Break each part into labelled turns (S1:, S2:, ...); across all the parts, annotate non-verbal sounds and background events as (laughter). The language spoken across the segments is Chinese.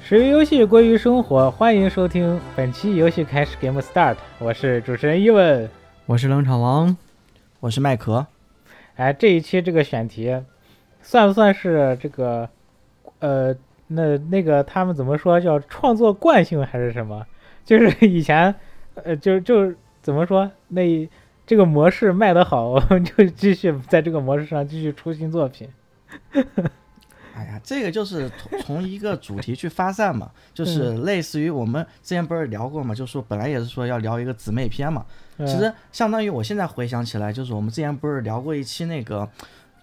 S1: 始于游戏，归于生活，欢迎收听本期游戏开始 Game Start，我是主持人伊文。
S2: 我是冷场王，
S3: 我是麦壳，
S1: 哎，这一期这个选题，算不算是这个，呃，那那个他们怎么说叫创作惯性还是什么？就是以前，呃，就就怎么说那这个模式卖得好，我们就继续在这个模式上继续出新作品。
S3: 哎呀，这个就是从从一个主题去发散
S2: (laughs)
S3: 嘛，就是类似于我们之前不是聊过嘛，就说本来也是说要聊一个姊妹篇嘛，
S1: 嗯
S3: 其实相当于我现在回想起来，就是我们之前不是聊过一期那个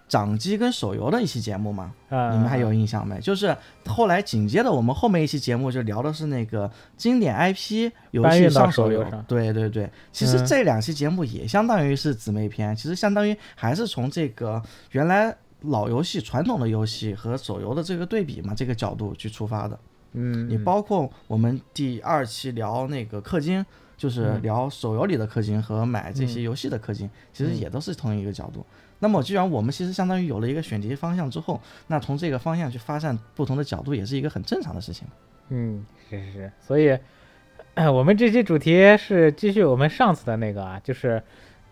S3: 掌机跟手游的一期节目嘛，
S1: 啊，
S3: 你们还有印象没？就是后来紧接着我们后面一期节目就聊的是那个经典 IP 游
S1: 搬运
S3: 戏
S1: 到
S3: 上
S1: 手
S3: 手
S1: 游
S3: 游
S1: 上，
S3: 对对对。其实
S1: 嗯
S3: 这两期节目也相当于是姊妹篇，其实相当于还是从这个原来老游戏传统的游戏和手游的这个对比嘛，这个角度去出发的。
S1: 嗯，
S3: 你包括我们第二期聊那个氪金，就是
S1: 嗯
S3: 聊手游里的氪金和买这些游戏的氪金，其实也都是同一个角度。那么，既然我们其实相当于有了一个选题方向之后，那从这个方向去发散不同的角度，也是一个很正常的事情。
S1: 嗯，是是是，所以、 (clears throat) 呃我们这期主题是继续我们上次的那个啊，就是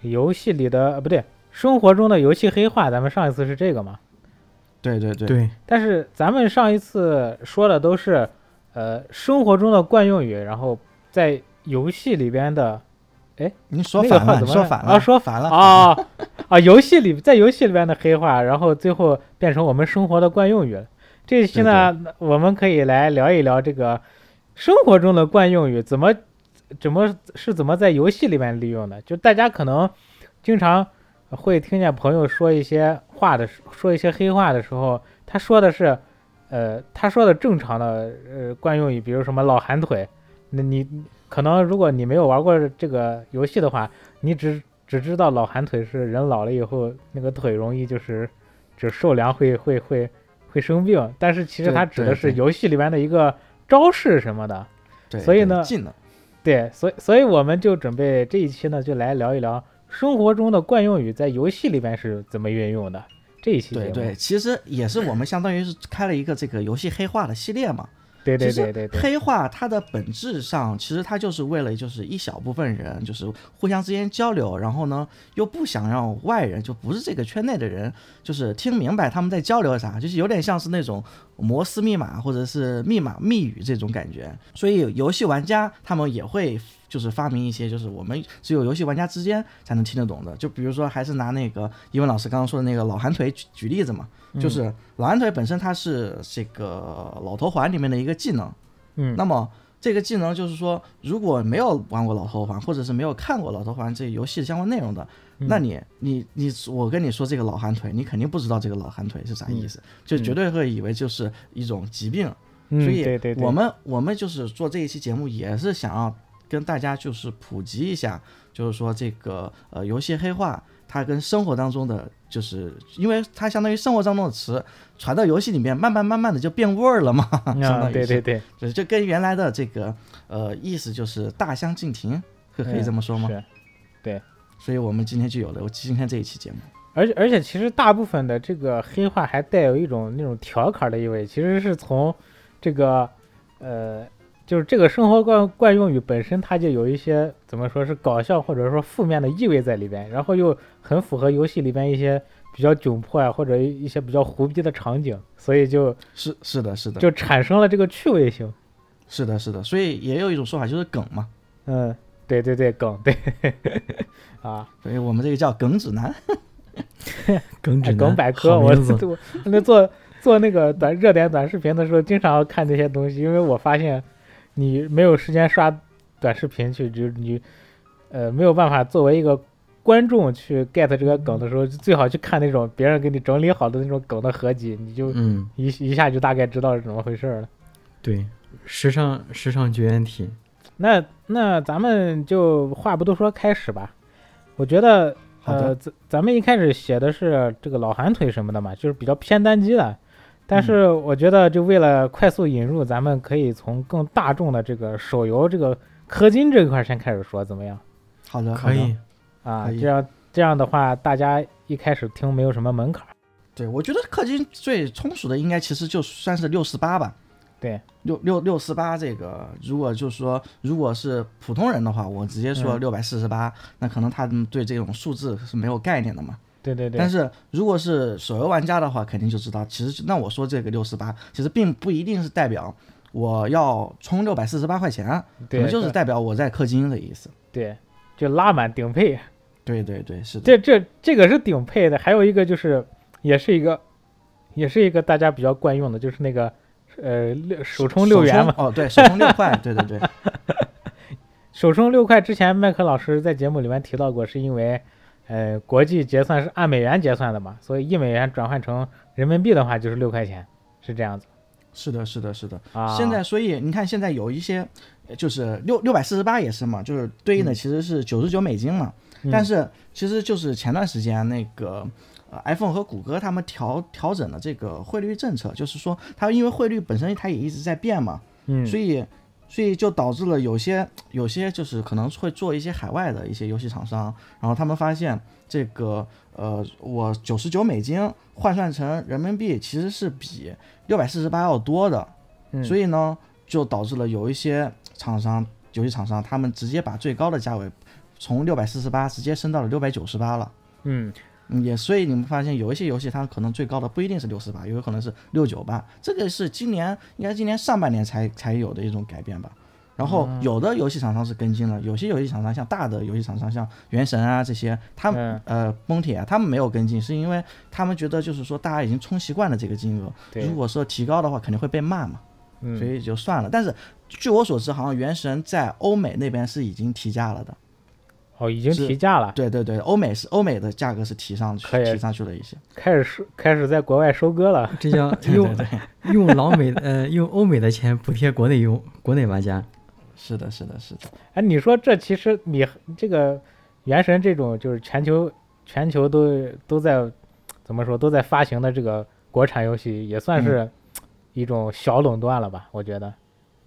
S1: 游戏里的呃不对，生活中的游戏黑化，咱们上一次是这个嘛，
S3: 对对对，
S2: 对，
S1: 但是咱们上一次说的都是呃生活中的惯用语，然后在游戏里边的
S3: 你说
S1: 那个
S3: 反
S1: 话
S3: 了，
S1: 怎
S3: 你
S1: 么
S3: 说反了，
S1: 啊说
S3: 反了
S1: 啊啊游戏里在游戏里边的黑话，然后最后变成我们生活的惯用语了。这一期呢，我们可以来聊一聊这个生活中的惯用语怎么怎么是怎么在游戏里面利用的。就大家可能经常会听见朋友说一些话的时说一些黑话的时候，他说的是呃他说的正常的呃惯用语，比如什么老寒腿，那你可能如果你没有玩过这个游戏的话，你只只知道老寒腿是人老了以后那个腿容易就是只受凉会会会会生病，但是其实
S3: 对
S1: 它指的
S3: 对
S1: 是
S3: 对
S1: 游戏里面的一个招式什么的。
S3: 对，
S1: 所以
S3: 对
S1: 呢
S3: 近了，
S1: 对，所以所以我们就准备这一期呢，就来聊一聊生活中的惯用语在游戏里边是怎么运用的。这一期节
S3: 对
S1: 目，
S3: 对，其实也是我们相当于是开了一个这个游戏黑化的系列嘛。
S1: 对对
S3: 其
S1: 对对
S3: 实
S1: 对，
S3: 黑化它的本质上，其实它就是为了就是一小部分人，就是互相之间交流，然后呢又不想让外人，就不是这个圈内的人，就是听明白他们在交流啥，就是有点像是那种摩斯密码或者是密码密语这种感觉。所以游戏玩家他们也会就是发明一些就是我们只有游戏玩家之间才能听得懂的，就比如说还是拿那个英文老师刚刚说的那个老寒腿举举例子嘛，就是老寒腿本身它是这个老头环里面的一个技能。
S1: 嗯，
S3: 那么这个技能就是说，如果没有玩过老头环，或者是没有看过老头环这个游戏相关内容的，
S1: 嗯
S3: 那你你你，我跟你说这个老寒腿，你肯定不知道这个老寒腿是啥意思，就绝对会以为就是一种疾病。
S1: 嗯，
S3: 所以
S1: 对对对，
S3: 我们我们就是做这一期节目，也是想要跟大家就是普及一下，就是说这个呃游戏黑化。它跟生活当中的，就是因为它相当于生活当中的词传到游戏里面，慢慢慢慢的就变味儿了嘛，
S1: 啊，
S3: (laughs) 相当于
S1: 对
S3: 是
S1: 对对，
S3: 对，这跟原来的这个呃意思就是大相径庭，可可以这么说吗？
S1: 哎是。
S3: 所以我们今天就有了今天这一期节目。
S1: 而且而且，其实大部分的这个黑话还带有一种那种调侃的意味，其实是从这个呃，就是这个生活惯惯用语本身，它就有一些怎么说是搞笑或者说负面的意味在里边，然后又很符合游戏里边一些比较窘迫啊，或者一一些比较胡逼的场景，所以就是
S3: 是的，是的，
S1: 就产生了这个趣味性。
S3: 是的，是的。所以也有一种说法就是梗嘛，
S1: 嗯，对对对，梗对 (laughs) 啊，
S3: 所以我们这个叫梗指南。
S2: (laughs) 耿
S1: 哎
S2: 直
S1: 梗百科，我
S2: 名字
S1: 我那做做那个短热点短视频的时候，经常要看这些东西，因为我发现你没有时间刷短视频去，就是你呃没有办法作为一个观众去 get 这
S2: 嗯
S1: 个梗的时候，就最好去看那种别人给你整理好的那种梗的合集，你就
S2: 嗯，
S1: 一一下就大概知道是怎么回事了。
S2: 对，时尚时尚绝缘体，
S1: 那那咱们就话不多说，开始吧。我觉得，
S3: 好的
S1: 呃，咱咱们一开始写的是这个老寒腿什么的嘛，就是比较偏单机的。
S3: 嗯
S1: 但是我觉得，就为了快速引入，咱们可以从更大众的这个手游这个氪金这一块先开始说，怎么样？
S3: 好的，好
S2: 可
S3: 的
S2: 以，
S1: 啊
S3: 可，以
S1: 这样这样的话，大家一开始听没有什么门槛儿。
S3: 对，我觉得氪金最充足的应该其实就算是六四八吧。
S1: 对，
S3: 六六六四八这个，如果就是说如果是普通人的话，我直接说
S1: 嗯
S3: 六百四十八，那可能他们对这种数字是没有概念的嘛。
S1: 对对对，
S3: 但是如果是手游玩家的话，肯定就知道，其实就那我说这个六十八，其实并不一定是代表我要充六百四十八块钱，啊可
S1: 对
S3: 能就是代表我在氪金的意思。
S1: 对，就拉满顶配，
S3: 对对对，是的，
S1: 这这这个是顶配的，还有一个就是也是一个也是一个大家比较惯用的，就是那个呃六首充六元嘛，
S3: 哦，对，手充六块，对对对，
S1: 首充六块之前，麦克老师在节目里面提到过，是因为，呃，国际结算是按美元结算的嘛，所以一美元转换成人民币的话就是六块钱，是这样子
S3: 是的，是的，是的。
S1: 啊。
S3: 现在，所以你看，现在有一些呃就是六六百四十八也是嘛，就是对应的其实是九十九美金嘛。
S1: 嗯
S3: 但是其实就是前段时间那个。呃，iPhone 和谷歌他们调调整了这个汇率政策，就是说它因为汇率本身它也一直在变嘛，
S1: 嗯，
S3: 所以所以就导致了有些有些就是可能会做一些海外的一些游戏厂商，然后他们发现这个呃，我九十九美金换算成人民币其实是比六百四十八要多的，
S1: 嗯
S3: 所以呢就导致了有一些厂商游戏厂商他们直接把最高的价位从六百四十八直接升到了六百九十八了。
S1: 嗯，
S3: 嗯也所以你们发现有一些游戏它可能最高的不一定是六十八，有可能是六九八，这个是今年应该今年上半年才才有的一种改变吧。然后
S1: 哦
S3: 有的游戏厂商是跟进了，有些游戏厂商像大的游戏厂商像原神啊这些，他们、
S1: 嗯
S3: 呃崩铁啊他们没有跟进，是因为他们觉得就是说大家已经充习惯了这个金额，
S1: 对
S3: 如，果说提高的话肯定会被骂嘛，所
S1: 嗯，
S3: 以就算了。但是据我所知，好像原神在欧美那边是已经提价了的。
S1: 哦，已经
S3: 是
S1: 提价了，
S3: 对对对，欧美是欧美的价格是提上去
S1: 可以
S3: 提上去了一些。
S1: 开始收开始在国外收割了。
S2: 这 (laughs) 叫
S3: 对
S2: 用
S3: 对对。
S2: 用老美呃用欧美的钱补贴国内用国内玩家，
S3: (laughs)
S2: (laughs)
S3: 是的，是的，是的，
S1: 哎，你说这其实你这个原神这种就是全球全球都都在怎么说都在发行的这个国产游戏，也
S3: 嗯
S1: 算是一种小垄断了吧？我觉得，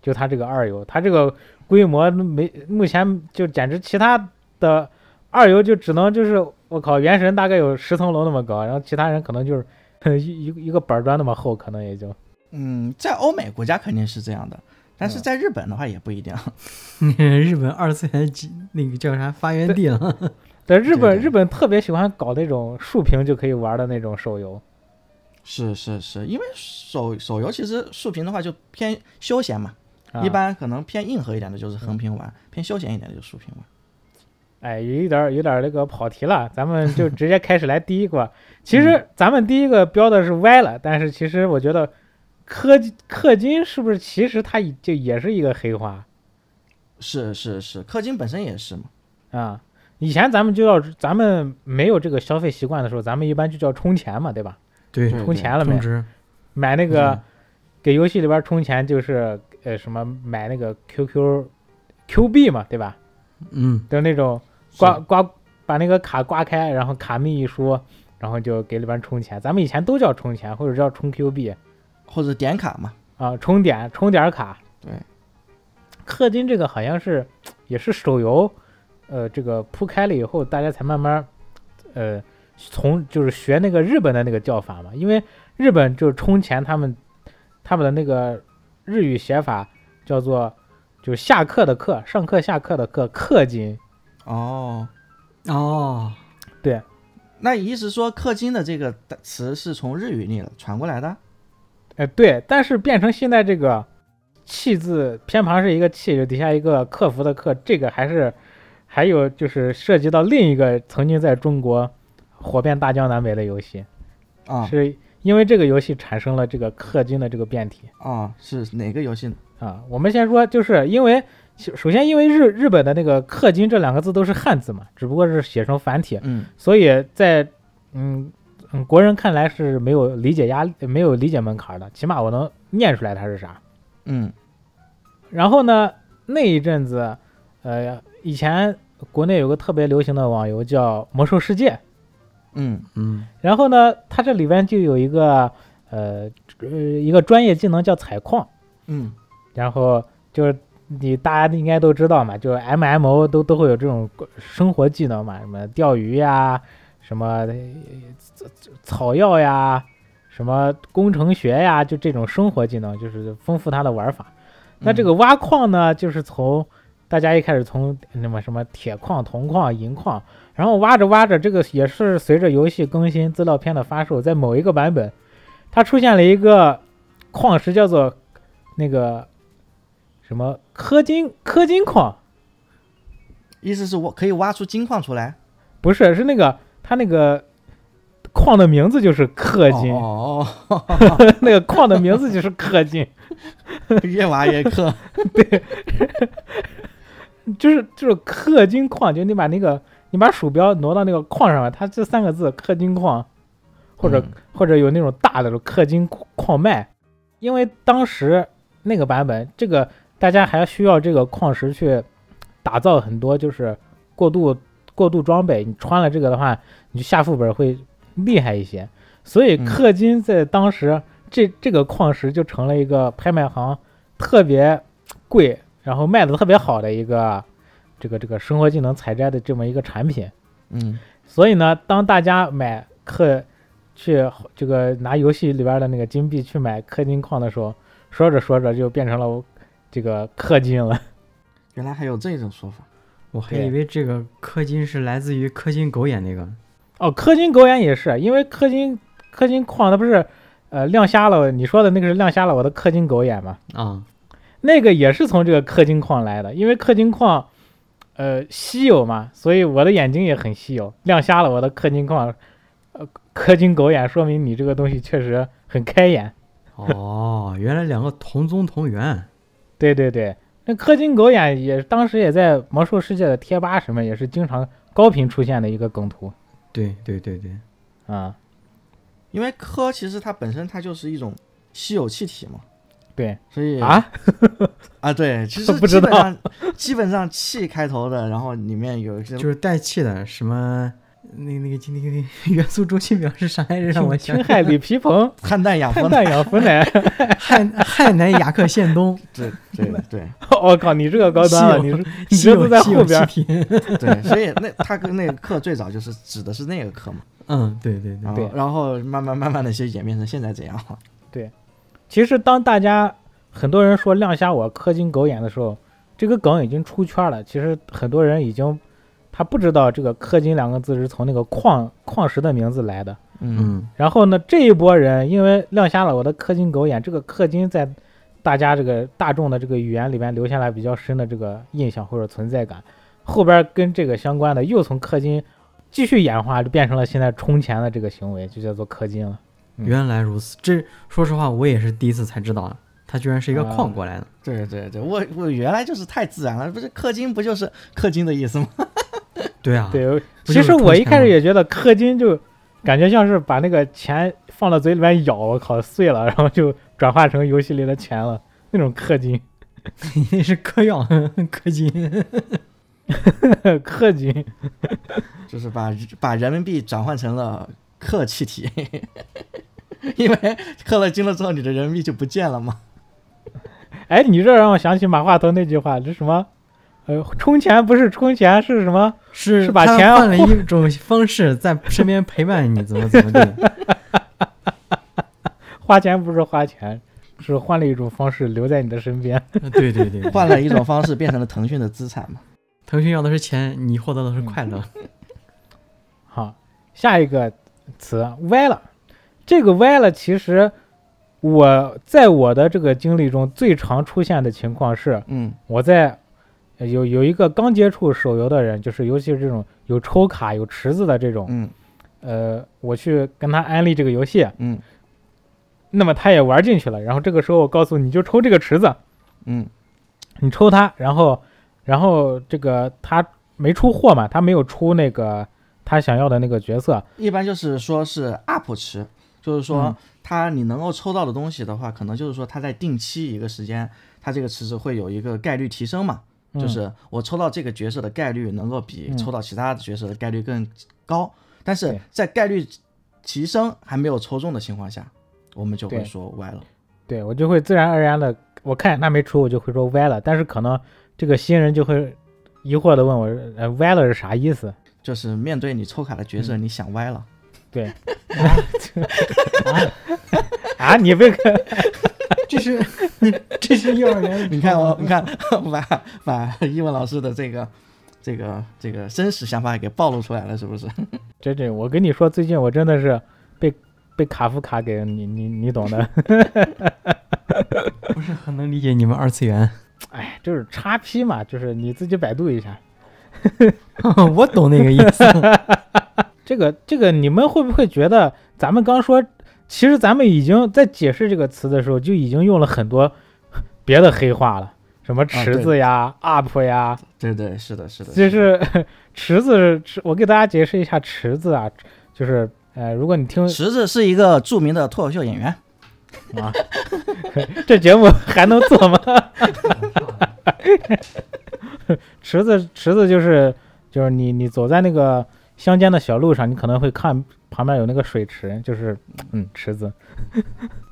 S1: 就它这个二游，它这个规模没目前就简直其他的二游就只能就是我靠，原神大概有十层楼那么高，然后其他人可能就是 (laughs) 一一个一个板砖那么厚，可能也就
S3: 嗯，在欧美国家肯定是这样的，但是在日本的话也不一定。 (laughs)
S2: 日本二次元几那个叫啥发源地了，
S1: 对日本
S3: 对对
S1: 日本特别喜欢搞那种竖屏就可以玩的那种手游。
S3: 是是是，因为手手游其实竖屏的话就偏休闲嘛，
S1: 啊
S3: 一般可能偏硬核一点的就是横屏玩，偏休闲一点的就是竖屏玩。
S1: 哎，有一点儿有点儿那个跑题了，咱们
S2: (laughs)
S1: 就直接开始来第一个吧。其
S2: 嗯
S1: 实咱们第一个标的是歪了，但是其实我觉得氪金氪金是不是其实它已就也是一个黑话
S3: 是是是，氪金本身也是嘛。
S1: 啊？以前咱们就要咱们没有这个消费习惯的时候，咱们一般就叫充钱嘛，对吧？
S2: 对
S3: 对
S1: 充钱了没
S2: 充？值
S1: 买那个
S3: 嗯
S1: 给游戏里边充钱就是呃什么买那个 QQ Q 币嘛，对吧？
S2: 嗯
S1: 就那种
S3: 是
S1: 刮刮把那个卡刮开，然后卡密一说，然后就给里边充钱。咱们以前都叫充钱，或者叫充 Q 币
S3: 或者点卡嘛，
S1: 啊，充点充点卡。
S3: 对，
S1: 氪金这个好像是也是手游，呃，这个铺开了以后，大家才慢慢呃从就是学那个日本的那个叫法嘛，因为日本就是充钱，他们他们的那个日语写法叫做就是下课的课，上课下课的课，氪金。
S3: 哦，
S2: 哦，
S3: 那意思说氪金的这个词是从日语里传过来的？
S1: 哎，对，但是变成现在这个“气”字偏旁是一个“气”，就底下一个客服的“客”，这个还是还有就是涉及到另一个曾经在中国火遍大江南北的游戏，
S3: 啊
S1: 是因为这个游戏产生了这个氪金的这个变体
S3: 啊，是哪个游戏？
S1: 啊。我们先说，就是因为其首先因为日日本的那个“氪金”这两个字都是汉字嘛，只不过是写成繁体，
S3: 嗯，
S1: 所以在嗯嗯国人看来是没有理解压力、没有理解门槛的，起码我能念出来它是啥。
S3: 嗯，
S1: 然后呢，那一阵子，呃，以前国内有个特别流行的网游叫《魔兽世界》，
S3: 嗯，
S2: 嗯
S1: 然后呢，它这里边就有一个呃呃一个专业技能叫采矿，
S3: 嗯
S1: 然后就是你大家应该都知道嘛，就是 MMO 都都会有这种生活技能嘛，什么钓鱼呀，什么呃草药呀，什么工程学呀，就这种生活技能，就是丰富它的玩法。那
S3: 嗯
S1: 这个挖矿呢，就是从大家一开始从那么什么铁矿、铜矿、银矿，然后挖着挖着，这个也是随着游戏更新、资料片的发售，在某一个版本，它出现了一个矿石，叫做那个什么氪金氪金矿，
S3: 意思是我可以挖出金矿出来，
S1: 不是是那个它那个矿的名字就是氪金，
S3: 哦，哦哦
S1: (laughs) 那个矿的名字就是氪金。
S3: (laughs) 越挖越氪，
S1: 就是就是氪金矿，就你把那个你把鼠标挪到那个矿上面，它这三个字氪金矿， (laughs) 或者、
S3: 嗯
S1: 或者有那种大的氪金矿脉，因为当时那个版本，这个大家还需要这个矿石去打造很多就是过渡过渡装备，你穿了这个的话，你就下副本会厉害一些，所以
S3: 嗯
S1: 氪金在当时、这这个矿石就成了一个拍卖行特别贵，然后卖的特别好的一个这个这个生活技能采摘的这么一个产品。
S3: 嗯
S1: 所以呢，当大家买氪去这个拿游戏里边的那个金币去买氪金矿的时候，说着说着就变成了这个氪金了。
S3: 原来还有这种说法，
S2: 我还
S1: 对
S2: 以为这个氪金是来自于氪金狗眼那个。
S1: 哦，氪金狗眼也是，因为氪金氪金矿它不是呃亮瞎了，你说的那个是亮瞎了我的氪金狗眼嘛？
S2: 啊，
S1: 那个也是从这个氪金矿来的，因为氪金矿。呃，稀有嘛，所以我的眼睛也很稀有，亮瞎了我的氪金矿，呃，氪金狗眼，说明你这个东西确实很开眼。
S2: 哦，原来两个同宗同源。
S1: 对对对，那氪金狗眼也当时也在魔兽世界的贴吧什么也是经常高频出现的一个梗图
S2: 对对对对，
S1: 啊、
S3: 因为氪其实它本身它就是一种稀有气体嘛，
S1: 对
S3: 所以
S1: 啊，
S3: 啊对，其实
S1: (laughs) 不知道
S3: 基本上基本上气开头的，然后里面有一些
S2: 就是带气的什么那那个那个那个元素中心表示啥来着？让我想
S1: 青海李皮鹏、
S3: 碳氮氧氟
S1: 碳
S3: 奶，
S1: 氮氧氟奶，
S2: 汉汉南雅克县 (laughs) 东
S3: 对对对
S1: (laughs) 我、靠，你这个高端了，啊
S2: 稀
S1: 你
S2: 有
S1: 是你这都在后边儿。
S2: 稀有气体。
S3: 对，所以那它跟那个氪最早就是指的是那个氪嘛，
S2: (laughs) 嗯，对对对
S3: 然
S1: 对
S3: 后然后慢慢慢慢的就演变成现在这样了，
S1: 其实当大家很多人说亮瞎我氪金狗眼的时候，这个梗已经出圈了。其实很多人已经他不知道这个氪金两个字是从那个矿矿石的名字来的。
S2: 嗯，
S1: 然后呢，这一波人因为亮瞎了我的氪金狗眼，这个氪金在大家这个大众的这个语言里面留下来比较深的这个印象或者存在感，后边跟这个相关的又从氪金继续演化，就变成了现在充钱的这个行为，就叫做氪金了。嗯
S2: 原来如此。这说实话，我也是第一次才知道啊，它居然是一个
S1: 啊
S2: 矿过来的。
S3: 对对对，我我原来就是太自然了，不是氪金不就是氪金的意思吗？ (laughs)
S2: 对啊，
S1: 对，
S2: 不
S1: 其
S2: 就是
S1: 实我一
S2: 充钱
S1: 开始
S2: 吗
S1: 也觉得氪金就感觉像是把那个钱放到嘴里面咬，我靠碎了，然后就转化成游戏里的钱了，那种氪金，
S2: 那是嗑药 (laughs) 氪金。
S1: 氪金。
S3: 就是把把人民币转换成了氪气体， (laughs) 因为氪了金了之后，你的人民币就不见了嘛。
S1: 哎，你这让我想起马化腾那句话，这什么？呃，充钱不是充钱，是什么？
S2: 是啊
S1: 是把
S2: 他
S1: 钱
S2: 换了 (laughs) 一种方式在身边陪伴你，怎么怎么 (laughs) 地？
S1: 花钱不是花钱，是换了一种方式留在你的身边。
S2: 对对对，
S3: 换了一种方式，变成了腾讯的资产嘛。
S2: 腾讯要的是钱，你获得的是快乐。
S1: 好，下一个词歪了，这个歪了，其实我在我的这个经历中最常出现的情况是，
S3: 嗯
S1: 我在呃有有一个刚接触手游的人，就是尤其是这种有抽卡、有池子的这种，
S3: 嗯
S1: 呃，我去跟他安利这个游戏，
S3: 嗯
S1: 那么他也玩进去了。然后这个时候我告诉你，你就抽这个池子，
S3: 嗯
S1: 你抽它，然后然后这个他没出货嘛，他没有出那个他想要的那个角色，
S3: 一般就是说是 UP 池，就是说
S1: 嗯
S3: 它你能够抽到的东西的话，可能就是说它在定期一个时间，它这个池子会有一个概率提升嘛。
S1: 嗯
S3: 就是我抽到这个角色的概率能够比
S1: 嗯
S3: 抽到其他角色的概率更高，但是
S1: 对
S3: 在概率提升还没有抽中的情况下，我们就会
S1: 对
S3: 说歪了。
S1: 对我就会自然而然的，我看见它没出，我就会说歪了。但是可能这个新人就会疑惑的问我，呃，歪了是啥意思？
S3: 就是面对你抽卡的角色，
S1: 嗯
S3: 你想歪了，
S1: 对，啊，你
S3: (laughs)
S1: 被个
S2: 这 (laughs) 是这是幼儿园里
S3: 你看我，你看 (laughs) 把把英文老师的这个这个这个真实想法给暴露出来了，是不 (laughs) 是？
S1: 真真，我跟你说，最近我真的是被被卡夫卡给你你你懂的，
S2: 不是很能理解你们二次元。
S1: 哎，就是叉 P 嘛，就是你自己百度一下。
S2: (laughs) 我懂那个意思。
S1: 这个这个，你们会不会觉得咱们刚说，其实咱们已经在解释这个词的时候，就已经用了很多 (laughs) 别的黑话了，什
S3: 啊
S1: 么池子呀、up 呀，
S3: 对对，是的，是的，
S1: 就是 (laughs) 池子是池，我给大家解释一下池子啊，就是呃，如果你听
S3: 池子是一个著名的脱口秀演员，
S1: 啊， (laughs) 这节目还能做吗？ (laughs) 池子，池子就是就是你你走在那个乡间的小路上，你可能会看旁边有那个水池，就是嗯池子，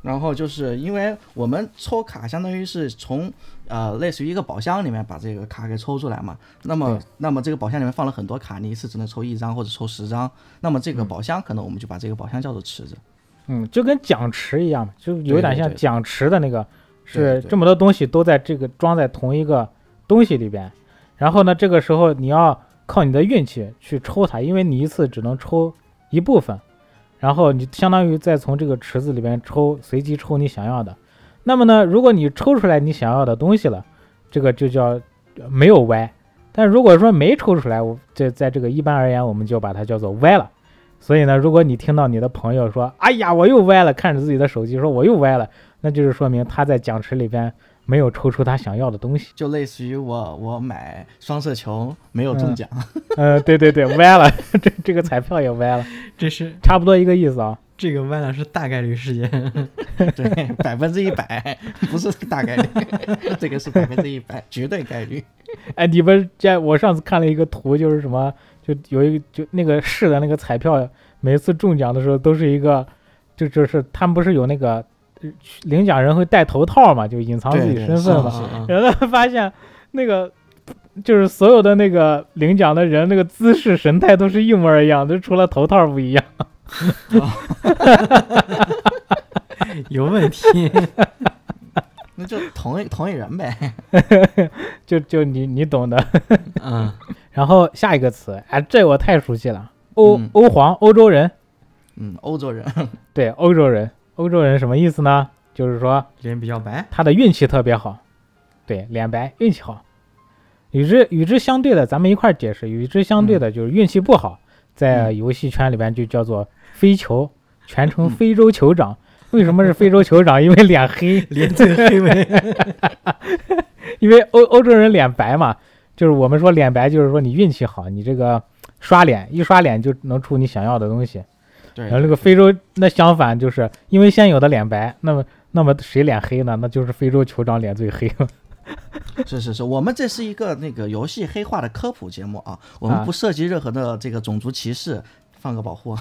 S3: 然后就是因为我们抽卡，相当于是从呃类似于一个宝箱里面把这个卡给抽出来嘛。那么
S1: 对
S3: 那么这个宝箱里面放了很多卡，你一次只能抽一张或者抽十张。那么这个
S1: 嗯
S3: 宝箱可能我们就把这个宝箱叫做池子。
S1: 嗯，就跟讲池一样嘛，就有
S3: 对
S1: 点
S3: 对
S1: 像
S3: 对
S1: 讲池的那个，
S3: 对
S1: 是
S3: 对
S1: 这么多东西都在这个装在同一个东西里边，然后呢，这个时候你要靠你的运气去抽它，因为你一次只能抽一部分，然后你相当于再从这个池子里边抽，随机抽你想要的。那么呢，如果你抽出来你想要的东西了，这个就叫呃没有歪。但如果说没抽出来，我这在这个一般而言，我们就把它叫做歪了。所以呢，如果你听到你的朋友说：“哎呀，我又歪了”，看着自己的手机说“我又歪了”，那就是说明他在奖池里边没有抽出他想要的东西。
S3: 就类似于我我买双色球没有中
S1: 嗯
S3: 奖，
S1: 呃，对对对，歪了，这这个彩票也歪了，
S2: (laughs) 这是
S1: 差不多一个意思啊。
S2: 这个歪了是大概率事 (laughs) 件，
S3: (laughs) 对，百分之一百 (laughs) 不是大概率， (laughs) 这个是百分之一百绝对概率。
S1: 哎，你们这我上次看了一个图，就是什么，就有一个就那个市的那个彩票，每次中奖的时候都是一个，就就是他们不是有那个呃领奖人会戴头套嘛，就隐藏自己
S3: 对对
S1: 身
S3: 是
S1: 份
S3: 的
S2: 啊
S1: 嘛。
S3: 是的
S1: 然后他们发现那个就是所有的那个领奖的人那个姿势神态都是一模一样，就除了头套不一样。
S2: (laughs) 有问题。
S3: 那就同一同一人呗。
S1: 就就你你懂的。
S2: 嗯，
S1: 然后下一个词，哎，这我太熟悉了，欧、
S3: 嗯
S1: 欧皇，欧洲人，
S3: 嗯，欧洲人，
S1: 对，欧洲人，欧洲人什么意思呢？就是说
S2: 脸比较白，
S1: 他的运气特别好，对，脸白，运气好。与之与之相对的，咱们一块儿解释。与之相对
S3: 嗯
S1: 的就是运气不好，在游戏圈里边就叫做非球，全称
S3: 嗯
S1: 非洲酋长。为什么是非洲酋
S3: (laughs)
S1: 长？因为脸黑，
S2: 脸最 (laughs) 黑为
S1: 因为欧欧洲人脸白嘛，就是我们说脸白，就是说你运气好，你这个刷脸一刷脸就能出你想要的东西。
S3: 哎对
S1: 然后，这个非洲那相反，就是因为现有的脸白，那么那么谁脸黑呢？那就是非洲酋长脸最黑
S3: (laughs)
S1: 了。
S3: 是是是，我们这是一个那个游戏黑化的科普节目啊，我们
S1: 啊
S3: 不涉及任何的这个种族歧视，放个保护。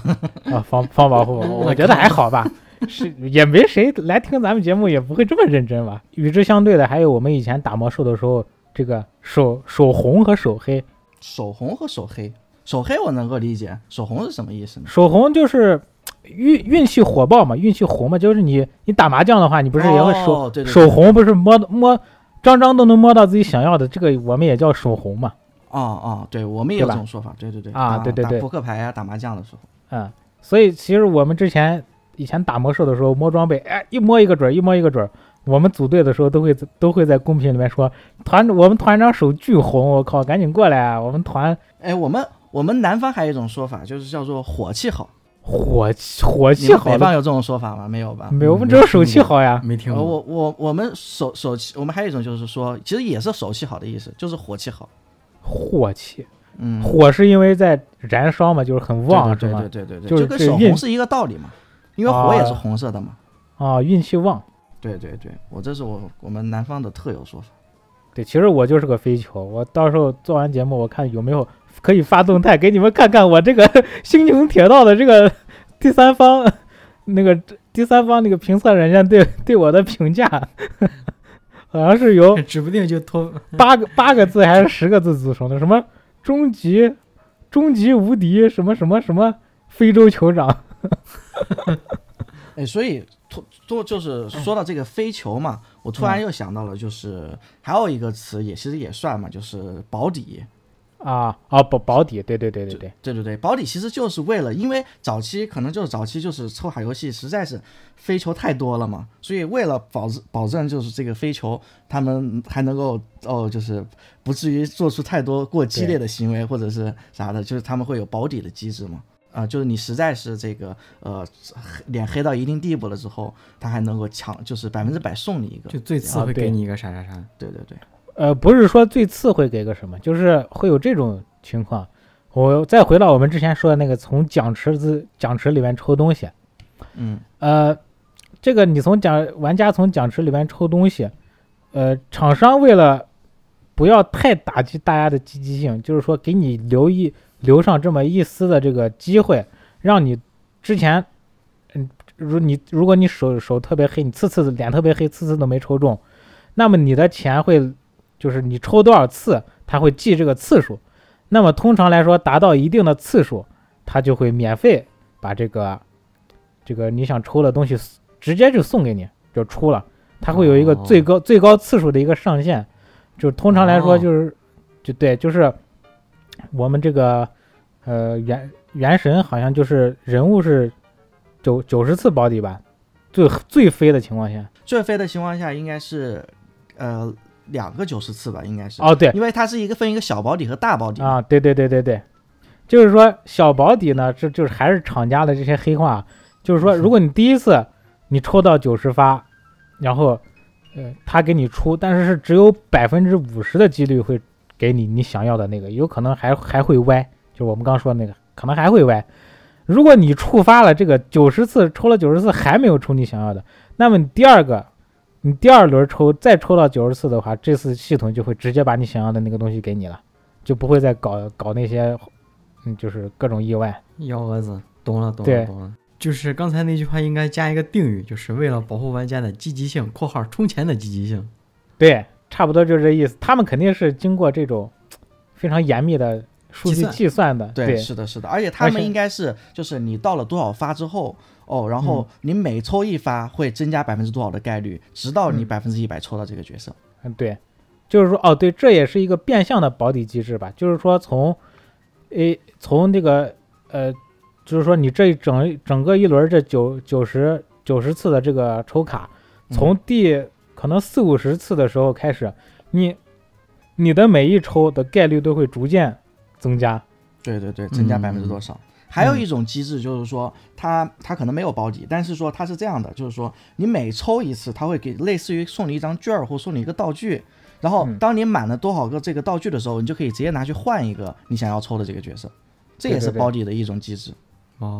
S1: 啊，方方保护，我觉得还好吧，是也没谁来听咱们节目也不会这么认真吧。与之相对的，还有我们以前打魔兽的时候，这个手手红和手黑，
S3: (laughs) 手红和手黑，手黑我能够理解，手红是什么意思呢？
S1: 手红就是运运气火爆嘛，运气红嘛，就是你你打麻将的话，你不是也会手、
S3: 哦对对对
S1: 手红，不是摸摸张张都能摸到自己想要的，这个我们也叫手红嘛，
S3: 哦哦，对我们也有
S1: 对吧
S3: 这种说法，对对对
S1: 啊
S3: 打
S1: 对对
S3: 打
S1: 对
S3: 扑克牌呀、打麻将的时候，
S1: 嗯，所以其实我们之前以前打魔兽的时候摸装备，哎，一摸一个准儿，一摸一个准儿。我们组队的时候都会都会在公屏里面说团我们团长手巨红，我靠，赶紧过来啊！我们团
S3: 哎，我们我们南方还有一种说法，就是叫做火气好，
S1: 火气火
S3: 你
S1: 气
S3: 们
S1: 好
S3: 北方
S1: 的，
S3: 有这种说法吗？没有吧？
S1: 没有，我们只有手气好呀。
S2: 没听
S3: 呃，
S2: (laughs) 过。
S3: 我我我们手手气，我们还有一种就是说，其实也是手气好的意思，就是火气好。
S1: 火气，
S3: 嗯，
S1: 火是因为在燃烧嘛，就是很旺，是
S3: 对
S1: 吗？
S3: 对对对对对，
S1: 就是
S3: 跟
S1: 这
S3: 手
S1: 运
S3: 红是一个道理嘛，因为火也是红色的嘛。
S1: 啊，运气旺。
S3: 对对对，我这是我我们南方的特有说法。
S1: 对，其实我就是个飞球，我到时候做完节目，我看有没有可 (laughs) 以发动态给你们看看我这个星穹铁道的这个第三方那个第三方那个评测软件对对我的评价， (laughs) 好像是由
S2: 指不定就脱
S1: 八个八个字还是十个字组成的，什么终极终极无敌什么什么什么非洲酋长，
S3: 哎，所以突多就是说到这个飞球嘛，我突然又想到了，就是还有一个词也其实也算嘛，就是保底。
S1: 啊啊保保底，对对对对对，
S3: 对对对，保底其实就是为了，因为早期可能就是早期就是抽卡游戏实在是飞球太多了嘛，所以为了保保证就是这个飞球他们还能够哦，就是不至于做出太多过激烈的行为或者是啥的，就是他们会有保底的机制嘛。啊、就是你实在是这个呃黑脸黑到一定地步了之后，他还能够抢，就是百分之百送你一个。
S2: 就最次
S1: 啊
S2: 会
S1: 对
S2: 给你一个啥啥啥，
S3: 对对对，
S1: 呃，不是说最次会给个什么，就是会有这种情况。我再回到我们之前说的那个从奖池子奖池里面抽东西，
S3: 嗯，
S1: 呃，这个你从奖玩家从奖池里面抽东西，呃，厂商为了不要太打击大家的积极性，就是说给你留一留上这么一丝的这个机会，让你之前，嗯，如你如果你手手特别黑，你次次脸特别黑，次次都没抽中，那么你的钱会就是你抽多少次，它会记这个次数。那么通常来说，达到一定的次数，它就会免费把这个这个你想抽的东西直接就送给你，就出了。它会有一个
S2: 哦
S1: 最高、最高次数的一个上限，就是通常来说
S3: 哦
S1: 就是、就对，就是我们这个呃原原神好像就是人物是九九十次保底吧，最最飞的情况下。
S3: 最飞的情况下应该是呃两个九十次吧，应该是。
S1: 哦，对，
S3: 因为它是一个分一个小保底和大保底嘛。
S1: 啊，对对对对对，就是说小保底呢，这就是还是厂家的这些黑话，就是说，如果你第一次你抽到九十发，然后呃他给你出，但是是只有百分之五十的几率会给你你想要的那个，有可能还还会歪，就是我们刚说的那个，可能还会歪。如果你触发了这个九十次，抽了九十次还没有出你想要的，那么你第二个，你第二轮抽再抽到九十次的话，这次系统就会直接把你想要的那个东西给你了，就不会再搞搞那些，嗯，就是各种意外。
S2: 幺蛾子，懂了懂
S1: 对
S2: 了懂了。就是刚才那句话应该加一个定语，就是为了保护玩家的积极性（括号充钱的积极性
S1: 对，差不多就是这意思。他们肯定是经过这种非常严密的数
S2: 计
S1: 据
S2: 算
S1: 计算的，
S3: 对，是的，是的，而且他
S1: 而
S3: 们
S1: 且
S3: 应该是就是你到了多少发之后，哦，然
S1: 嗯
S3: 后你每抽一发会增加百分之多少的概率，直到你百分之一百抽到这个角色。
S1: 嗯，对，就是说，哦，对，这也是一个变相的保底机制吧，就是说从，诶，从这个，呃，就是说你这一整整个一轮儿这九九十九十次的这个抽卡，从第可能四五十次的时候开始，你你的每一抽的概率都会逐渐增加，
S3: 对对对，增加
S2: 嗯
S3: 百分之多少？还
S1: 嗯
S3: 有一种机制就是说，它它可能没有保底，但是说它是这样的，就是说你每抽一次，它会给类似于送你一张券儿或送你一个道具，然后
S1: 嗯
S3: 当你满了多少个这个道具的时候，你就可以直接拿去换一个你想要抽的这个角色，这也
S1: 对对
S3: 是
S1: 对
S3: 保底的一种机制。）。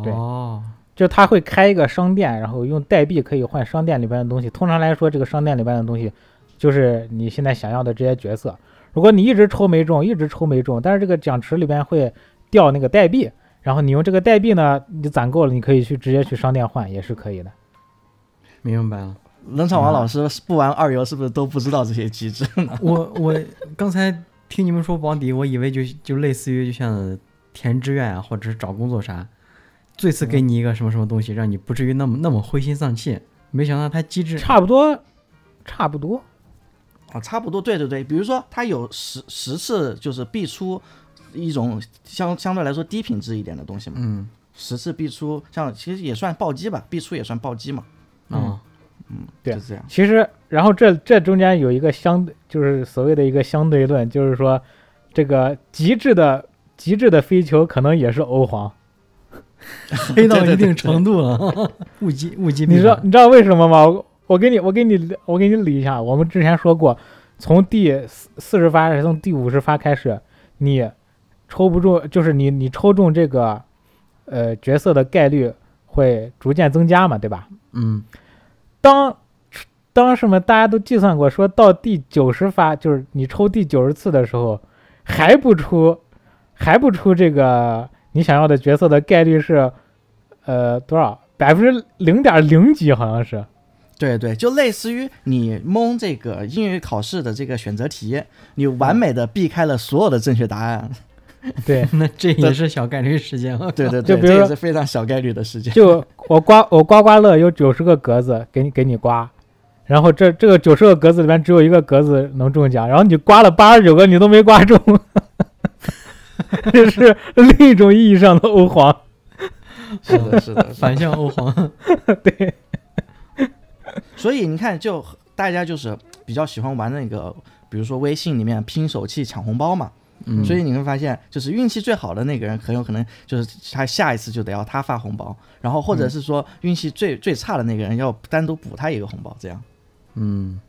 S1: 对
S2: 哦，
S1: 就他会开一个商店，然后用代币可以换商店里边的东西。通常来说，这个商店里边的东西就是你现在想要的这些角色。如果你一直抽没中，一直抽没中，但是这个奖池里边会掉那个代币，然后你用这个代币呢，你攒够了，你可以去直接去商店换，也是可以的。
S2: 明白了。
S3: 冷场王老师是不玩二游是不是都不知道这些机制呢？
S2: (laughs) 我我刚才听你们说保底，我以为就就类似于就像填志愿啊，或者是找工作啥，最次给你一个什么什么东西，让你不至于那么那么灰心丧气。没想到它机制
S1: 差不多，差不多。
S3: 啊，差不多，对对对，比如说他有十十次就是必出一种相相对来说低品质一点的东西嘛，
S2: 嗯
S3: 十次必出，像其实也算暴击吧，必出也算暴击嘛，
S2: 啊、 (laughs) 哦
S3: 嗯，
S1: 对
S3: 就这样，
S1: 其实，然后这这中间有一个相，就是所谓的一个相对论，就是说，这个极致的极致的飞球可能也是欧皇。
S2: 黑到一定程度了， (laughs) 物极物极必
S1: 你知道
S2: 反
S1: 你知道为什么吗？我我给你我给你我给你理一下，我们之前说过，从第四四十发还是从第五十发开始，你抽不中，就是你你抽中这个呃角色的概率会逐渐增加嘛，对吧？
S2: 嗯
S1: 当当什么大家都计算过，说到第九十发，就是你抽第九十次的时候，还不出，还不出这个你想要的角色的概率是，呃，多少？百分之零点零几，好像是。
S3: 对对，就类似于你蒙这个英语考试的这个选择题，你完美的避开了所有的正确答案。
S1: (laughs) 对，
S2: 那这也是小概率事件啊。
S3: 对对
S1: 就
S3: 对，
S1: 比如
S3: 这也
S1: 说
S3: 是非常小概率的事件。
S1: 就我刮我刮刮乐有九十个格子给你给你刮，然后这这个九十个格子里边只有一个格子能中奖，然后你刮了八十九个你都没刮中， (laughs) 这是另一种意义上的欧皇。
S3: (laughs) 是的，是的，
S2: 反向欧皇，
S1: 对，
S3: 所以你看，就大家就是比较喜欢玩那个，比如说微信里面拼手气抢红包嘛。
S2: 嗯，
S3: 所以你会发现，就是运气最好的那个人，很有可能就是他下一次就得要他发红包，然后或者是说运气最、最差的那个人要单独补他一个红包，这样。
S2: 嗯，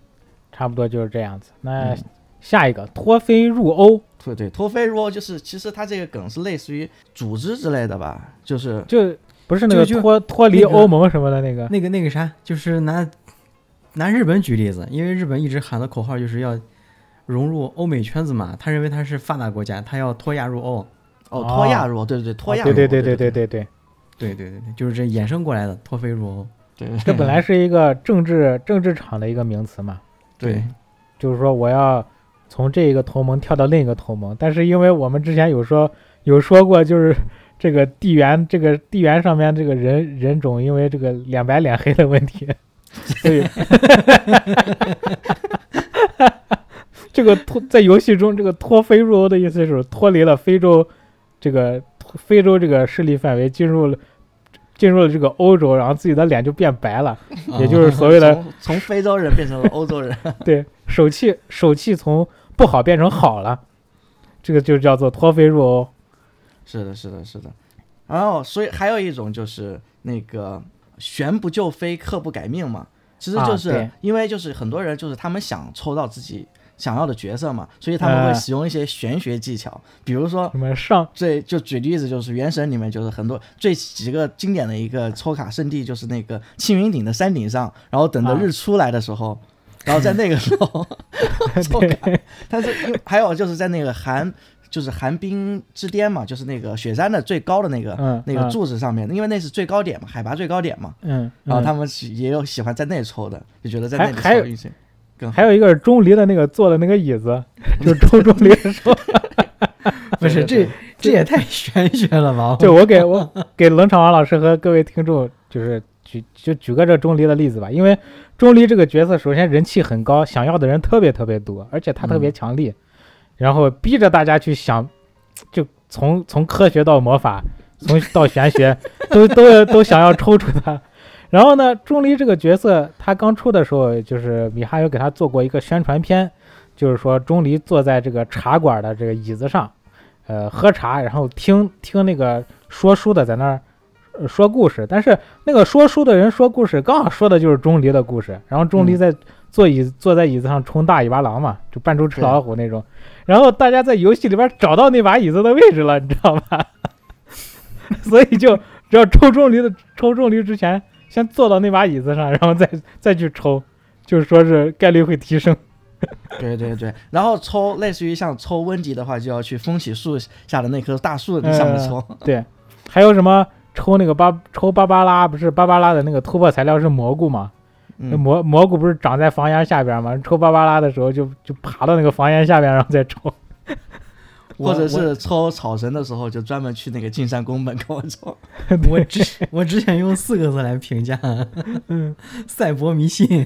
S1: 差不多就是这样子。那
S3: 嗯
S1: 下一个脱非入欧，
S3: 对对，脱非入欧就是，其实它这个梗是类似于组织之类的吧，就是
S1: 就不是那个
S2: 就就
S1: 脱脱离
S2: 那个
S1: 欧盟什么的那个。
S2: 那个那个啥，就是拿拿日本举例子，因为日本一直喊的口号就是要融入欧美圈子嘛，他认为他是发达国家，他要脱亚入欧。
S3: 哦
S1: 哦
S3: 脱亚入欧，对对对，脱亚入
S1: 对
S3: 欧，
S1: 对
S3: 对
S1: 对
S3: 对
S1: 对对对，
S2: 对对对对，就是这衍生过来的脱非入欧。
S3: 对，
S1: 这本来是一个政治政治场的一个名词嘛。
S3: 对
S1: 就是说我要从这个同盟跳到另一个同盟，但是因为我们之前有说 (laughs) 有说过，就是这个地缘这个地缘上面这个人人种，因为这个脸白脸黑的问题，所以 (laughs) 这个脱在游戏中这个脱非入欧的意思就是脱离了非洲这个非洲这个势力范围，进入了进入了这个欧洲，然后自己的脸就变白了，也就是所谓的
S3: 从从非洲人变成了欧洲人，
S1: 对，手气手气从不好变成好了，这个就叫做脱非入欧。
S3: 是的，是的，是的。然后，所以还有一种就是那个旋不就飞，刻不改命嘛。其实
S1: 啊
S3: 就是
S1: 对
S3: 因为就是很多人就是他们想抽到自己想要的角色嘛，所以他们会
S1: 呃
S3: 使用一些玄学技巧，比如说
S1: 什么
S3: (laughs)
S1: 上
S3: 最就举例子就是《原神》里面就是很多最几个经典的一个抽卡圣地就是那个青云顶的山顶上，然后等着
S1: 啊
S3: 日出来的时候，然后在那个时候 (laughs) 抽卡。但是因为还有就是在那个寒就是寒冰之巅嘛，就是那个雪山的最高的那个、
S1: 嗯
S3: 那个
S1: 嗯
S3: 柱子上面，因为那是最高点嘛，海拔最高点嘛，
S1: 嗯，
S3: 然后
S1: 嗯
S3: 啊他们喜也有喜欢在那抽的，就觉得在
S1: 还
S3: 那里
S1: 还有
S3: 抽运气更好
S1: 还。有一个是钟离的那个坐的那个椅子，就抽钟
S3: (laughs)
S1: 离的时候，
S2: 不
S3: 对对
S2: 是这这也太玄学了吧？
S1: 就我给我给冷场王老师和各位听众就是举就举个这钟离的例子吧，因为钟离这个角色首先人气很高，想要的人特别特别多，而且他特别强力，然后逼着大家去想，就从从科学到魔法，从到玄学，都都都想要抽出他。然后呢，钟离这个角色，他刚出的时候，就是米哈游给他做过一个宣传片，就是说钟离坐在这个茶馆的这个椅子上，呃，喝茶，然后听听那个说书的在那儿、呃说故事。但是那个说书的人说故事，刚好说的就是钟离的故事。然后钟离
S3: 嗯
S1: 在坐椅、坐在椅子上充大尾巴狼嘛，就扮猪吃老虎那种。然后大家在游戏里边找到那把椅子的位置了，你知道吧？ (laughs) 所以就只要抽钟离的抽钟离之前，先坐到那把椅子上，然后再再去抽，就是说是概率会提升。
S3: 对对对，然后抽类似于像抽温迪的话，就要去风起树下的那棵大树上面
S1: 嗯
S3: 抽。 (laughs)
S1: 对，还有什么抽那个芭抽芭芭拉，不是芭芭拉的那个突破材料是蘑菇吗？那
S3: 嗯，
S1: 蘑蘑菇不是长在房檐下边吗？抽芭芭拉的时候就就爬到那个房檐下边，然后再
S3: (laughs)
S1: 抽。
S3: 或
S2: 我
S3: 者是抽草绳的时候，就专门去那个进山宫门口抽。
S2: 我我之我之前用四个字来评 (laughs) 价，
S1: 嗯，
S2: 赛博迷信。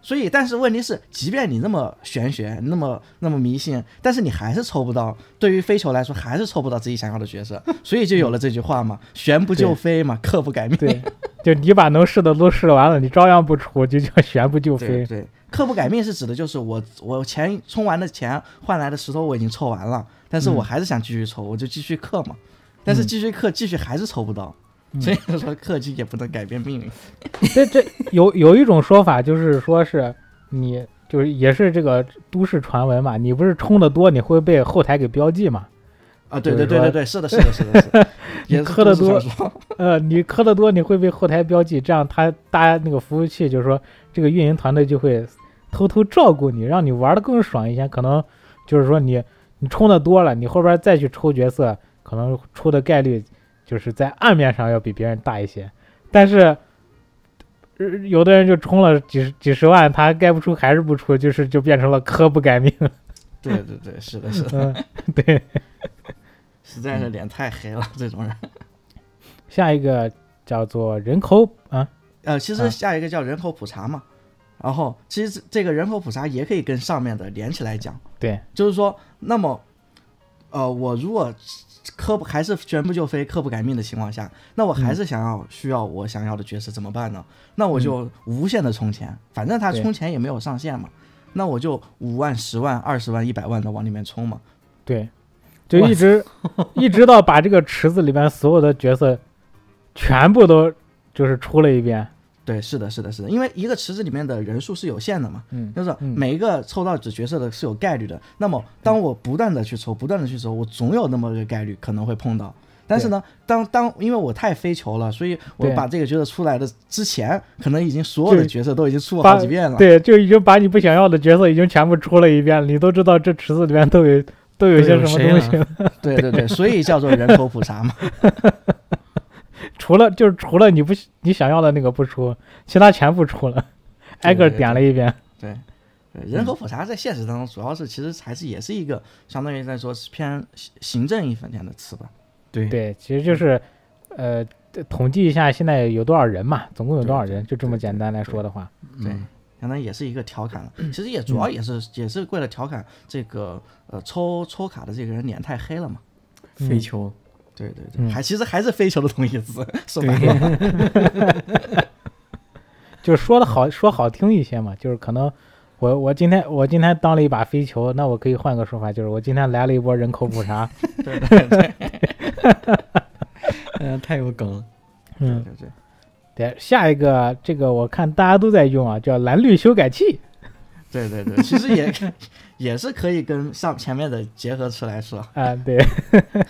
S3: 所以，但是问题是，即便你那么玄学，那么那么迷信，但是你还是抽不到。对于飞球来说，还是抽不到自己想要的角色，所以就有了这句话嘛：玄不就飞嘛，克不改命。
S1: 对， (laughs) 就你把能试的都试完了，你照样不出，就叫悬不就
S3: 对
S1: 飞。
S3: 对，刻不改命是指的就是我我钱充完的钱换来的石头我已经抽完了，但是我还是想继续抽，我就继续氪嘛。但是继续氪，继续还是抽不到，所以说氪金也不能改变命运。
S1: (laughs) 这这有有一种说法，就是说是你就是也是这个都市传闻嘛，你不是充的多，你会被后台给标记嘛？
S3: 啊，对对
S1: 就是说
S3: 对对对，是的，是的，是的，是的，也是
S1: 氪得
S3: 都市
S1: 多
S3: 传说
S1: 呃，你氪的多，你会被后台标记，这样他大家那个服务器就是说这个运营团队就会偷偷照顾你，让你玩的更爽一些。可能就是说你你充的多了，你后边再去抽角色，可能出的概率就是在暗面上要比别人大一些，但是。呃有的人就充了几十几十万，他该不出还是不出，就是就变成了 (laughs) 科不改命。
S3: 对对对，是的，是
S1: (laughs)
S3: 的，
S1: 嗯，对。
S3: 实在是脸太黑了，这种人。
S1: 下一个叫做人口啊，
S3: 呃，其
S1: 啊
S3: 实下一个叫人口普查嘛，然后其实这个人口普查也可以跟上面的连起来讲，
S1: 对，
S3: 就是说，那么，呃，我如果科不还是全部就非科不改命的情况下，那我还是想要、需要我想要的角色怎么办呢？那我就无限的充钱，反正他
S1: 对
S3: 充钱也没有上限嘛，那我就五万、十万、二十万、一百万的往里面充嘛。
S1: 对，就一
S3: (laughs)
S1: 直一直到把这个池子里边所有的角色全部都就是出了一遍，
S3: 对，是的，是的，是的，因为一个池子里面的人数是有限的嘛，
S1: 嗯
S3: 就是
S1: 嗯
S3: 每一个抽到的角色的是有概率的。那么，当我不断的去抽，不断的去抽，我总有那么个概率可能会碰到。但是呢，当当因为我太非球了，所以我
S1: 对
S3: 把这个角色出来的之前，可能已经所有的
S1: 对
S3: 角色都已经出过
S1: 把
S3: 好几遍了。
S1: 对，就已经把你不想要的角色已经全部出了一遍了，你都知道这池子里边都有都有些
S2: 都有
S1: 什么
S2: 谁
S3: 啊
S1: 东西了，
S3: 对对对，所以叫做人口
S1: (laughs)
S3: 普查嘛。
S1: 除了就是除了你不你想要的那个不出，其他全部出了，挨个
S3: 对对
S1: 点了一遍。
S3: 对，对
S1: 嗯
S3: 人口普查在现实当中主要是其实还是也是一个相当于来说是偏行行政一方面的词吧。
S2: 对，
S1: 对，其实就是，呃，统计一下现在有多少人嘛，总共有多少
S3: 对
S1: 人，就这么简单来说的话，
S3: 对
S2: 嗯，
S3: 相当于也是一个调侃了。其实也主要也是、也是为了调侃这个呃抽抽卡的这个人脸太黑了嘛。
S1: 嗯
S2: 飞球，
S3: 对对
S1: 嗯
S3: 对，还其实还是非球的同义词， (laughs) 说白了。
S2: 对，
S1: 就是说的好说好听一些嘛，就是可能我我今天我今天当了一把飞球，那我可以换个说法，就是我今天来了一波人口普查， (laughs)
S3: 对对对对
S2: 嗯，太有梗了。
S1: 嗯，
S3: 对对，
S1: 对，下一个这个我看大家都在用啊，叫蓝绿修改器，
S3: 对对对，其实也 (laughs) 也是可以跟上前面的结合出来说。
S1: 啊，对，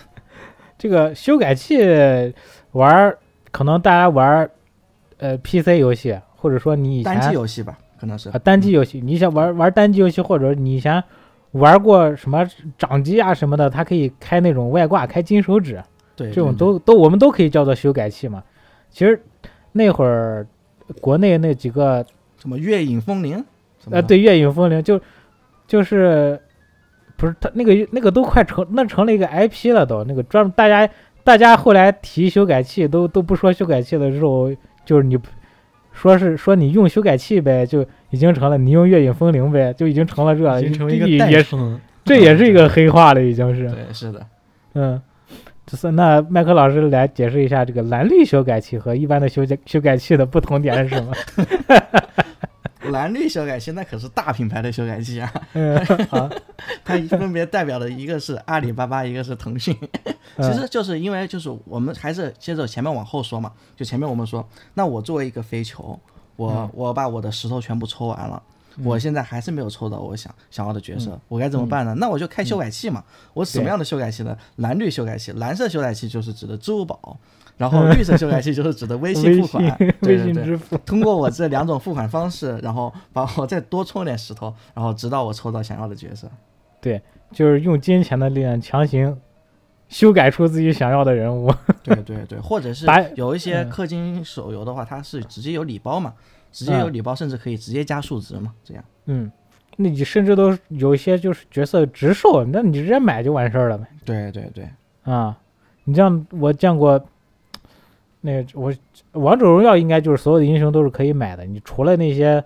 S1: (laughs) 这个修改器玩儿，可能大家玩儿呃 PC 游戏，或者说你以前
S3: 单机游戏吧，可能是
S1: 啊，。单机游戏，你想玩玩单机游戏，或者你以前玩过什么掌机啊什么的，它可以开那种外挂，开金手指，
S3: 对，
S1: 这
S3: 对
S1: 种
S3: 对
S1: 都都我们都可以叫做修改器嘛。其实那会儿国内那几个
S3: 什么月影风铃什么
S1: 呃，
S3: 的，
S1: 对，月影风铃就就是不是它那个那个都快成那成了一个 IP 了都，那个专大家大家后来提修改器都都不说修改器的时候，就是你不说是说你用修改器呗，就已经成了你用月影风铃呗，就已经成了这了，
S2: 已经成为一
S1: 这
S2: 个
S1: 啊也
S2: 代
S1: 也
S2: 称了。
S1: 这也是一个黑化了，已经是
S3: 对是的。
S1: 嗯。就是那麦克老师来解释一下这个蓝绿修改器和一般的修改修改器的不同点是什
S3: (laughs)
S1: 么？
S3: 蓝绿修改器那可是大品牌的修改器啊，
S1: 嗯，好，
S3: 它分别代表的一个是阿里巴巴，一个是腾
S1: (laughs)
S3: 讯。其
S1: 嗯
S3: 实就是因为就是我们还是接着前面往后说嘛，就前面我们说，那我作为一个飞球，我、
S1: 嗯
S3: 我把我的石头全部抽完了。
S1: 嗯
S3: 我现在还是没有抽到我想想要的角色，我该怎么办
S1: 嗯
S3: 呢？那我就开修改器嘛。我什么样的修改器呢？蓝绿修改器，蓝色修改器就是指的支付宝，然后绿色修改器就是指的微
S1: 微
S3: 信
S1: 信。
S3: 付款对
S1: 微
S3: 对
S1: 信
S3: 对，
S1: 支付，
S3: 通过我这两种付款方式，然后把我再多充点石头，然后直到我抽到想要的角色。
S1: 就是用金钱的力量强行修改出自己想要的人物。
S3: (laughs) 对对对，或者是
S1: 打
S3: 有一些
S1: 嗯
S3: 氪金手游的话，它是直接有礼包嘛，直接有
S1: 嗯
S3: 礼包，甚至可以直接加数值嘛，这样。
S1: 嗯，那你甚至都有一些就是角色直售，那你直接买就完事儿了呗。
S3: 对对对，
S1: 啊，你像我见过，那个我王者荣耀应该就是所有的英雄都是可以买的，你除了那些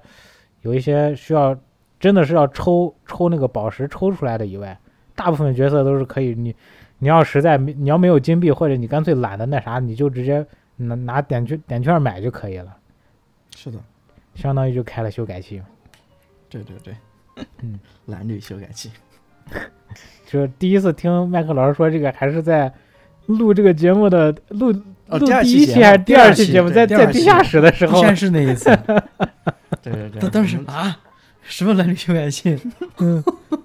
S1: 有一些需要真的是要抽抽那个宝石抽出来的以外，大部分角色都是可以你你要实在没你要没有金币或者你干脆懒得那啥，你就直接拿拿点券点券买就可以了，
S3: 是的，
S1: 相当于就开了修改器嘛。
S3: 对对 (laughs) 对，
S1: 嗯，
S3: 蓝绿修改器，
S1: 就是第一次听麦克老师说这个，还是在录这个节目的录
S3: 哦
S1: 录
S3: 第二
S1: 第
S3: 期
S1: 一
S3: 节
S1: 期
S3: 目
S1: 还是
S3: 第
S1: 第
S3: 二
S1: 二期
S3: 期
S1: 节目，
S3: 对
S1: 在
S3: 第
S1: 在
S3: 二
S1: 地
S3: 期
S1: 下室的时
S2: 地
S1: 候，
S2: 下室那一
S1: (laughs)
S2: 次，
S3: (laughs) 对对对，嗯
S2: 当当时
S3: 我们
S2: 啊，什么蓝绿修改器，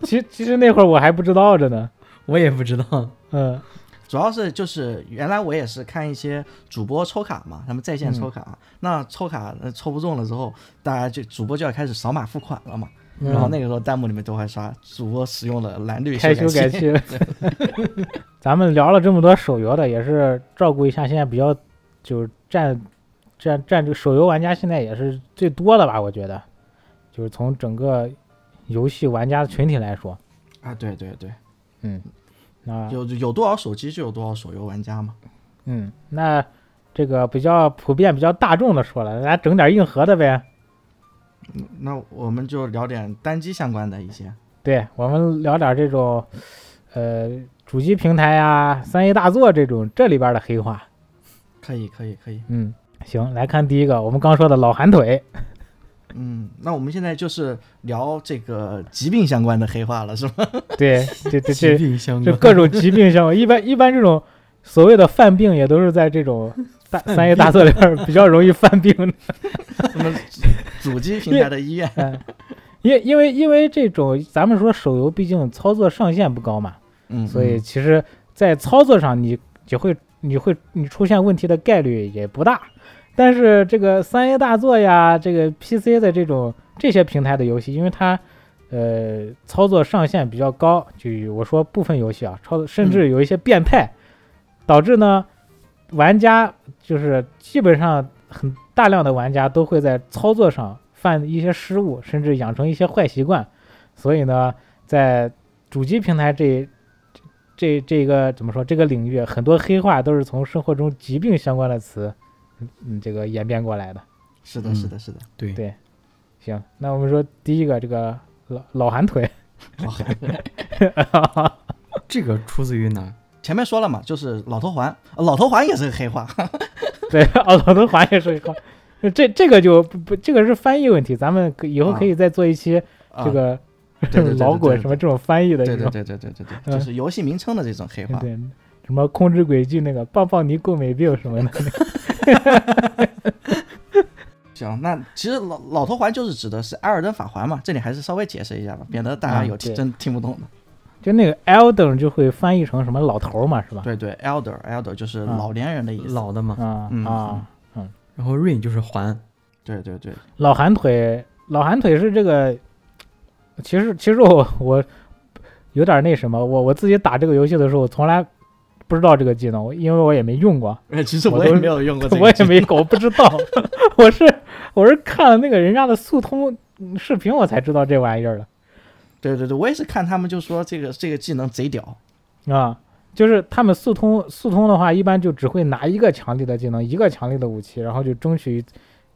S1: 其实其实那会儿我还不知道着呢，
S2: 我也不知道。
S1: 嗯
S3: 主要是就是原来我也是看一些主播抽卡嘛，他们在线抽卡，那抽卡呃抽不中了之后，大家就主播就要开始扫码付款了嘛，
S1: 嗯
S2: 嗯
S3: 然后那个时候弹幕里面都会刷主播使用了蓝绿
S1: 开
S3: 改
S1: 修改器了， (laughs) 咱们聊了这么多手游的，也是照顾一下现在比较就是占占占这个手游玩家现在也是最多的吧？我觉得，就是从整个游戏玩家群体来说，
S3: 啊，对对对，
S1: 嗯，那
S3: 有有多少手机就有多少手游玩家嘛。
S1: 嗯，那这个比较普遍、比较大众的说了，咱整点硬核的呗。
S3: 那我们就聊点单机相关的一些。
S1: 对我们聊点这种，呃，主机平台呀、三 A 大作这种这里边的黑话。
S3: 可以可以可以，
S1: 嗯，行，来看第一个，我们刚说的老寒腿。
S3: 嗯，那我们现在就是聊这个疾病相关的黑话了，是吗？ (laughs)
S1: 对，这这
S2: 疾
S1: 这
S2: 病相
S1: 这
S2: 关，
S1: 各种疾病相关，一般一般这种所谓的犯病也都是在这种大三 A 大作里边比较容易犯病的。
S3: 那么主机平台的医院，
S1: 嗯，因因为因为这种咱们说手游毕竟操作上限不高嘛，
S3: 嗯，
S1: 所以其实，在操作上你就会你会你出现问题的概率也不大。但是这个三 A 大作呀，这个 PC 的这种这些平台的游戏，因为它呃操作上限比较高，就我说部分游戏啊，操作甚至有一些变态，导致呢玩家就是基本上很大量的玩家都会在操作上犯一些失误，甚至养成一些坏习惯。所以呢，在主机平台这这这个怎么说？这个领域很多黑话都是从生活中疾病相关的词，嗯嗯，这个演变过来的。
S3: 是的，
S2: 嗯
S3: 是的，是的，
S2: 对
S1: 对行，那我们说第一个这个老老寒腿， (laughs)
S2: 这个出自于哪儿？
S3: (laughs) 前面说了嘛，就是老头环，呃老头环也是个黑话，
S1: 对，哦，老头环也是一个， (laughs) 这这个就不不，这个是翻译问题，咱们可以后可以再做一期
S3: 啊
S1: (laughs) 这个、
S3: 对对对对
S1: (laughs) 老滚什么这种翻译的这
S3: 对对
S1: 种，
S3: 对对对对对，
S1: 嗯
S3: 就是游戏名称的这种黑话。
S1: 对什么控制轨迹那个棒棒泥购美病什么的， (laughs)
S3: 行，那其实老老头环就是指的是《艾尔登法环》嘛，这里还是稍微解释一下吧，免得大家
S1: 嗯
S3: 有听
S1: 对
S3: 真听不懂的。
S1: 就那个 elder 就会翻译成什么老头儿嘛，是吧？
S3: 对对，elder elder 就是
S1: 啊
S3: 老年人的意思。
S2: 老的嘛，
S1: 啊、
S3: 嗯
S1: 啊，
S2: 然后 rain 就是还，
S3: 对对对，
S1: 老寒腿，老寒腿是这个，其实其实我我有点那什么，我我自己打这个游戏的时候，我从来不知道这个技能，我因为我也没用过， (laughs)
S3: 呃，其实
S1: 我
S3: 我也
S1: 都
S3: 没有用过这个，
S1: (laughs) 我也没搞，我不知道，我是我是看了那个人家的速通视频，我才知道这玩意儿
S3: 对对对，我也是看他们就说这个这个技能贼屌，
S1: 的啊。就是他们速通速通的话，一般就只会拿一个强力的技能，一个强力的武器，然后就争取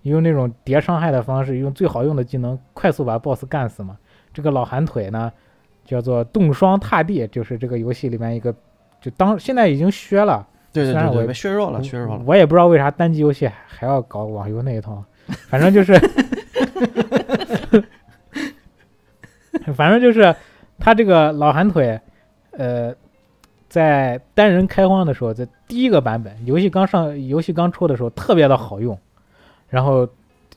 S1: 用那种叠伤害的方式，用最好用的技能快速把 BOSS 干死嘛。这个老寒腿呢，叫做冻霜踏地，就是这个游戏里面一个，就当现在已经削了，
S3: 对对
S1: 虽然
S3: 对对，
S1: 我嗯
S3: 被削弱了，
S1: 我
S3: 削弱了。
S1: 我也不知道为啥单机游戏还还要搞网游那一套，反正就是，反正就是他这个老寒腿，呃，在单人开荒的时候，在第一个版本游戏刚上游戏刚出的时候特别的好用，然后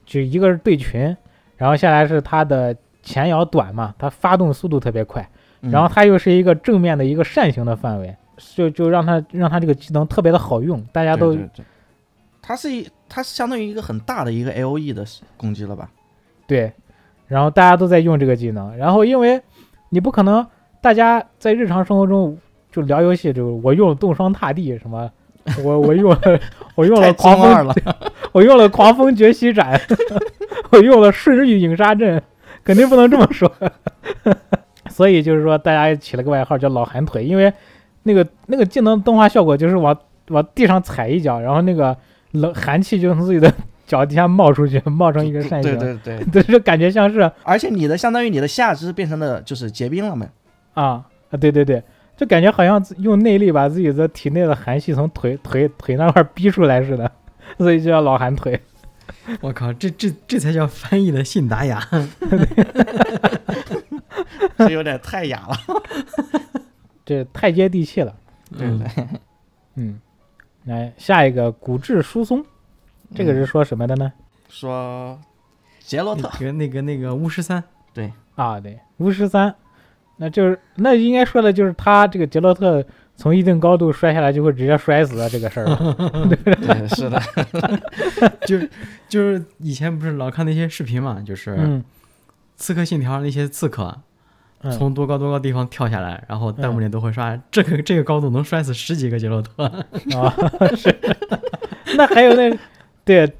S1: 就一个是对群，然后下来是他的前摇短嘛，他发动速度特别快。
S3: 嗯
S1: 然后它又是一个正面的一个扇形的范围，就就让它让它这个技能特别的好用，大家
S3: 对
S1: 都
S3: 对对，它是一它是相当于一个很大的一个 A O E 的攻击了吧？
S1: 对然后大家都在用这个技能，然后因为你不可能大家在日常生活中就聊游戏，就我用了冻霜踏地什么，我我用了 (laughs) 我用了
S3: 太
S1: 狂
S3: 中
S1: 风
S3: 二了，
S1: (laughs) 我用了狂风觉息斩， (laughs) 我用了瞬域影杀阵，肯定不能这么说。 (laughs) 所以就是说，大家起了个外号叫“老寒腿”，因为那个那个技能动画效果就是往往地上踩一脚，然后那个冷寒气就从自己的脚底下冒出去，冒成一个扇形， (laughs)
S3: 对对
S1: 就
S3: 对，
S1: 是感觉像是
S3: 而且你的相当于你的下肢变成了就是结
S1: (laughs)
S3: 冰了嘛，
S1: 啊啊，对对对，就感觉好像自用内力把自己的体内的寒气从腿腿腿那块儿逼出来似的，所以就叫“老寒腿”。
S2: 我靠，这这这才叫翻译的信达雅。
S3: 这有点太哑了。
S1: 这太接地气了。
S3: 对对
S2: 嗯，
S1: 嗯，来下一个骨质疏松，这个是说什么的呢？
S3: 说杰
S1: (laughs)
S3: 洛特
S2: 那个那个那个巫师三，
S1: 啊，对，巫师三，那就是那应该说的就是他这个杰洛特从一定高度摔下来就会直接摔死的啊这个事儿吧。
S3: 对是的，
S2: 就是就是以前不是老看那些视频嘛，就是《
S1: 嗯
S2: 刺客信条》那些刺客，
S1: 嗯
S2: 从多高多高地方跳下来，然后弹幕里都会刷这个这个高度能摔死十几个杰洛特。
S1: 啊， (laughs) 是。那还有那，对，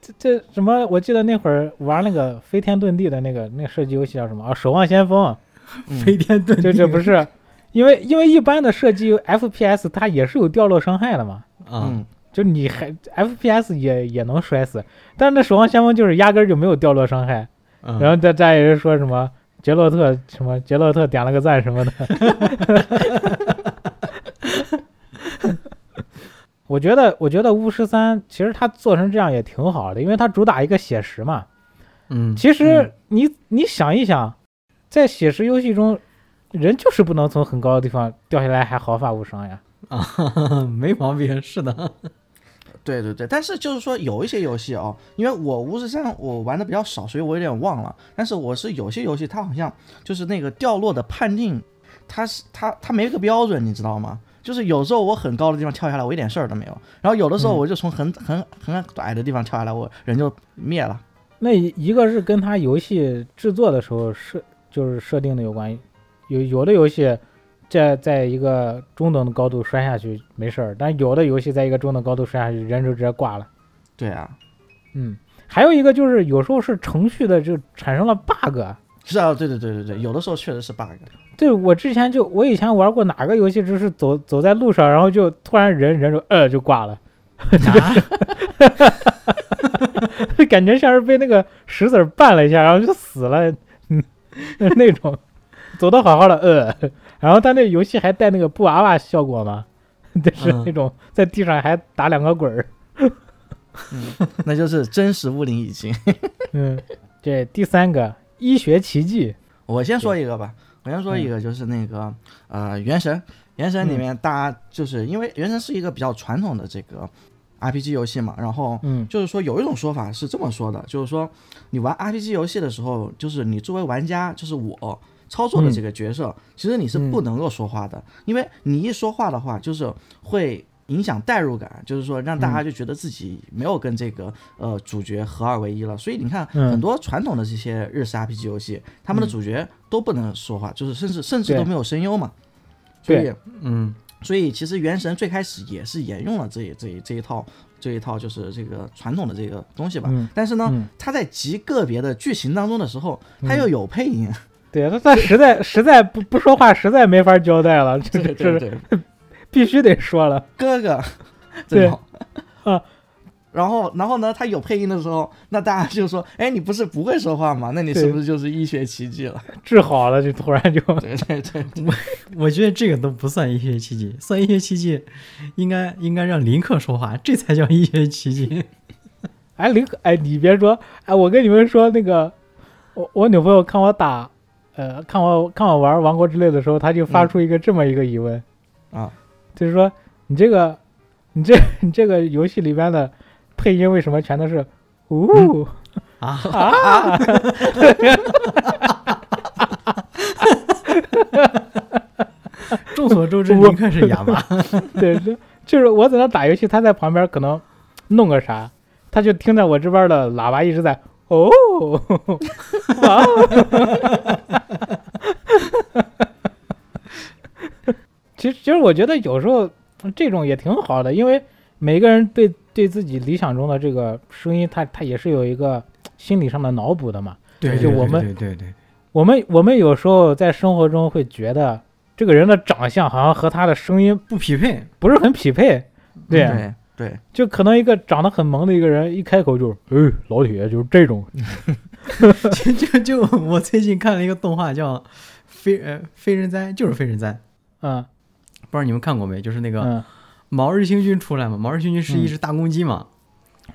S1: 这这什么？我记得那会儿玩那个飞天遁地的那个那个射击游戏叫什么？啊，守望先锋。
S3: 嗯
S1: (laughs)
S2: 飞天遁地，
S1: 这这不是，因为因为一般的射击 FPS 它也是有掉落伤害的嘛，
S2: 啊？
S3: 嗯，
S1: 就你还 FPS 也也能摔死，但是那守望先锋就是压根儿就没有掉落伤害。
S2: 嗯
S1: 然后再再有人说什么杰洛特什么杰洛特点了个赞
S2: (laughs)
S1: 什么的。我觉得，我觉得巫师三其实它做成这样也挺好的，因为它主打一个写实嘛。
S2: 嗯，
S1: 其实
S3: 嗯
S1: 你你想一想，在写实游戏中，人就是不能从很高的地方掉下来还毫发无伤呀。
S2: 啊，没毛病，是的，
S3: 对对对，但是就是说有一些游戏哦，因为我巫师三我玩的比较少，所以我有点忘了。但是我是有些游戏它好像就是那个掉落的判定，它是它它没个标准，你知道吗？就是有时候我很高的地方跳下来，我一点事儿都没有；然后有的时候我就从很、很很矮的地方跳下来，我人就灭了。
S1: 那一一个是跟它游戏制作的时候设就是设定的有关，有有的游戏在在一个中等的高度摔下去没事儿，但有的游戏在一个中等高度摔下去，人就直接挂了。
S3: 对啊，
S1: 嗯，还有一个就是有时候是程序的就产生了 bug。
S3: 是啊，对对对对对，有的时候确实是 bug。
S1: 对我之前就我以前玩过哪个游戏，就是走走在路上，然后就突然人人就呃就挂了，
S2: 啊，
S1: 感觉像是被那个石子儿绊了一下，然后就死了，嗯， (laughs) 那种，走的好好的，呃，然后他那游戏还带那个布娃娃效果嘛， (laughs) 就是
S2: 嗯
S1: 那种在地上还打两个滚儿，
S3: 嗯，那就是真实物灵已经。
S1: 嗯，这第三个医学奇迹，
S3: 我先说一个吧，我先说一个，就是那个、呃，《原神》，《原神》里面大家就是因为《原神》是一个比较传统的这个 RPG 游戏嘛，然后
S1: 嗯
S3: 就是说有一种说法是这么说的，就是说你玩 RPG 游戏的时候，就是你作为玩家，就是我操作的
S1: 嗯
S3: 这个角色，其实你是不能够说话的，因为你一说话的话，就是会。影响代入感，就是说让大
S1: 嗯
S3: 家就觉得自己没有跟这个、呃主角合二为一了。所以你看，
S1: 嗯
S3: 很多传统的这些日式 RPG 游戏，他们的主角都不能说话，就是甚至甚至都
S1: 对
S3: 没有声优嘛。所以
S1: 对
S2: (laughs) 嗯
S3: 所以其实《原神》最开始也是沿用了这一这一这一套这一套就是这个传统的这个东西吧。
S1: 嗯
S3: 但是呢，
S1: 嗯，
S3: 它在极个别的剧情当中的时候，
S1: 嗯
S3: 它又有配音。
S1: 对他他实在实在不不说话，实在没法交代了，这
S3: (laughs) 对
S1: 这
S3: 对
S1: 是
S3: 对，
S1: 必须得说了，
S3: 哥哥，
S1: 对
S3: 这种。
S1: (laughs) 啊
S3: (laughs) 然后，然后呢？它有配音的时候，那大家就说：“哎，你不是不会说话吗？那你
S1: 对
S3: 是不是就是医学奇迹了 (laughs)
S1: 治好了就突然就？”
S3: 对对对，对
S1: (laughs)
S2: 我觉得这个都不算医学奇迹，算医学奇迹，应该应该让林克说话，这才叫医学奇迹。
S1: 哎，林克，哎，你别说，哎，我跟你们说，那个，我我女朋友看我打，呃，看我看我玩王国之泪的时候，她就发
S3: 嗯
S1: 出一个这么一个疑问，
S3: 啊，
S1: 就是说，你这个，你这你这个游戏里边的配音为什么全都是呜、
S2: 啊
S1: 啊？
S2: 众所周知，
S1: 我
S2: 林克是哑巴。
S1: (laughs) 对，就就是我在那打游戏，她在旁边可能弄个啥，她就听着我这边的喇叭一直在哦，哇哦。 (laughs) 其实，其实我觉得有时候这种也挺好的，因为每个人对对自己理想中的这个声音，他他也是有一个心理上的脑补的嘛。
S2: 对，
S1: 就
S2: 对
S1: 我们
S2: 对对对，
S1: 我们我们有时候在生活中会觉得这个人的长相好像和他的声音
S2: 不匹配。 (laughs)
S1: 不是很匹配，对，啊
S3: 对对，
S1: 就可能一个长得很萌的一个人，一开口就是，哎，老铁，就是这种，
S2: 就就就我最近看了一个动画叫《非呃非人哉》，就是非人哉，
S1: 嗯
S2: 不知道你们看过没？就是那个
S1: 嗯
S2: 毛日星君出来嘛，毛日星君是一
S1: 嗯
S2: 只大公鸡嘛，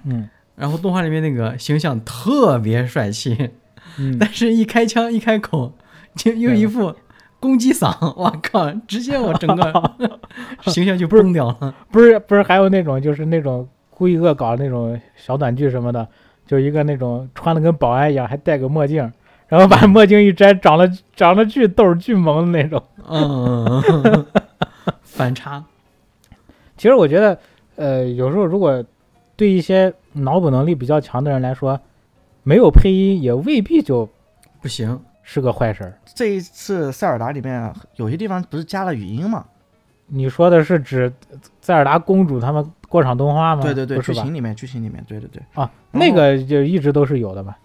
S1: 嗯
S2: 然后动画里面那个形象特别帅气，
S1: 嗯，
S2: 但是一开枪一开口就又一副公鸡嗓， (laughs) 我靠，直接我整个
S1: (laughs)
S2: 形象就崩掉了。
S1: 不是不是，还有那种就是那种故意恶搞那种小短剧什么的，就一个那种穿的跟保安一样，还戴个墨镜，然后把墨镜一摘，长得长得巨逗巨萌的那种。
S2: 嗯，嗯嗯嗯反差，
S1: 其实我觉得，呃，有时候如果对一些脑补能力比较强的人来说，没有配音也未必就
S2: 不行，
S1: 是个坏事儿。
S3: 这一次塞尔达里面有些地方不是加了语音嘛？
S1: 你说的是指塞尔达公主他们过场动画吗？
S3: 对对对，
S1: 啊不
S3: 剧
S1: 是吧？
S3: 情里面，剧情里面，对对对。
S1: 啊，
S3: 然
S1: 那
S3: 后
S1: 个就一直都是有的嘛。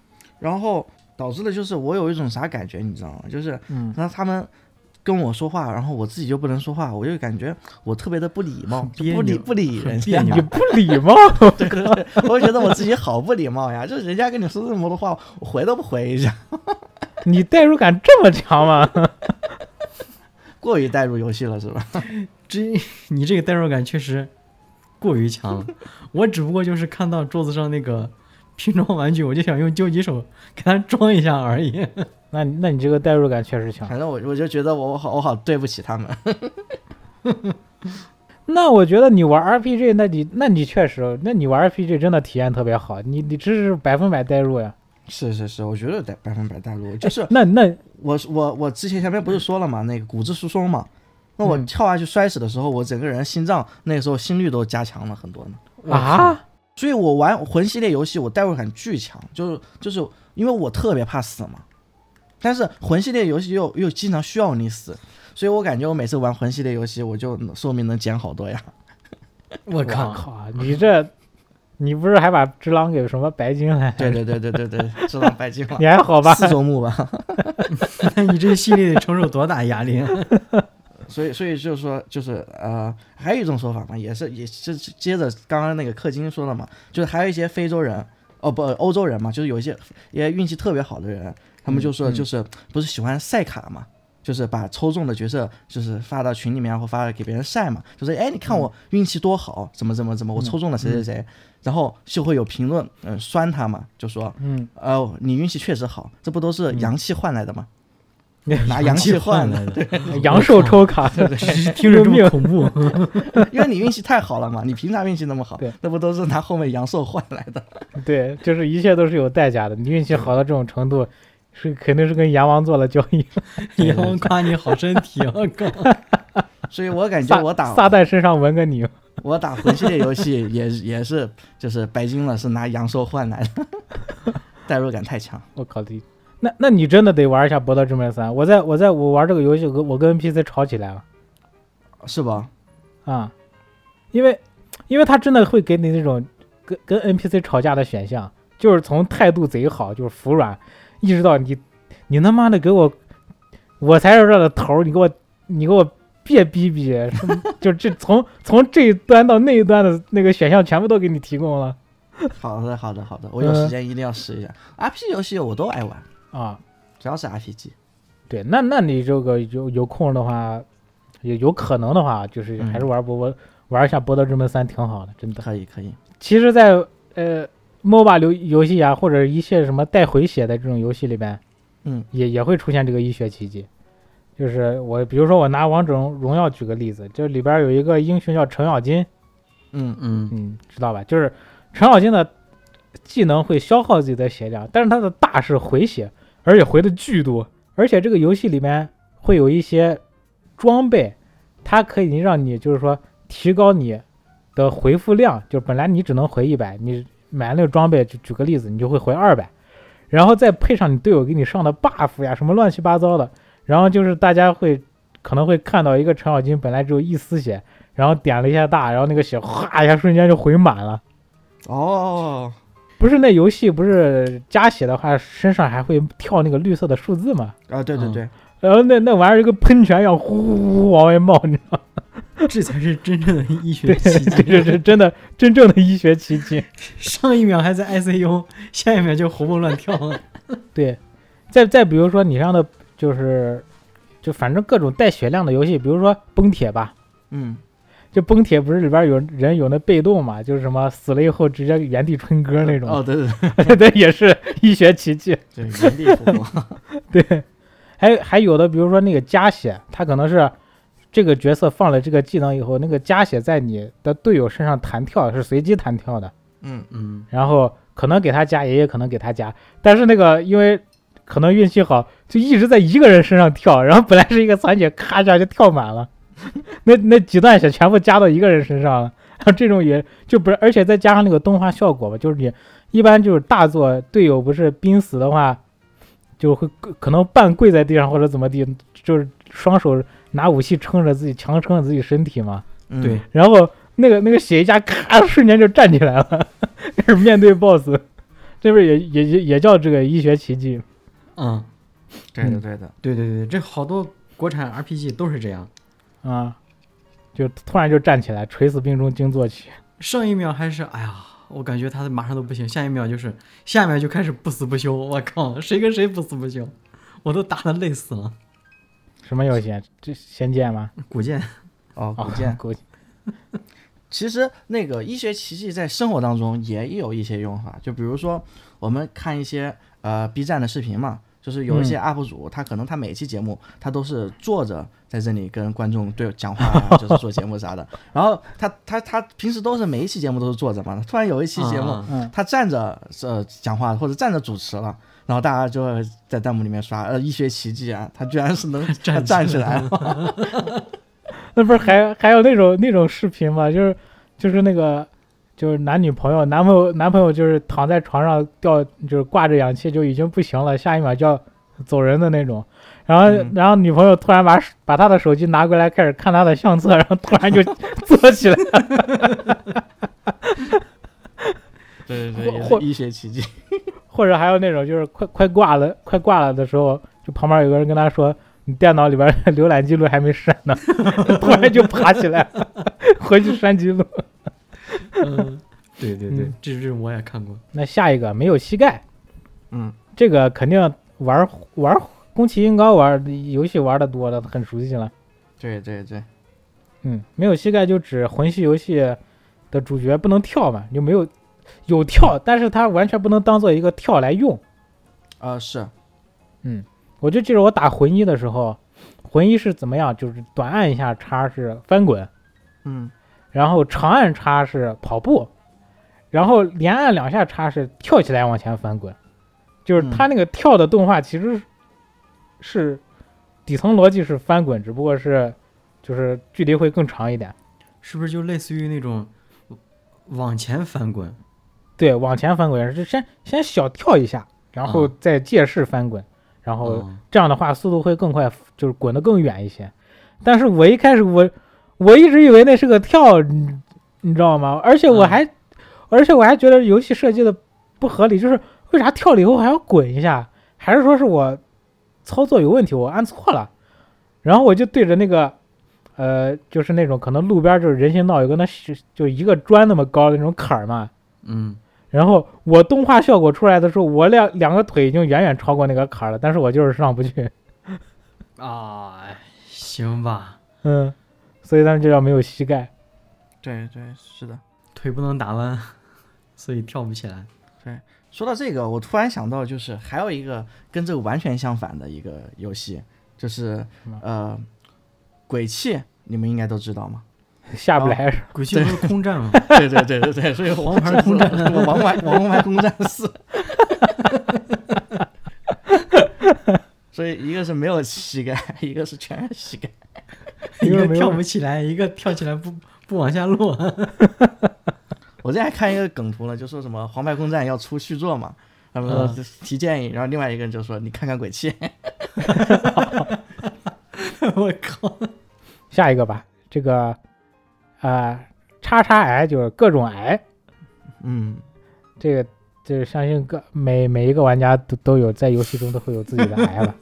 S3: 然后导致的就是我有一种啥感觉，你知道吗？就是
S1: 嗯，
S3: 那他们跟我说话，然后我自己就不能说话，我就感觉我特别的不礼貌，就
S2: 别
S3: 不理
S2: 扭
S3: 不理
S2: 很
S3: 人
S2: 别
S3: 家。
S2: 扭
S1: 嗯你不礼貌， (laughs)
S3: 对对对， (laughs) 我就觉得我自己好不礼貌呀！就是人家跟你说这么多话，我回都不回一下， (laughs)
S1: 你代入感这么强吗？ (laughs)
S3: 过于带入游戏了是吧？
S2: 这你这个代入感确实过于强了。我只不过就是看到桌子上那个拼装玩具，我就想用救急手给它装一下而已。
S1: 那你那你这个代入感确实强。
S3: 反正我我就觉得我我好我好对不起他们。
S1: 那我觉得你玩 RPG，那你那你确实，那你玩 RPG 真的体验特别好，你你这是百分百代入呀。
S3: 是是是，我觉得百百分百带入，就是
S1: 那那
S3: 我我我之前前面不是说了嘛，那个骨质疏松嘛，那我
S1: 嗯
S3: 跳下去摔死的时候，我整个人心脏那时候心率都加强了很多呢。
S1: 啊，
S3: 所以我玩魂系列游戏，我代入感巨强，就是就是因为我特别怕死嘛。但是魂系列游戏又又经常需要你死，所以我感觉我每次玩魂系列游戏，我就能寿命能减好
S1: (laughs)
S3: 多呀。
S2: 我
S1: 靠！靠，你这你不是还把只狼给什么白金来？
S3: 对对对对
S1: (laughs)
S3: 对对，知道白金了
S1: 你，还好吧？
S3: 四周目吧。
S2: 那你这系列得承受多大压力啊？
S3: 所以，所以就是说，就是呃，还有一种说法嘛，也是，也是接着刚刚那个氪金说的嘛，就是还有一些非洲人，哦不，欧洲人嘛，就是有一些也运气特别好的人，他们就说
S2: 嗯嗯
S3: 就是、不是喜欢晒卡嘛，就是把抽中的角色就是发到群里面或发给别人晒嘛，就是哎你
S2: 嗯
S3: 看我运气多好，怎么怎么怎么，我抽中了谁谁谁，然后就会有评论嗯、酸他嘛，就说
S1: 嗯，
S3: 哦你运气确实好，这不都
S2: 嗯
S3: 是阳气换来的吗？
S1: 嗯
S3: 拿阳气换的
S2: 来。的，
S1: 阳寿抽卡，
S2: (laughs) 听着这么恐怖，
S3: 因为你运气太好了嘛，你凭啥运气那么好
S1: 对？
S3: 那不都是拿后面阳寿换来的？
S1: (laughs) 对，就是一切都是有代价的。你运气好到这种程度，是肯定是跟阎王做了交易。
S2: 阎王夸你好身体，我靠！
S3: 所以我感觉
S1: 撒
S3: 我打
S1: 撒旦身上纹个你，
S3: 我打魂系列游戏也也是就是白金了，是拿阳寿换来的，代入感太强。
S1: 我靠你！那那你真的得玩一下《博德之门三》。我在我在我玩这个游戏，我跟我跟 NPC 吵起来了。
S3: 是吧？
S1: 啊、因为因为他真的会给你那种跟跟 NPC 吵架的选项，就是从态度贼好，就是服软，一直到你你他妈的给我，我才是这的头儿，你给我你给我别逼逼，是吗就这从从这一端到那一端的那个选项全部都给你提供了
S3: 好的，好的，好的，我有时间一定要试一下。RPG 游戏我都爱玩，
S1: 啊。
S3: 只要是 RPG，
S1: 对，那那你这个有有空的话，也有可能的话，就是还是玩博、我玩一下《博德之门三》挺好的，真的。
S3: 可以可以。
S1: 其实在，呃 MOBA 游游戏啊，或者一些什么带回血的这种游戏里边，
S3: 嗯，
S1: 也也会出现这个医学奇迹。就是我，比如说我拿王者荣耀举个例子，这里边有一个英雄叫程咬金，
S3: 嗯，
S2: 嗯，
S1: 嗯，知道吧？就是程咬金的技能会消耗自己的血量，但是他的大是回血，而且回的巨多，而且这个游戏里面会有一些装备，它可以让你就是说提高你的回复量，就是本来你只能回一百，你买了那个装备，就举个例子，你就会回二百，然后再配上你队友给你上的 buff 呀，什么乱七八糟的，然后就是大家会可能会看到一个程咬金本来只有一丝血，然后点了一下大，然后那个血哗一下瞬间就回满了。
S3: 哦，
S1: 不是那游戏不是加血的话，身上还会跳那个绿色的数字嘛？
S3: 啊，对对对，
S1: 然后那那玩意儿就跟喷泉一样，呼呼呼往外冒，你知道吗？
S2: (laughs) 这才是真正的医学
S1: (laughs) 对，
S2: 奇
S1: 这
S2: 迹。
S1: 这这真的真正的医学奇迹。
S2: 上一秒还在 ICU，下一秒就活蹦乱跳了。
S1: (laughs) 对，再再比如说你上的就是就反正各种带血量的游戏，比如说崩铁吧，
S3: 嗯，
S1: 就崩铁不是里边有人有那被动嘛，就是什么死了以后直接原地春歌那种，
S3: 哦，对
S1: (laughs)
S3: 对
S1: 对，也是医学奇迹。
S3: 对，对原地复活。
S1: 对，还还有的，比如说那个加血，它可能是这个角色放了这个技能以后，那个加血在你的队友身上弹跳是随机弹跳的，
S3: 嗯，
S2: 嗯，
S1: 然后可能给他加，也有可能给他加，但是那个因为可能运气好，就一直在一个人身上跳，然后本来是一个残血，咔一下就跳满了， (laughs) 那那几段血全部加到一个人身上了， (laughs) 然后这种也就不是，而且再加上那个动画效果吧，就是你一般就是大作队友不是濒死的话，就会跪可能半跪在地上或者怎么地，就是双手拿武器撑着自己，强撑着自己身体嘛。
S3: 嗯
S2: 对，
S1: 然后那个那个血一下，咔，瞬间就站起来了， (laughs) 但是面对 BOSS，这不是也也也也叫这个医学奇迹？
S2: (laughs) 嗯，
S3: 对的对的，
S2: 对对对对，这好多国产 RPG 都是这样，
S1: 啊，就突然就站起来，垂死病中惊坐起。
S2: 上一秒还是哎呀，我感觉他马上都不行，下一秒就是下一秒就开始不死不休，我靠，谁跟谁不死不休，我都打的累死了。
S1: 什么游戏？啊？这仙剑吗？
S2: 古剑，
S3: 哦，
S1: 哦
S3: 古剑，。
S1: 古剑
S3: 其实那个医学奇迹在生活当中也有一些用法，就比如说我们看一些呃 B 站的视频嘛，就是有一些 UP 主，他可能他每期节目他都是坐着在这里跟观众对讲话 (laughs) 呀、就是做节目啥的。然后他他他平时都是每一期节目都是坐着嘛，突然有一期节目、
S2: 啊
S1: 嗯，
S3: 他站着呃讲话或者站着主持了，然后大家就会在弹幕里面刷呃医学奇迹啊，他居然是能
S2: 站
S3: 他 (laughs) 站起来了，
S1: (laughs) 那不是还还有那种那种视频吗？就是就是那个就是男女朋友，男朋友男朋友就是躺在床上吊，就是挂着氧气就已经不行了，下一秒就要走人的那种。然后，
S3: 嗯
S1: 然后女朋友突然把手把他的手机拿过来，开始看他的相册，然后突然就坐起来。对
S3: 对对
S2: (laughs)
S1: 对
S3: (laughs)
S1: 也是
S3: 医学奇迹，
S1: 或者还有那种就是快快挂了，快挂了的时候，就旁边有个人跟他说：“你电脑里边 (laughs) 浏览记录还没删呢。” (laughs) 突然就爬起来了， (laughs) 回去删记录。
S2: 嗯，对对对
S1: 嗯，
S2: 这这我也看过，
S1: 那下一个没有膝盖，
S3: 嗯，
S1: 这个肯定玩儿玩儿宫崎英高玩儿的游戏玩的多了，很熟悉了。
S3: 对对对，
S1: 嗯，没有膝盖就指魂系游戏的主角不能跳嘛，就没有有跳，但是他完全不能当做一个跳来用。
S3: 呃是，
S1: 我就记得我打魂一的时候，魂一是怎么样？就是短按一下叉是翻滚，
S3: 嗯
S1: 然后长按叉是跑步，然后连按两下叉是跳起来往前翻滚，
S2: 嗯
S1: 就是它那个跳的动画其实是底层逻辑是翻滚，只不过是就是距离会更长一点，
S2: 是不是就类似于那种往前翻滚？
S1: 对，往前翻滚是先先小跳一下，然后
S2: 嗯
S1: 再借势翻滚，然后
S2: 嗯
S1: 这样的话速度会更快，就是滚得更远一些。但是我一开始我我一直以为那是个跳，你你知道吗？而且我
S2: 嗯
S1: 还、而且我还觉得游戏设计的不合理，就是为啥跳了以后还要滚一下？还是说是我操作有问题，我按错了？然后我就对着那个呃，就是那种可能路边就是人行道有个那就一个砖那么高的那种坎儿嘛，
S2: 嗯，
S1: 然后我动画效果出来的时候，我两两个腿已经远远超过那个坎儿了，但是我就是上不去。
S2: 啊，行吧，
S1: 嗯，所以他们就叫没有膝
S2: (laughs)
S1: 盖。
S3: 对对是的。
S2: 腿不能打弯， (laughs) 所以跳不起来。
S3: 说到这个，我突然想到，就是还有一个跟这个完全相反的一个游戏，就是
S1: 什么
S3: 呃，鬼泣，你们应该都知道嘛。
S1: 下不来是吧？
S2: 鬼泣不是空战吗？
S3: (laughs) 对对对对对，所以
S2: 王
S3: (laughs)
S2: 牌空战，
S3: 我王牌王牌空战四。 (laughs) 所以一个是没有膝盖，一个是全是膝盖。
S2: 一
S1: 因为
S2: 个
S1: 没有
S2: 跳不起来，一个跳起来不不往下落。 (laughs)
S3: 我之前还看一个梗图呢，就说什么《黄牌空战》要出续作嘛，他们说就提建议，然后另外一个人就说你看看鬼泣，
S2: 我靠！
S1: (laughs) 下一个吧，这个，呃，叉叉癌就是各种癌，
S3: 嗯，
S1: 这个就是相信各每每一个玩家都都有在游戏中都会有自己的癌
S2: (laughs)
S1: 吧。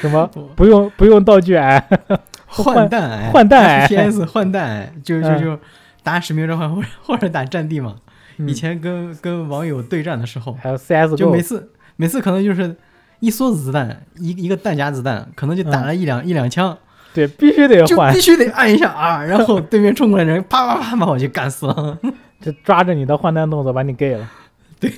S1: 什么不用不用道具癌，
S2: (laughs) 换哎弹癌，
S1: 换弹癌
S2: PS 换弹癌，就就
S1: 嗯
S2: 就打使命召唤或者或者打战地嘛。
S1: 嗯
S2: 以前跟跟网友对战的时候，
S1: 还有 CSGO，
S2: 哦就每次每次可能就是一梭子弹，一一个弹夹子弹，可能就打了一两一两枪，
S1: 对必须得
S2: 就
S1: 换
S2: 必，须得按一下 R，然后对面冲过来人啪啪啪把我就干死了。 (laughs)
S1: 就抓着你的换弹动作把你 gay 了。
S2: 对，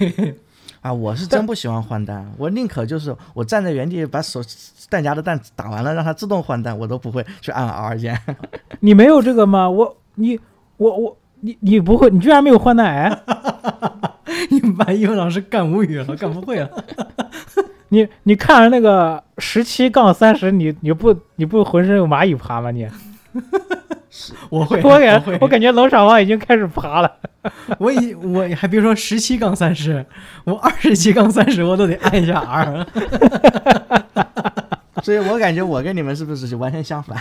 S3: 啊，我是真不喜欢换弹，我宁可就是我站在原地把手弹夹的弹打完了，让它自动换弹，我都不会去按 R 键。 (laughs)
S1: 你没有这个吗？我你我我你你不会，你居然没有换弹癌？啊
S2: 你把英文老师干无语了，干不会了。
S1: 你你看着那
S2: (laughs)
S1: 个十七杠三十，你你不你不浑身有蚂蚁爬吗你？
S2: 我会，
S1: (laughs) 我
S2: 我
S1: 感
S2: 会
S1: 我感觉冷场王已经开始爬
S2: (laughs)
S1: 了。
S2: 我已我还别说十七杠三十，我二十七杠三十我都得按一下啊
S1: (laughs)
S2: R。
S3: 所以我感觉我跟你们是不是完全相反？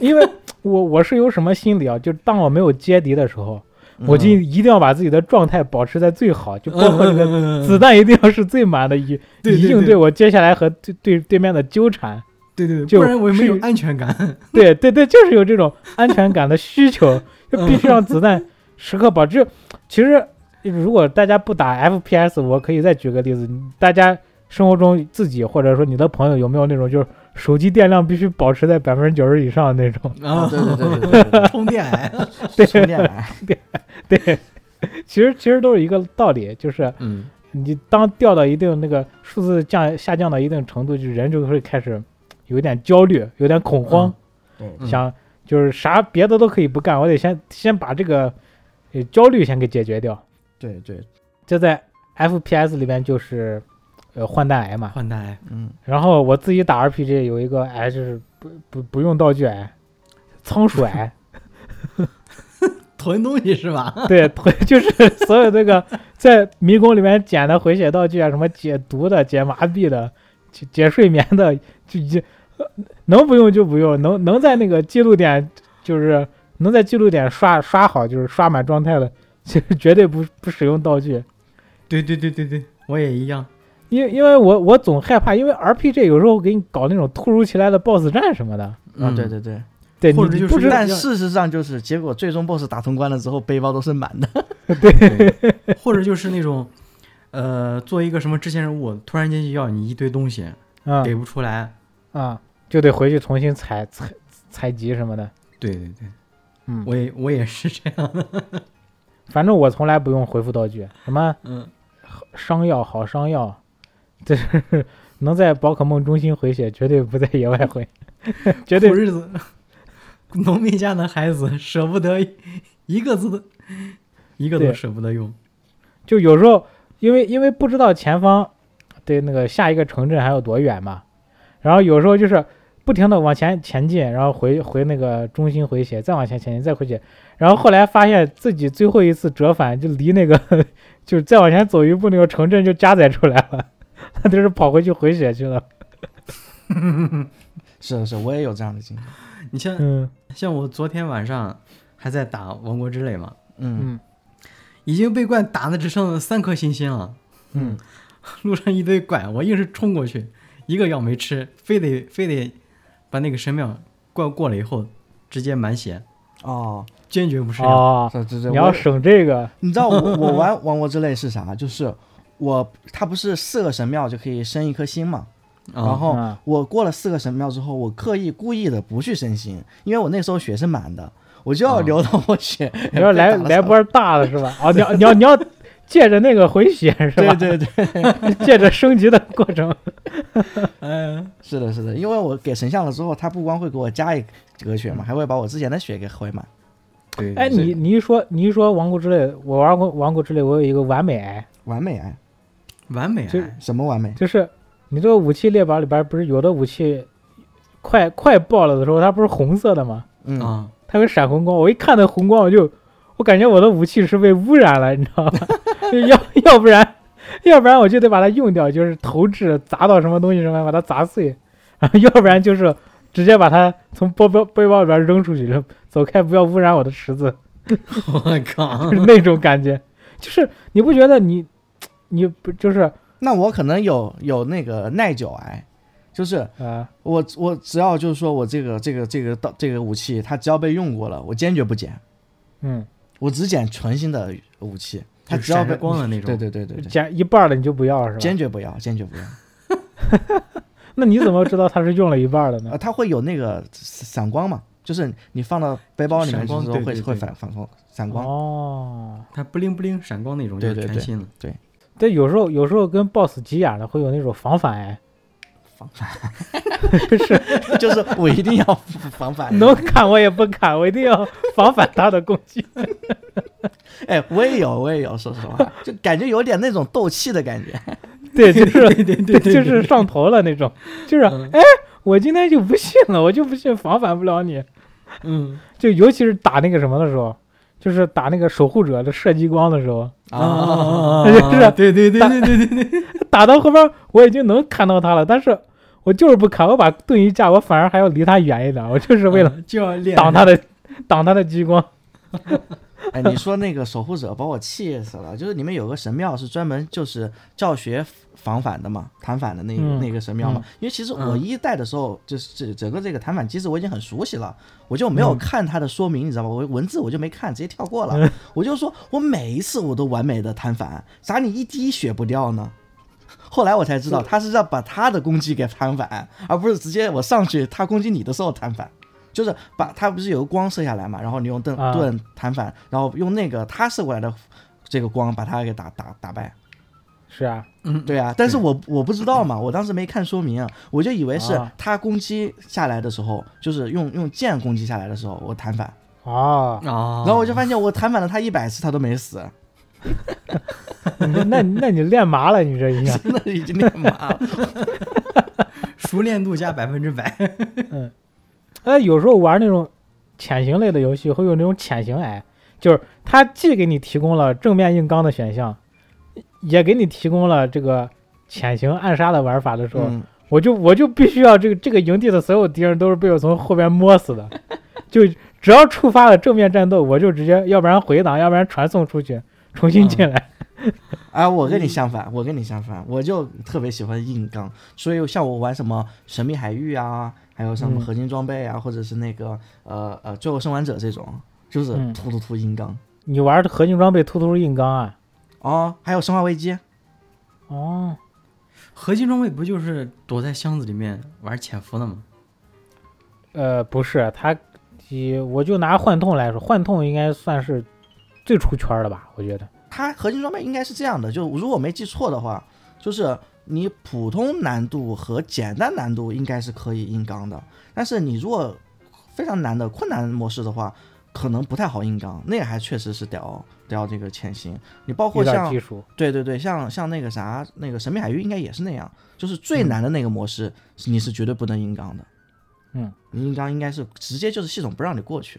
S1: 因为我我是有什么心理啊？就当我没有接敌的时候， (laughs) 我就
S3: 嗯
S1: 一定要把自己的状态保持在最好，就包括这个
S2: 个
S1: 子弹一定要是最满的，以
S2: 嗯对
S1: 以
S2: 对
S1: 应
S2: 对
S1: 对我接下来和对对对面的纠缠。
S2: 对对对，
S1: 就
S2: 不然我没有
S1: 是
S2: 安
S1: (laughs)
S2: 全感。 (laughs)
S1: 对对对，就是有这种安全感的需求，就必须让子弹时刻保持。其实如果大家不打 FPS，我可以再举个例子，大家生活中自己或者说你的朋友有没有那种就是手机电量必须保持在百分之九十以上的那种？ (laughs)
S3: 啊，
S2: 啊，
S3: 对对对对对
S2: 充电哎癌。
S3: 对，充电来，
S1: 对，其实其实都是一个道理，就是
S2: 嗯，
S1: 你当掉到一定那个数字降下降到一定程度，就人就会开始有点焦虑，有点恐慌，
S3: 对
S2: 嗯
S1: 想就是啥别的都可以不干，我得先先把这个呃焦虑先给解决掉。
S3: 对对，
S1: 这在 FPS 里边就是呃换弹癌嘛，
S2: 换代癌。
S3: 嗯，
S1: 然后我自己打 RPG 有一个癌就是不不不用道具癌，仓鼠癌。
S2: 囤东西是吧？ (laughs)
S1: 对，推就是所有这个在迷宫里面捡的回血道具啊，什么解毒的、解麻痹的、解解睡眠的，就就呃能不用就不用，能能在那个记录点就是能在记录点刷刷好，就是刷满状态的，就是绝对不不使用道具。
S2: 对对对对对，我也一
S1: (laughs)
S2: 样。
S1: 因因为我我总害怕，因为 RPG 有时候给你搞那种突如其来的 BOSS 战什么的，
S3: 啊
S2: 嗯
S3: 对对对，
S1: 对，
S2: 或者
S1: 你
S2: 就
S1: 你不
S2: 是
S1: 知
S3: 但事实上就是结果最终 BOSS 打通关了之后，背包都是满的， (laughs)
S2: 对，或者就是那种，呃，做一个什么支线任务，突然间就要你一堆东西，
S1: 啊
S2: 给不出来。
S1: 啊，就得回去重新采采采集什么的。
S2: 对对对，
S1: 嗯，
S2: 我也我也是这样的。
S1: 反正我从来不用回复道具，什么
S2: 嗯，
S1: 伤药好伤药， (laughs) 这是能在宝可梦中心回血，绝对不在野外回，绝
S2: 苦
S1: 对
S2: 日子， (laughs) 农民家的孩子舍不得一个字，一个都
S1: 对
S2: 舍不得用。
S1: 就有时候因为因为不知道前方对那个下一个城镇还有多远嘛，然后有时候就是不停的往前前进，然后回回那个中心回血，再往前前进再回血，然后后来发现自己最后一次折返就离那个就是再往前走一步那个城镇就加载出来了， (laughs) 那就是跑回去回血去了，
S3: 是是，我也有这样的经历，
S2: 你像
S1: 嗯
S2: 像我昨天晚上还在打《王国之泪》嘛，
S3: 嗯
S1: 嗯
S2: 已经被怪打的只剩三颗星星了。
S1: 嗯。
S2: 路上一堆怪，我硬是冲过去，一个药没吃，非得非得把那个神庙怪过了以后，直接满血，
S3: 哦，
S2: 坚决不吃药。
S1: 哦，
S3: 对对对，
S1: 你要
S3: 我
S1: 省这个，
S3: 你知道我我
S1: (laughs)
S3: 玩王国之泪是啥？就是我它不是四个神庙就可以升一颗星嘛？
S2: 啊
S3: 然后
S1: 啊
S3: 我过了四个神庙之后，我刻意故意的不去升星，因为我那时候血是满的，我就要
S2: 啊
S3: 留到我血 (laughs) 被打了才。
S1: 你要来来波大的是吧？哦，你要你要你要借着那个回血是
S3: 对
S1: 吧？
S3: 对对，
S1: 借着升级的过程，
S2: 嗯，
S3: 是的，是的，因为我给神像了之后，他不光会给我加一格血嘛，还会把我之前的血给回满。
S2: 对，
S1: 哎，你你一说你一说王国之泪，我玩过王国之泪，我有一个完美癌，
S3: 完美啊，
S2: 完美
S1: 就
S2: 啊！
S3: 什么完美？
S1: 就是你这个武器列表里边不是有的武器快快爆了的时候，它不是红色的吗？
S3: 嗯，
S2: 啊，
S1: 它会闪红光，我一看那红光，我就我感觉我的武器是被污染了，你知道吗？ (laughs) 就要要不然要不然我就得把它用掉，就是投掷砸到什么东西上面把它砸碎， (laughs) 然后要不然就是直接把它从包包背包里边扔出去，就走开，不要污染我的池子，
S2: (laughs)
S1: (laughs)
S2: 我靠
S1: 就！是那种感觉。就是你不觉得你你不就是
S3: 那我可能有有那个耐久癌，就是
S1: 呃
S3: 我我只要就是说我这个这个这个到这个武器，它只要被用过了，我坚决不捡，
S1: 嗯
S3: 我只捡纯新的武器，它
S2: 就
S3: 只要
S2: 闪
S3: 被
S2: 着光的那
S3: 对
S2: 种，
S3: 对对对对，
S1: 捡一半儿的你就不要了是吧
S3: 坚？决不要，坚决不要。
S1: 那你怎么知道它是用了一半儿的
S3: (laughs)
S1: 呢
S3: 呃，？它会有那个散光嘛，就是你放到背包里面
S2: 闪
S3: 之后
S2: 光
S3: 会
S2: 对对
S3: 会
S2: 对
S3: 反反光散光。
S1: 哦，
S2: 它不灵不灵闪光那种，就
S3: 对
S2: 是
S3: 对
S2: 全新的。
S1: 对，有时候有时候跟 BOSS 急眼了会有那种防反哎癌。
S3: 防
S1: 反是
S2: (laughs)
S3: 就是我一定要防
S2: 哎
S3: 反。
S1: 能砍我也不砍，我一定
S2: (laughs)
S1: 要防范他的攻击。
S3: 哎，我也有，我也有，说实话，就感觉有点那种斗气的感觉。
S1: 对，就是
S2: 对对对对，
S1: 就是上头了那种，就是
S2: 嗯
S1: 哎，我今天就不信了，我就不信防反不了你。
S2: 嗯
S1: 就尤其是打那个什么的时候，就是打那个守护者的射激光的时候，
S2: 啊，
S1: 就是
S2: 对对对对对对对，
S1: 打到后边我已经能看到他了，但是我就是不砍，我把盾一架，我反而还要离他远一点，我就是为了
S2: 嗯就要练
S1: 挡他的挡他的激光。
S3: 哎，你说那个守护者把我气死了，就是你们有个神庙是专门就是教学防反的嘛，弹反的那个、
S1: 嗯
S3: 那个神庙嘛。因为其实我
S2: 嗯
S3: 一代的时候，就是这整个这个弹反机制我已经很熟悉了，我就
S1: 嗯
S3: 没有看它的说明，你知道吧？我文字我就没看，直接跳过了。我就说我每一次我都完美的弹反，咋你一滴血不掉呢？后来我才知道，他是要把他的攻击给弹反，而不是直接我上去他攻击你的时候弹反，就是把他不是有个光射下来嘛，然后你用盾
S1: 啊
S3: 盾弹反，然后用那个他射过来的这个光把他给打打打败。
S1: 是啊，
S2: 嗯
S3: 对啊，但是我我不知道嘛，我当时没看说明，我就以为是
S1: 啊
S3: 他攻击下来的时候，就是用用剑攻击下来的时候我弹反，
S1: 哦，
S2: 啊，
S3: 然后我就发现我弹反了他一百次他都没死。，
S1: 你这那那你练麻了，你这一下
S3: 真的已经练麻了。
S2: 熟练度加百分之百，
S1: 嗯，哎，有时候玩那种潜行类的游戏会有那种潜行癌，就是它既给你提供了正面硬刚的选项，也给你提供了这个潜行暗杀的玩法的时候，
S3: 嗯，
S1: 我就我就必须要这个这个营地的所有敌人都是被我从后边摸死的，就只要触发了正面战斗，我就直接要不然回档，要不然传送出去，重新进来。
S3: 哎，我跟你
S1: 嗯
S3: 相反，我跟你相反，我就特别喜欢硬刚，所以像我玩什么神秘海域啊，还有什么
S1: 嗯
S3: 合金装备啊，或者是那个呃呃最后生还者这种，就是
S1: 嗯
S3: 突突突硬刚
S1: 你玩核心装备突突硬刚啊？
S3: 哦，还有生化危机，
S1: 哦，
S2: 合金装备不就是躲在箱子里面玩潜伏的吗？
S1: 呃，不是，他，以我就拿幻痛来说，幻痛应该算是最出圈的吧，我觉得。
S3: 它合金装备应该是这样的，就如果没记错的话，就是你普通难度和简单难度应该是可以硬刚的，但是你如果非常难的困难模式的话，可能不太好硬刚，那个还确实是屌屌这个潜行。你包括
S1: 有点
S3: 像
S1: 技术，
S3: 对对对，像像那个啥那个神秘海域应该也是那样，就是最难的那个模式、是你是绝对不能硬刚的，
S1: 嗯，
S3: 你硬刚应该是直接就是系统不让你过去。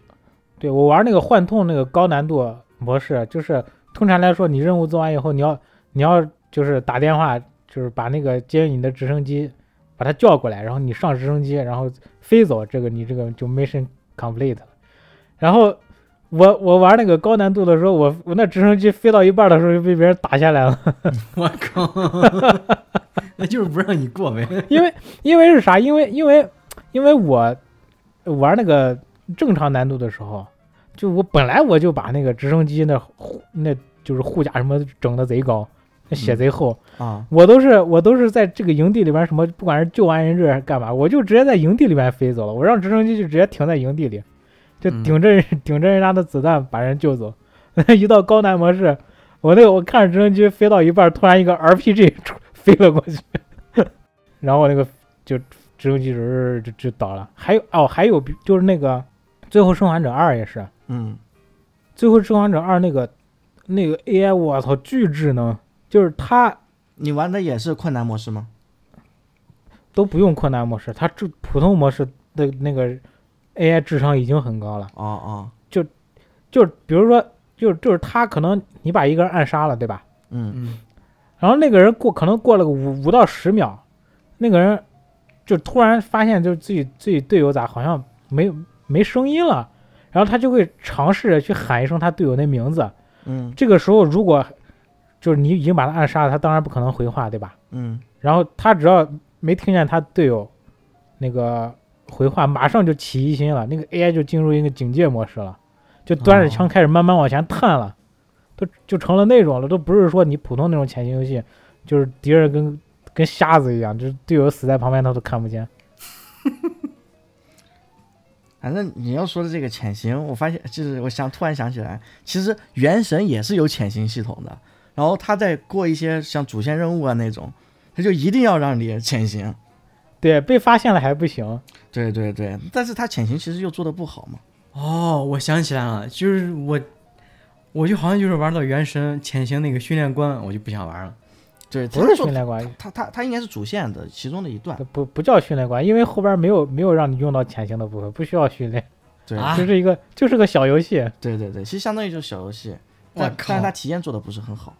S1: 对我玩那个幻痛那个高难度模式，就是通常来说，你任务做完以后，你要你要就是打电话，就是把那个接你的直升机把它叫过来，然后你上直升机，然后飞走，这个你这个就 mission complete 了。然后我我玩那个高难度的时候，我我那直升机飞到一半的时候就被别人打下来了。
S2: 我靠，那就是不让你过呗。
S1: (laughs) 因为因为是啥？因为因为因为我玩那个正常难度的时候，就我本来我就把那个直升机那护那就是护甲什么整的贼高，那血贼厚。
S3: 啊，
S1: 我都是我都是在这个营地里边什么，不管是救完人质还是干嘛，我就直接在营地里边飞走了。我让直升机就直接停在营地里，就
S2: 嗯
S1: 顶着、顶着人 (laughs) 家的子弹把人救走。 (laughs) 一到高难模式，我那个我看着直升机飞到一半，突然一个 RPG 出 (laughs) 飞了过去，然后我那个就直升机就就就倒了。还有哦，还有比就是那个《最后生还者二》也是，《
S3: 嗯，
S1: 最后生还者二》那个那个 AI，我操，巨智能，就是它
S3: 你玩的也是困难模式吗？
S1: 都不用困难模式，它这普通模式的那个 AI 智商已经很高了。
S3: 哦哦，
S1: 就是比如说，就是就是他可能你把一个人暗杀了，对吧？
S3: 嗯，
S2: 嗯，
S1: 然后那个人过可能过了个五五到十秒，那个人就突然发现就是自己自己队友咋好像没没声音了，然后他就会尝试着去喊一声他队友的名字。
S3: 嗯
S1: 这个时候如果就是你已经把他暗杀了，他当然不可能回话，对吧？
S3: 嗯
S1: 然后他只要没听见他队友那个回话，马上就起疑心了，那个 AI 就进入一个警戒模式了，就端着枪开始慢慢往前探了，都就成了那种了，都不是说你普通那种潜行游戏，就是敌人跟跟瞎子一样，就是队友死在旁边他都看不见。
S3: 反正你要说的这个潜行，我发现就是我想突然想起来，其实《原神》也是有潜行系统的，然后它在过一些像主线任务啊那种，它就一定要让你潜行。
S1: 对，被发现了还不行，
S3: 对对对，但是它潜行其实又做的不好嘛。
S2: 哦，我想起来了，就是我，我就好像就是玩到原神潜行那个训练官，我就不想玩了。
S3: 对，它
S1: 不是
S3: 做
S1: 训练官，
S3: 它它它应该是主线的其中的一段。
S1: 不不叫训练官，因为后边没有没有让你用到潜行的部分，不需要训练。
S3: 对、
S2: 啊
S1: 就是一个就是个小游戏，
S3: 对对对，其实相当于就是小游戏，
S2: 我
S3: 但但
S2: 靠
S3: 是它体验做的不是很好。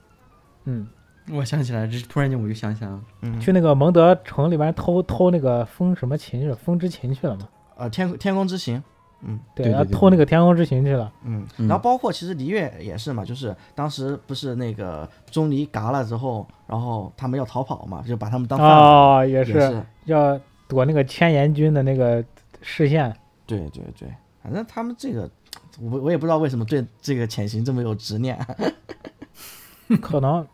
S1: 嗯，
S2: 我想起来，这突然间我就想起来了，
S3: 嗯，
S1: 去那个蒙德城里边偷偷那个风什么琴去，风之琴去了嘛？
S3: 呃，天天空之行，嗯
S2: 对对
S1: 要
S2: 对
S1: 偷那个天空之琴去了。
S3: 嗯，
S2: 嗯
S3: 然后包括其实璃月也是嘛，就是当时不是那个钟离嘎了之后，然后他们要逃跑嘛，就把他们当饭碗，
S1: 哦，也
S3: 也
S1: 是要躲那个千岩君的那个视线。
S3: 对对对，反正他们这个，我我也不知道为什么对这个潜行这么有执念。 (laughs)
S1: 可能，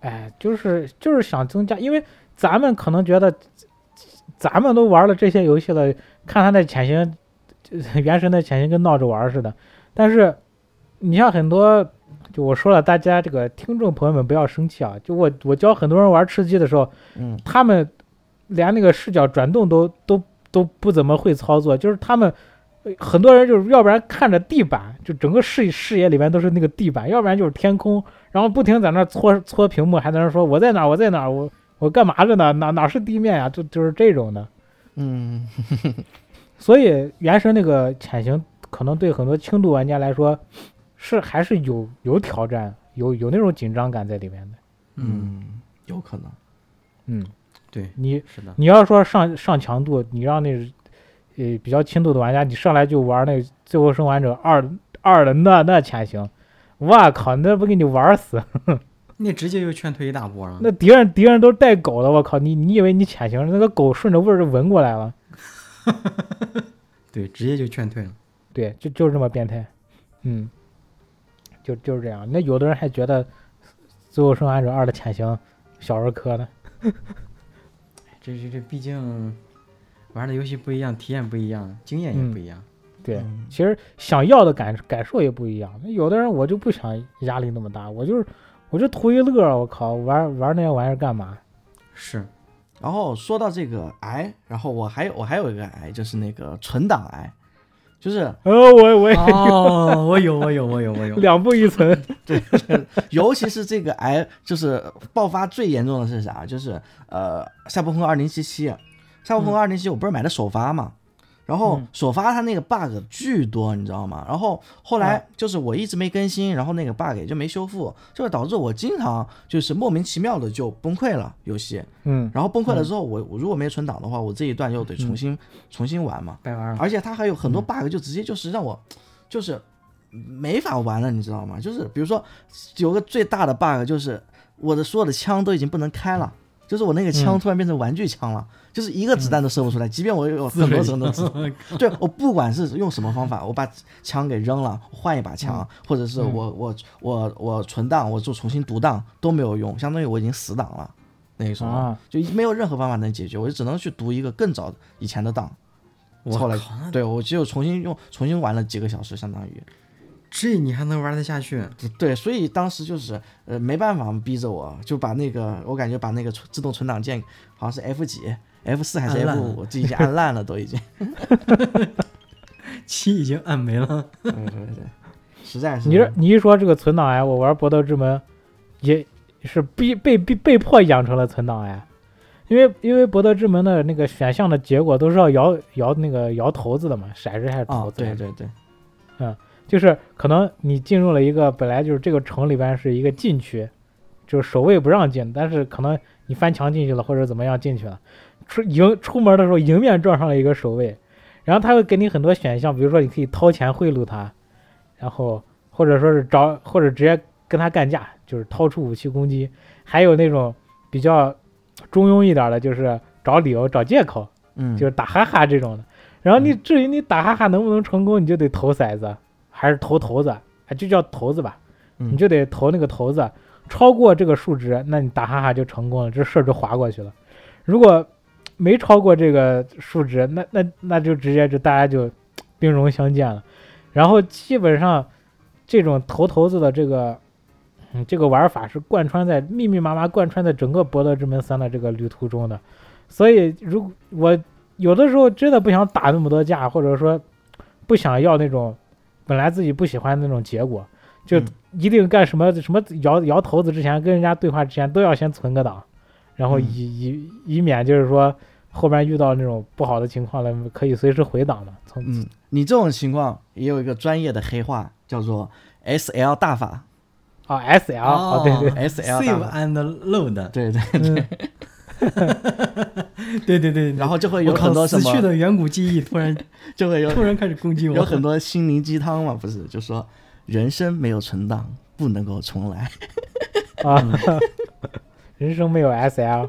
S1: 哎，就是就是想增加，因为咱们可能觉得，咱们都玩了这些游戏了，看他的潜行，这原神的潜行跟闹着玩儿似的。但是，你像很多，就我说了，大家这个听众朋友们不要生气啊。就我我教很多人玩吃鸡的时候，
S3: 嗯
S1: 他们连那个视角转动都都都不怎么会操作，就是他们。呃很多人就是要不然看着地板，就整个视视野里面都是那个地板，要不然就是天空，然后不停在那儿搓搓屏幕，还在那儿说我在哪儿，我在哪儿，我我干嘛着呢？哪哪是地面呀、就就是这种的。
S3: 嗯，
S1: 所以原神那个潜行，可能对很多轻度玩家来说，是还是有有挑战，有有那种紧张感在里面的。
S3: 嗯，有可能。
S1: 嗯，
S2: 对，
S1: 你
S2: 是的，
S1: 你要说上上强度，你让那呃比较轻度的玩家，你上来就玩那《最后生还者二》二的那那潜行，哇靠，那不给你玩死！
S2: 那直接就劝退一大波了。
S1: 那敌人敌人都是带狗的，我靠！你你以为你潜行，那个狗顺着味儿就闻过来了？
S2: 对，直接就劝退了。
S1: 对，就就是这么变态，嗯，就就是这样。那有的人还觉得《最后生还者二》的潜行小儿科呢，
S2: 这这这，毕竟玩的游戏不一样，体验不一样，经验也不一样。
S1: 对，
S3: 嗯
S1: 其实想要的感感受也不一样。那有的人我就不想压力那么大，我就是我就图一乐儿，我靠，玩玩那些玩意儿干嘛？
S3: (laughs)
S2: 是，
S3: 然后说到这个癌，然后我还有我还有一个癌，就是那个存档癌，就是
S1: 呃，我我也
S2: 哦，我有，我有，我有，
S3: (laughs)
S2: 我有。
S1: (laughs) 两步一存，
S3: 尤其是这个 (laughs) 癌，就是爆发最严重的是啥？就是呃，赛博朋克二零七七，赛博朋克二零七，我不是买的首发嘛，然后
S1: 嗯
S3: 首发它那个 bug 巨多，你知道吗？然后后
S1: 嗯
S3: 来就是我一直没更新，然后那个 bug 也就没修复，就是导致我经常就是莫名其妙的就崩溃了游戏，
S1: (laughs) 嗯，嗯
S3: 然后崩溃了之后，我我如果没存档的话，我这一段又得重新重新玩嘛，
S2: 白玩了，
S3: 而且它还有
S2: 嗯
S3: 很多 bug，就直接就是让我就是没法玩了，你知道吗？就是比如说有个最大的 bug 就是我的所有的枪都已经不能开了。就是我那个枪
S1: 嗯
S3: 突然变成玩具枪了，就是一个子弹都射不出来，即便我有
S2: 自
S3: 很多
S2: 卫
S3: 很多子，对我不管是用什么方法，我把枪给扔了，换一把枪，或者是我我我我存档，我就重新读档都没有用，相当于我已经死档了，那个时候、
S1: 啊
S3: 就没有任何办法能解决，我就只能去读一个更早以前的档，
S2: 我
S3: 后来
S2: 靠，那
S3: 对我只有重新用重新玩了几个小时，相当于
S2: 这你还能玩得下去？
S3: 对，所以当时就是呃没办法逼着我，就把那个我感觉把那个存自动存档键好像是 F 几 F 四还是
S2: 按
S3: F
S2: 烂
S3: 五，我自己已经按烂了都已经。
S2: 漆已经按没
S3: (laughs)
S2: 了。
S3: 对对对，实在是
S1: 你这你一说这个存档癌，我玩《搏斗之门》也是逼被逼被迫养成了存档癌，因为因为《搏斗之门》的那个选项的结果都是要摇摇那个摇骰子的嘛，骰子还是
S3: 啊、
S1: 骰子来
S3: 对
S1: 着？
S3: 对对，
S1: 就是可能你进入了一个本来就是这个城里边是一个禁区，就是守卫不让进，但是可能你翻墙进去了或者怎么样进去了，出迎出门的时候迎面撞上了一个守卫，然后他会给你很多选项，比如说你可以掏钱贿赂他，然后或者说是找或者直接跟他干架，就是掏出武器攻击，还有那种比较中庸一点的，就是找理由找借口，
S3: 嗯，
S1: 就是打哈哈这种的。然后你至于你打哈哈能不能成功，你就得投骰子，啊还是投骰子，哎，就叫骰子吧，
S3: 嗯
S1: 你就得投那个骰子，超过这个数值，那你打哈哈就成功了，这事儿就划过去了。如果没超过这个数值，那那那就直接就大家就兵戎相见了。然后基本上这种投骰子的这个。嗯，这个玩法是贯穿在密密麻麻贯穿在整个《博德之门三》的这个旅途中的，所以如果我有的时候真的不想打那么多架，或者说不想要那种本来自己不喜欢的那种结果，就
S3: 嗯
S1: 一定干什么什么摇摇头子之前，跟人家对话之前都要先存个档，然后
S3: 嗯
S1: 以、以以免就是说后边遇到那种不好的情况了，可以随时回档的。从
S3: 嗯，你这种情况也有一个专业的黑话，叫做 S L 大法
S1: 啊 S L 啊，
S2: 哦
S1: 对对，
S3: ，S L 大
S2: save
S3: 法，
S2: and load，
S3: 对
S2: (laughs)
S3: 对，
S2: 对对对，
S3: 然后就会
S2: 我
S3: 有
S2: 靠
S3: 很多什
S2: 死去
S3: 么，
S2: 的远古记忆突然
S3: 就会有
S2: 突然开始攻击我，
S3: 有很多心灵鸡汤嘛，不是，就说人生没有存档，不能够重来。
S1: 啊，
S2: 嗯
S1: (laughs) 人生没有 S L。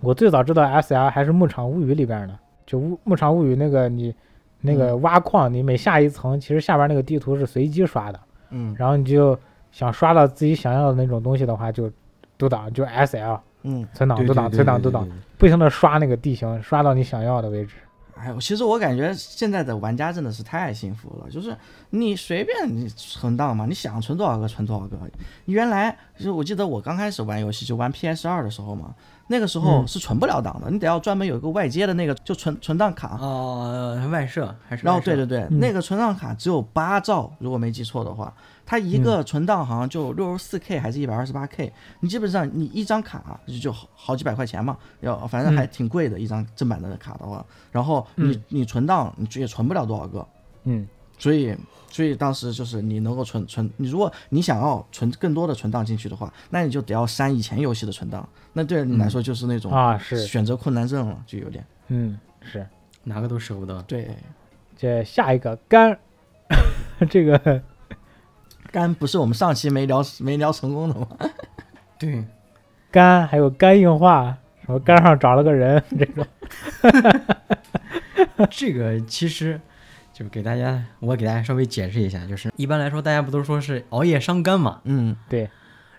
S1: 我最早知道 S L 还是《牧场物语》里边的，就《牧牧场物语》那个你那个
S2: 嗯
S1: 挖矿，你每下一层，其实下边那个地图是随机刷的，
S3: 嗯
S1: 然后你就想刷到自己想要的那种东西的话，就读档就 S L
S3: 嗯，
S1: 存档
S2: 对
S1: 读
S2: 对
S1: 档
S2: 对
S1: 存档
S2: 对
S1: 读
S2: 对
S1: 档，
S2: 对
S1: 不停的刷那个地形，刷到你想要的为止。
S3: 哎，我其实我感觉现在的玩家真的是太幸福了，就是你随便你存档嘛，你想存多少个存多少个。原来就是我记得我刚开始玩游戏就玩 PS 二的时候嘛，那个时候
S1: 嗯
S3: 是存不了档的，你得要专门有一个外接的那个就存存档卡。
S2: 哦，外设还是
S3: 然后
S2: 外设
S3: 对对对，
S1: 嗯
S3: 那个存档卡只有八兆，如果没记错的话，它一
S1: 嗯
S3: 个存档好像就六十四 K 还是一百二十八 K，你基本上你一张卡啊就就好好几百块钱嘛，要反正还
S1: 嗯
S3: 挺贵的，一张正版的卡的话，然后你、你存档你就也存不了多少个，
S1: 嗯，
S3: 所以所以当时就是你能够存存，你如果你想要存更多的存档进去的话，那你就得要删以前游戏的存档，那对你来说就是那种
S1: 啊是，
S3: 选择困难症了，就有点
S1: 嗯是。
S2: 哪个都舍不得。
S3: 对，
S1: 这下一个肝， (laughs) 这个
S3: 肝不是我们上期没聊没聊成功的吗？
S2: 对，
S1: 肝还有肝硬化，什么肝上长了个人这种。
S2: 这个其实就给大家，我给大家稍微解释一下，就是一般来说，大家不都说是熬夜伤肝嘛？
S3: 嗯
S1: 对，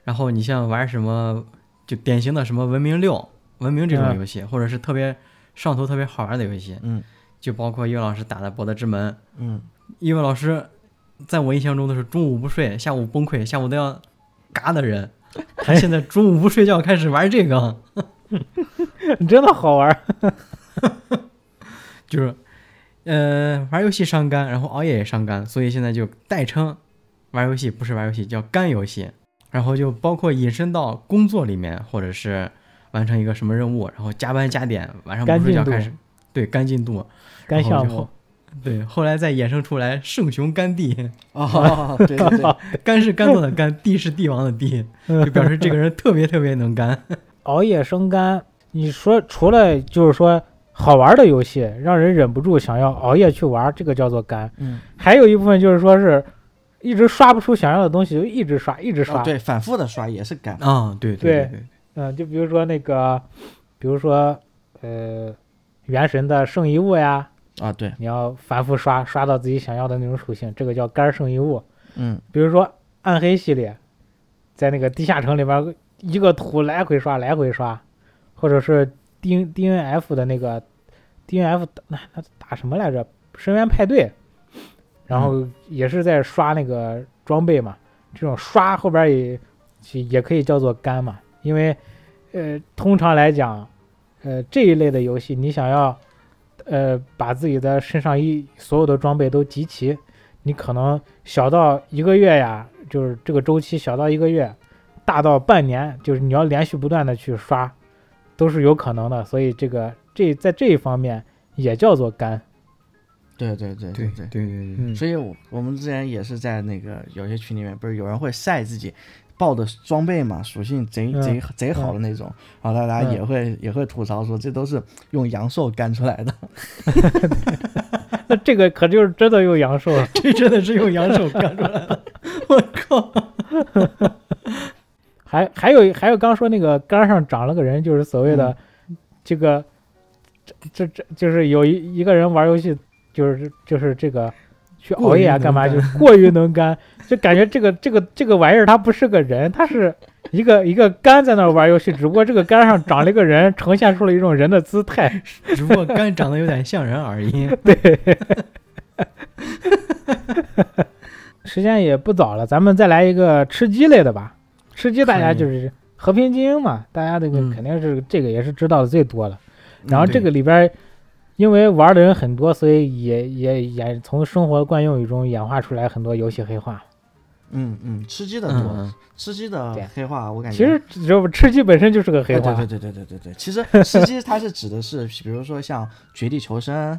S2: 然后你像玩什么，就典型的什么文明六、文明这种
S1: 嗯
S2: 游戏，或者是特别上头、特别好玩的游戏，
S3: 嗯
S2: 就包括叶老师打的《博德之门》，
S3: 嗯，
S2: 叶老师在我印象中都是中午不睡，下午崩溃，下午都要嘎的人。他现在中午不睡觉开始玩这个，
S1: 真的好玩儿。
S2: 就是，呃，玩游戏伤肝，然后熬夜也伤肝，所以现在就代称玩游戏不是玩游戏，叫肝游戏。然后就包括引申到工作里面，或者是完成一个什么任务，然后加班加点，晚上不睡觉
S1: 干进度
S2: 开始，对干进度，
S1: 肝
S2: 然后
S1: 项
S2: 就
S1: 目
S2: 后，对，后来再衍生出来圣雄甘地，
S3: 哦，对对对，
S2: 甘是甘蔗的甘，地是帝王的地，
S1: 嗯
S2: 就表示这个人特别特别能干。
S1: 熬夜生肝。你说除了就是说好玩的游戏，让人忍不住想要熬夜去玩，这个叫做肝。
S3: 嗯，
S1: 还有一部分就是说是一直刷不出想要的东西，就一直刷，一直刷。
S3: 哦对，反复的刷也是肝，
S2: 啊，对
S1: 对
S2: 对对，
S1: 嗯，就比如说那个，比如说呃，《原神》的圣遗物呀，
S3: 啊，对，
S1: 你要反复刷，刷到自己想要的那种属性，这个叫肝圣遗物。
S3: 嗯
S1: 比如说暗黑系列，在那个地下城里边一个图来回刷，来回刷，或者是 D D N F 的那个 D N F 那那打什么来着？深渊派对，然后也是在刷那个装备嘛。这种刷后边也其也可以叫做肝嘛，因为呃，通常来讲，呃这一类的游戏，你想要呃把自己的身上一所有的装备都集齐，你可能小到一个月呀，就是这个周期小到一个月，大到半年，就是你要连续不断的去刷，都是有可能的。所以这个这在这一方面也叫做肝。
S3: 对对对
S2: 对
S3: 对
S2: 对。对对，
S1: 嗯，
S3: 所以我，我们之前也是在那个有些群里面，不是有人会晒自己爆的装备嘛，属性贼
S1: 嗯
S3: 贼贼好的那种，然后大家
S1: 嗯
S3: 也会也会吐槽说，这都是用阳寿干出来的。
S1: 那这个可就是真的用阳寿了。
S2: 这真的是用阳手干出来的，我靠！
S1: 还还有还有刚说那个杆上长了个人，就是所谓的
S2: 嗯
S1: 这个，这这这就是有一一个人玩游戏，就是就是这个去熬夜啊干嘛，
S2: 过于
S1: 就
S2: 能
S1: 是过于能
S2: (laughs)
S1: 干，就感觉这个这个这个玩意儿它不是个人，它是一个一个杆在那儿玩游戏，只不过这个杆上长了一个人，呈现出了一种人的姿态。
S2: 只不过肝长得有点像人而已。
S1: 时间也不早了，咱们再来一个吃鸡类的吧。吃鸡大家
S2: 可以
S1: 就是和平精英嘛，大家这个
S2: 嗯
S1: 肯定是、这个也是知道的最多的。然后
S2: 对
S1: 这个里边儿，因为玩的人很多，所以也也也从生活惯用语中演化出来很多游戏黑话。
S3: 嗯嗯，吃鸡的
S2: 嗯
S3: 多，
S2: 嗯
S3: 吃鸡的
S1: 对
S3: 黑话
S2: 哎
S3: 我感觉
S1: 其实就吃鸡本身就是个黑
S3: 哎
S2: 啊
S1: 话，
S3: 对对对对对对对，其实吃鸡它是指的是， (laughs) 比如说像《绝地求生》、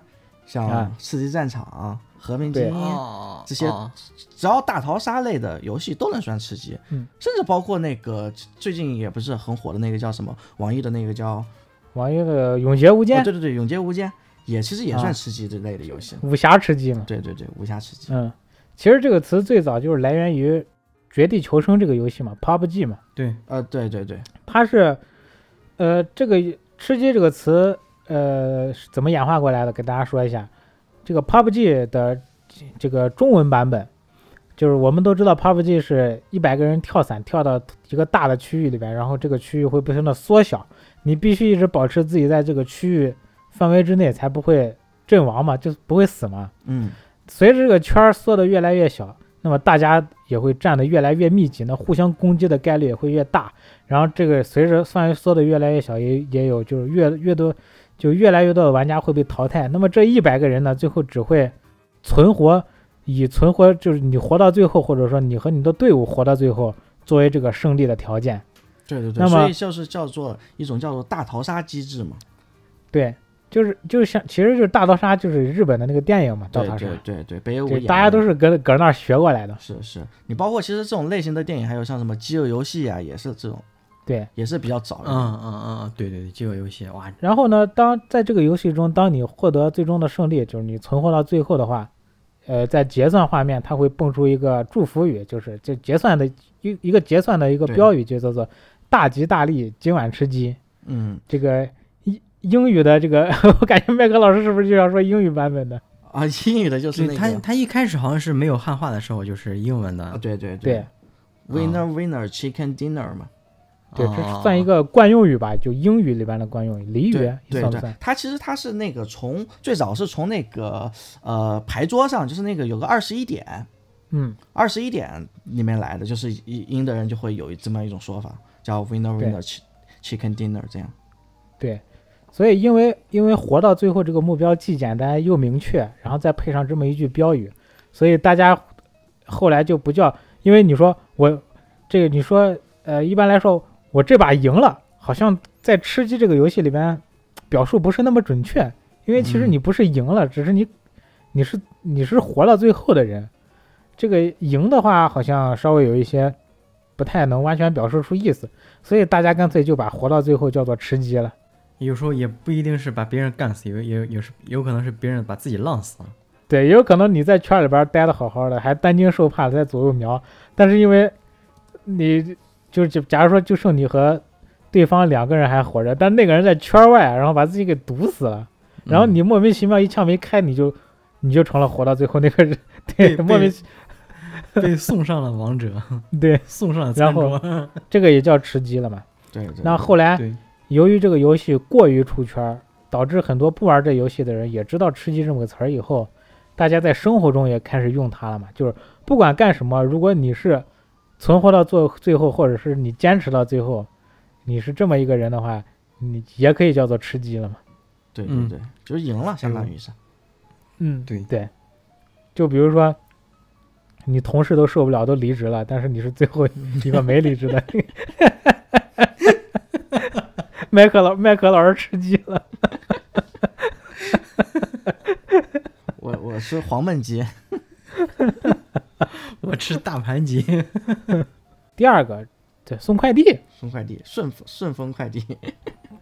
S3: 像
S1: 啊
S3: 《刺激战场》、《和平精
S1: 对
S3: 英》
S2: 哦
S3: 这些
S2: 哦
S3: 只要大逃杀类的游戏都能算吃鸡，
S1: 嗯
S3: 甚至包括那个最近也不是很火的那个叫什么，网易的那个叫，哦、
S1: 网易的《永劫无间
S2: 哦
S3: 对》对对，《永劫无间》也其实也
S1: 啊
S3: 算吃鸡这类的游戏，
S1: 武侠吃鸡嘛。
S3: 对对对，武侠吃鸡，
S1: 嗯，其实这个词最早就是来源于《绝地求生》这个游戏嘛，PUBG 嘛，
S2: 对，
S3: 呃，对对对，
S1: 它是，呃，这个吃鸡这个词，呃，是怎么演化过来的？给大家说一下，这个 PUBG 的这这个中文版本，就是我们都知道 PUBG 是一百个人跳伞跳到一个大的区域里边，然后这个区域会不停的缩小，你必须一直保持自己在这个区域范围之内，才不会阵亡嘛，就不会死嘛。
S3: 嗯，
S1: 随着这个圈儿缩得越来越小，那么大家也会站得越来越密集，那互相攻击的概率也会越大。然后这个随着范围缩得越来越小，也也有就是越越多，就越来越多的玩家会被淘汰。那么这一百个人呢，最后只会存活，以存活就是你活到最后，或者说你和你的队伍活到最后，作为这个胜利的条件。
S3: 对对对，
S1: 那么
S3: 所以就是叫做一种叫做大逃杀机制嘛，
S1: 对，就是就是像其实就是大逃杀，就是日本的那个电影嘛，大
S3: 对
S1: 逃杀
S3: 对，对对，北野武
S1: 对，
S3: 演
S1: 大家
S3: 的
S1: 都是搁搁那儿学过来的。
S3: 是是，你包括其实这种类型的电影，还有像什么《饥饿游戏》啊，也是这种，
S1: 对，
S3: 也是比较早
S2: 嗯
S3: 的。
S2: 嗯嗯，对对对，饥饿游戏，哇，
S1: 然后呢，当在这个游戏中，当你获得最终的胜利，就是你存活到最后的话，呃，在结算画面它会蹦出一个祝福语，就是就结算的一一个结算的一个
S3: 对
S1: 标语，就叫做“大吉大利，今晚吃鸡”。
S3: 嗯
S1: 这个英英语的这个， (laughs) 我感觉麦克老师是不是就要说英语版本的？
S3: 啊，英语的就是
S2: 对
S3: 那
S2: 他
S3: 个，
S2: 他一开始好像是没有汉化的时候，就是英文
S3: 啊，
S2: 的，
S3: 对对
S1: 对
S3: ，Winner Winner Chicken Dinner 嘛，
S1: 对，
S2: 哦
S1: 这算一，个惯用语吧，就英语里边的惯用语，俚语
S3: 啊对对
S1: 算不
S3: 对
S1: 算？，
S3: 它其实它是那个从最早是从那个呃牌桌上，就是那个有个二十一点，
S1: 嗯，
S3: 二十一点里面来的，就是英英的人就会有一这么一种说法，叫 Winner
S1: 对
S3: Winner chi- Chicken Dinner 这样。
S1: 对。所以，因为因为活到最后这个目标既简单又明确，然后再配上这么一句标语，所以大家后来就不叫，因为你说我这个，你说呃，一般来说我这把赢了，好像在吃鸡这个游戏里边表述不是那么准确，因为其实
S3: 嗯
S1: 你不是赢了，只是你你是你是活到最后的人，这个赢的话好像稍微有一些不太能完全表示出意思，所以大家干脆就把活到最后叫做吃鸡了。
S2: 有时候也不一定是把别人干死，有有有时有可能是别人把自己浪死了，
S1: 对，也有可能你在圈里边待的好好的，还担惊受怕的在左右瞄，但是因为你就是就假如说就剩你和对方两个人还活着，但那个人在圈外，然后把自己给毒死了，然后
S2: 嗯
S1: 你莫名其妙一枪没开，你就你就成了活到最后那个人，对，
S2: 被
S1: 莫名其
S2: (laughs) 被送上了王者，
S1: 对，
S2: 送上了餐桌，
S1: 这个也叫吃鸡了嘛。
S3: 对对，
S1: 那后来
S2: 对，
S1: 由于这个游戏过于出圈儿，导致很多不玩这游戏的人也知道“吃鸡”这么个词儿以后，大家在生活中也开始用它了嘛。就是不管干什么，如果你是存活到最最后，或者是你坚持到最后，你是这么一个人的话，你也可以叫做吃鸡了嘛。
S3: 对对
S2: 嗯
S3: 对，就是赢了，相当于是。
S1: 嗯
S2: 对
S1: 对。就比如说，你同事都受不了，都离职了，但是你是最后一个 (laughs) 没离职的。麦克老麦克老师吃鸡了。
S3: 我我是黄焖鸡，
S2: (laughs) 我吃大盘鸡，
S1: 第二个，对，送快递，
S3: 送快递，顺丰顺丰快递。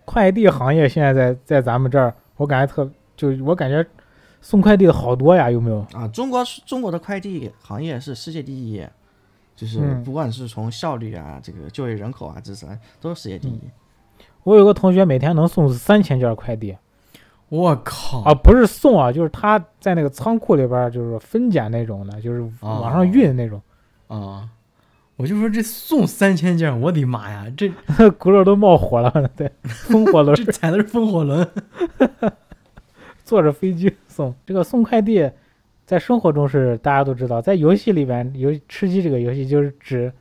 S1: 快递行业现在在在咱们这儿，我感觉特就我感觉送快递的好多呀，有没有？
S3: 啊，中国中国的快递行业是世界第一，就是
S1: 嗯
S3: 不管是从效率啊、这个就业人口啊，这是都是世界第一。
S1: 我有个同学每天能送三千件快递
S2: (laughs) 我靠
S1: 啊，不是送啊，就是他在那个仓库里边儿就是分拣那种的，就是往上运那 (laughs) 种，
S2: 啊！我就说这送三千件，我的妈呀， (laughs) 这
S1: 骨头都冒火了，对，风火轮
S2: 这踩的是风火轮。
S1: 坐着飞机送。这个送快递在生活中是大家都知道，在游戏里边，游吃鸡这个游戏就是指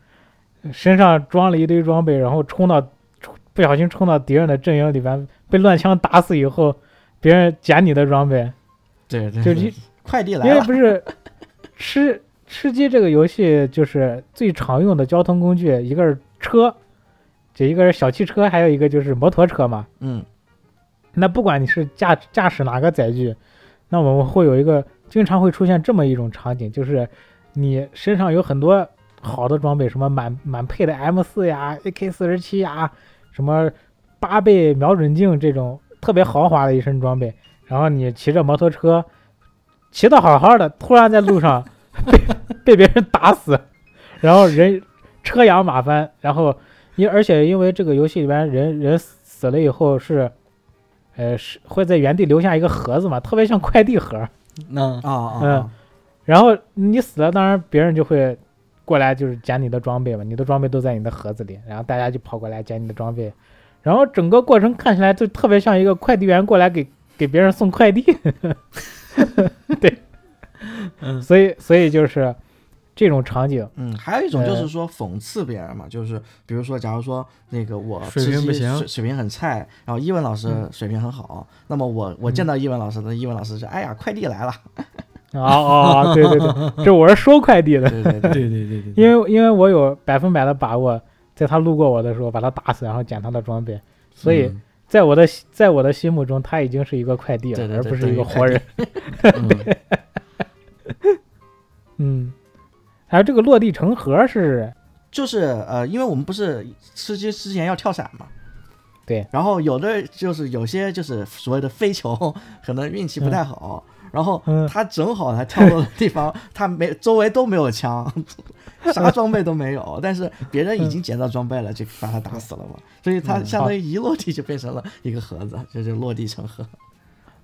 S1: 身上装了一堆装备，然后冲到冲不小心冲到敌人的阵营里边，被乱枪打死以后，别人捡你的装备，
S2: 嗯
S3: 对对
S1: 就是
S3: 快递来
S1: 因为
S3: 了，
S1: 不是吃吃鸡这个游戏就是最常用的交通工具，一个是车，这一个是小汽车，还有一个就是摩托车嘛。
S3: 嗯，
S1: 那不管你是驾驾驶哪个载具，那我们会有一个经常会出现这么一种场景，就是你身上有很多好的装备，什么满满配的 M 四呀、AK 四十七呀，什么八倍瞄准镜这种特别豪华的一身装备，然后你骑着摩托车，骑得好好的，突然在路上 (laughs) 被被别人打死，然后人车仰马翻，然后因而且因为这个游戏里边人人死了以后是。呃，是会在原地留下一个盒子嘛，特别像快递盒。
S2: (laughs) 那
S3: 啊啊，
S1: 嗯
S3: 啊
S1: 然后你死了，当然别人就会过来就是捡你的装备嘛，你的装备都在你的盒子里，然后大家就跑过来捡你的装备，然后整个过程看起来就特别像一个快递员过来给给别人送快递， (laughs) 对，
S2: 嗯
S1: 所以所以就是这种场景，
S3: 嗯，还有一种就
S1: 呃
S3: 是说讽刺别人嘛，就是比如说，假如说那个我
S2: 水
S3: 吃
S2: 平
S3: 鸡
S2: 不行
S3: 水水平很菜，然后一文老师水平很好，那么我我见到一文老师，那一文老师是哎呀，快递来了，
S2: (laughs)
S1: 哦哦，哦对对对，这我是收快递的，
S3: 对对
S2: 对
S3: 对，
S2: 对对对，为
S1: 因为因为我有百分百的把握，在他路过我的时候把他打死，然后捡他的装备，所
S3: 嗯
S2: 嗯
S1: 以。在我的心在我的心目中，他已经是一个快递了，
S3: 对对
S1: 而
S3: 对
S1: 不是
S3: 对
S1: 一个
S3: 快
S1: 活
S3: 递
S1: 人。
S2: 嗯
S1: 嗯，还有这个落地成盒是，
S3: 就是呃，因为我们不是吃鸡之前要跳伞嘛，
S1: 对，
S3: 然后有的就是有些就是所谓的飞球，可能运气不太好，然后
S1: 嗯
S3: 他正好他跳落的地方，他没周围都没有枪，啥装备都没有，但是别人已
S1: 嗯
S3: 经捡到装备了，就把他打死了嘛，所以他相当于一落地就变成了一个盒子，这就落地成盒。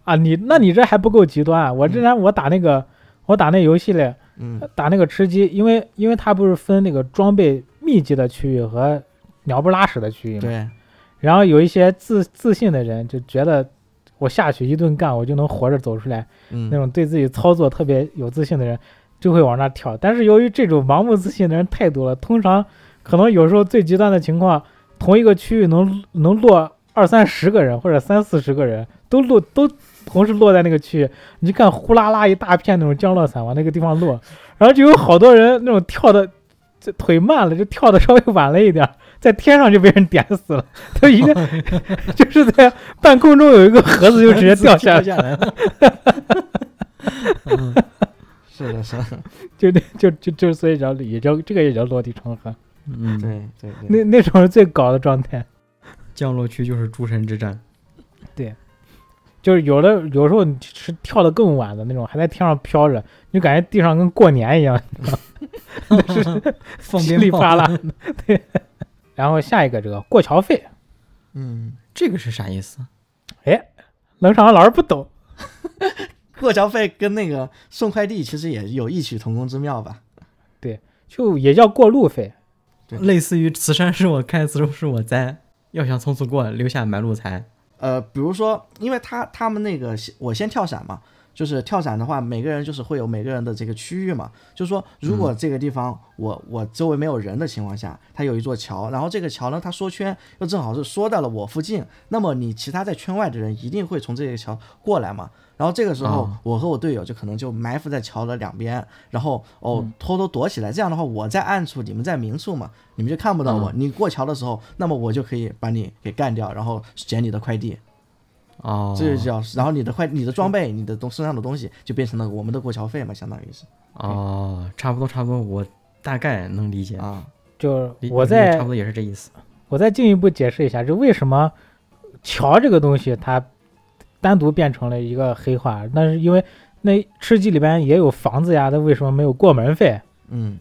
S1: 啊，你那你这还不够极端啊！我之前我打那个、我打那游戏嘞，
S3: 嗯
S1: 打那个吃鸡，因为因为它不是分那个装备密集的区域和鸟不拉屎的区域嘛，
S3: 对，
S1: 然后有一些自自信的人就觉得我下去一顿干我就能活着走出来，那
S3: 嗯，
S1: 种对自己操作特别有自信的人，就会往那跳。但是由于这种盲目自信的人太多了，通常可能有时候最极端的情况，同一个区域能能落二三十个人或者三四十个人，都落都同时落在那个区域，你就看呼啦啦一大片那种降落伞往那个地方落，然后就有好多人那种跳的。这腿慢了，就跳的稍微晚了一点儿，在天上就被人点死了。 (laughs) 他一个就是在半空中有一个盒子，就直接掉下来
S2: 来
S3: (laughs)
S2: 了。嗯
S3: 是的，是的，
S1: 就那就就就所以叫也叫这个也叫落地成盒，
S2: 嗯，对，
S3: 对对对，
S1: 那那种是最搞的状态。
S2: 降落区就是诸神之战。
S1: 就是有的有时候你是跳的更晚的那种，还在天上飘着，你就感觉地上跟过年一样， (laughs)
S2: 放
S1: 噼
S2: 鞭
S1: 里
S2: 炮
S1: 啪啦。 (laughs) 对，然后下一个这个过桥费，
S3: 嗯，
S2: (laughs) 这个是啥意思？
S1: 冷场老是不懂。
S3: 过桥费跟那个送快递其实也有异曲同工之妙吧？
S1: 就也叫过路费，
S3: 对
S2: 类似于此山是我开，此树是我栽，要想从此过，留下买路财。
S3: 呃，比如说，因为他他们那个先我先跳伞嘛，就是跳伞的话，每个人就是会有每个人的这个区域嘛，就是说，如果这个地方我我周围没有人的情况下，它有一座桥，然后这个桥呢，它缩圈又正好是缩到了我附近，那么你其他在圈外的人一定会从这个桥过来嘛。然后这个时候
S2: 啊，
S3: 我和我队友就可能就埋伏在桥的两边，然后哦偷偷躲起来。这样的话，我在暗处，你们在明处嘛，你们就看不到我。你过桥的时候，那么我就可以把你给干掉，然后捡你的快递。
S2: 哦，
S3: 这就叫，然后你的快、你的装备、你的东身上的东西就变成了我们的过桥费嘛，相当于是
S2: 哦，差不多差不多，我大概能理解。
S3: 啊，
S1: 就是
S2: 理
S1: 我
S2: 理解差
S1: 再
S2: 不多也是这意思。 (laughs)
S1: 我再进一步解释一下，就为什么桥这个东西它单独变成了一个黑话，那是因为那吃鸡里边也有房子呀，那为什么没有过门费？ (laughs)
S3: 嗯，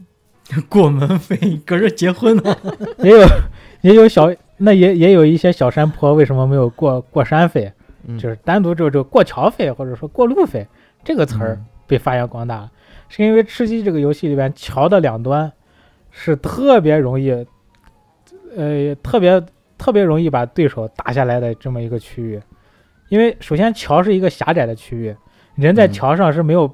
S2: 过门费，搁这结婚啊呢？
S1: 也有也有小那也也有一些小山坡，为什么没有过过山费？
S3: 嗯
S1: 就是单独就就过桥费或者说过路费这个词儿
S3: 嗯
S1: 被发扬光大了，是因为吃鸡这个游戏里边桥的两端是特别容易，呃，特别特别容易把对手打下来的这么一个区域，因为首先桥是一个狭窄的区域，人在
S3: 嗯
S1: 桥上是没有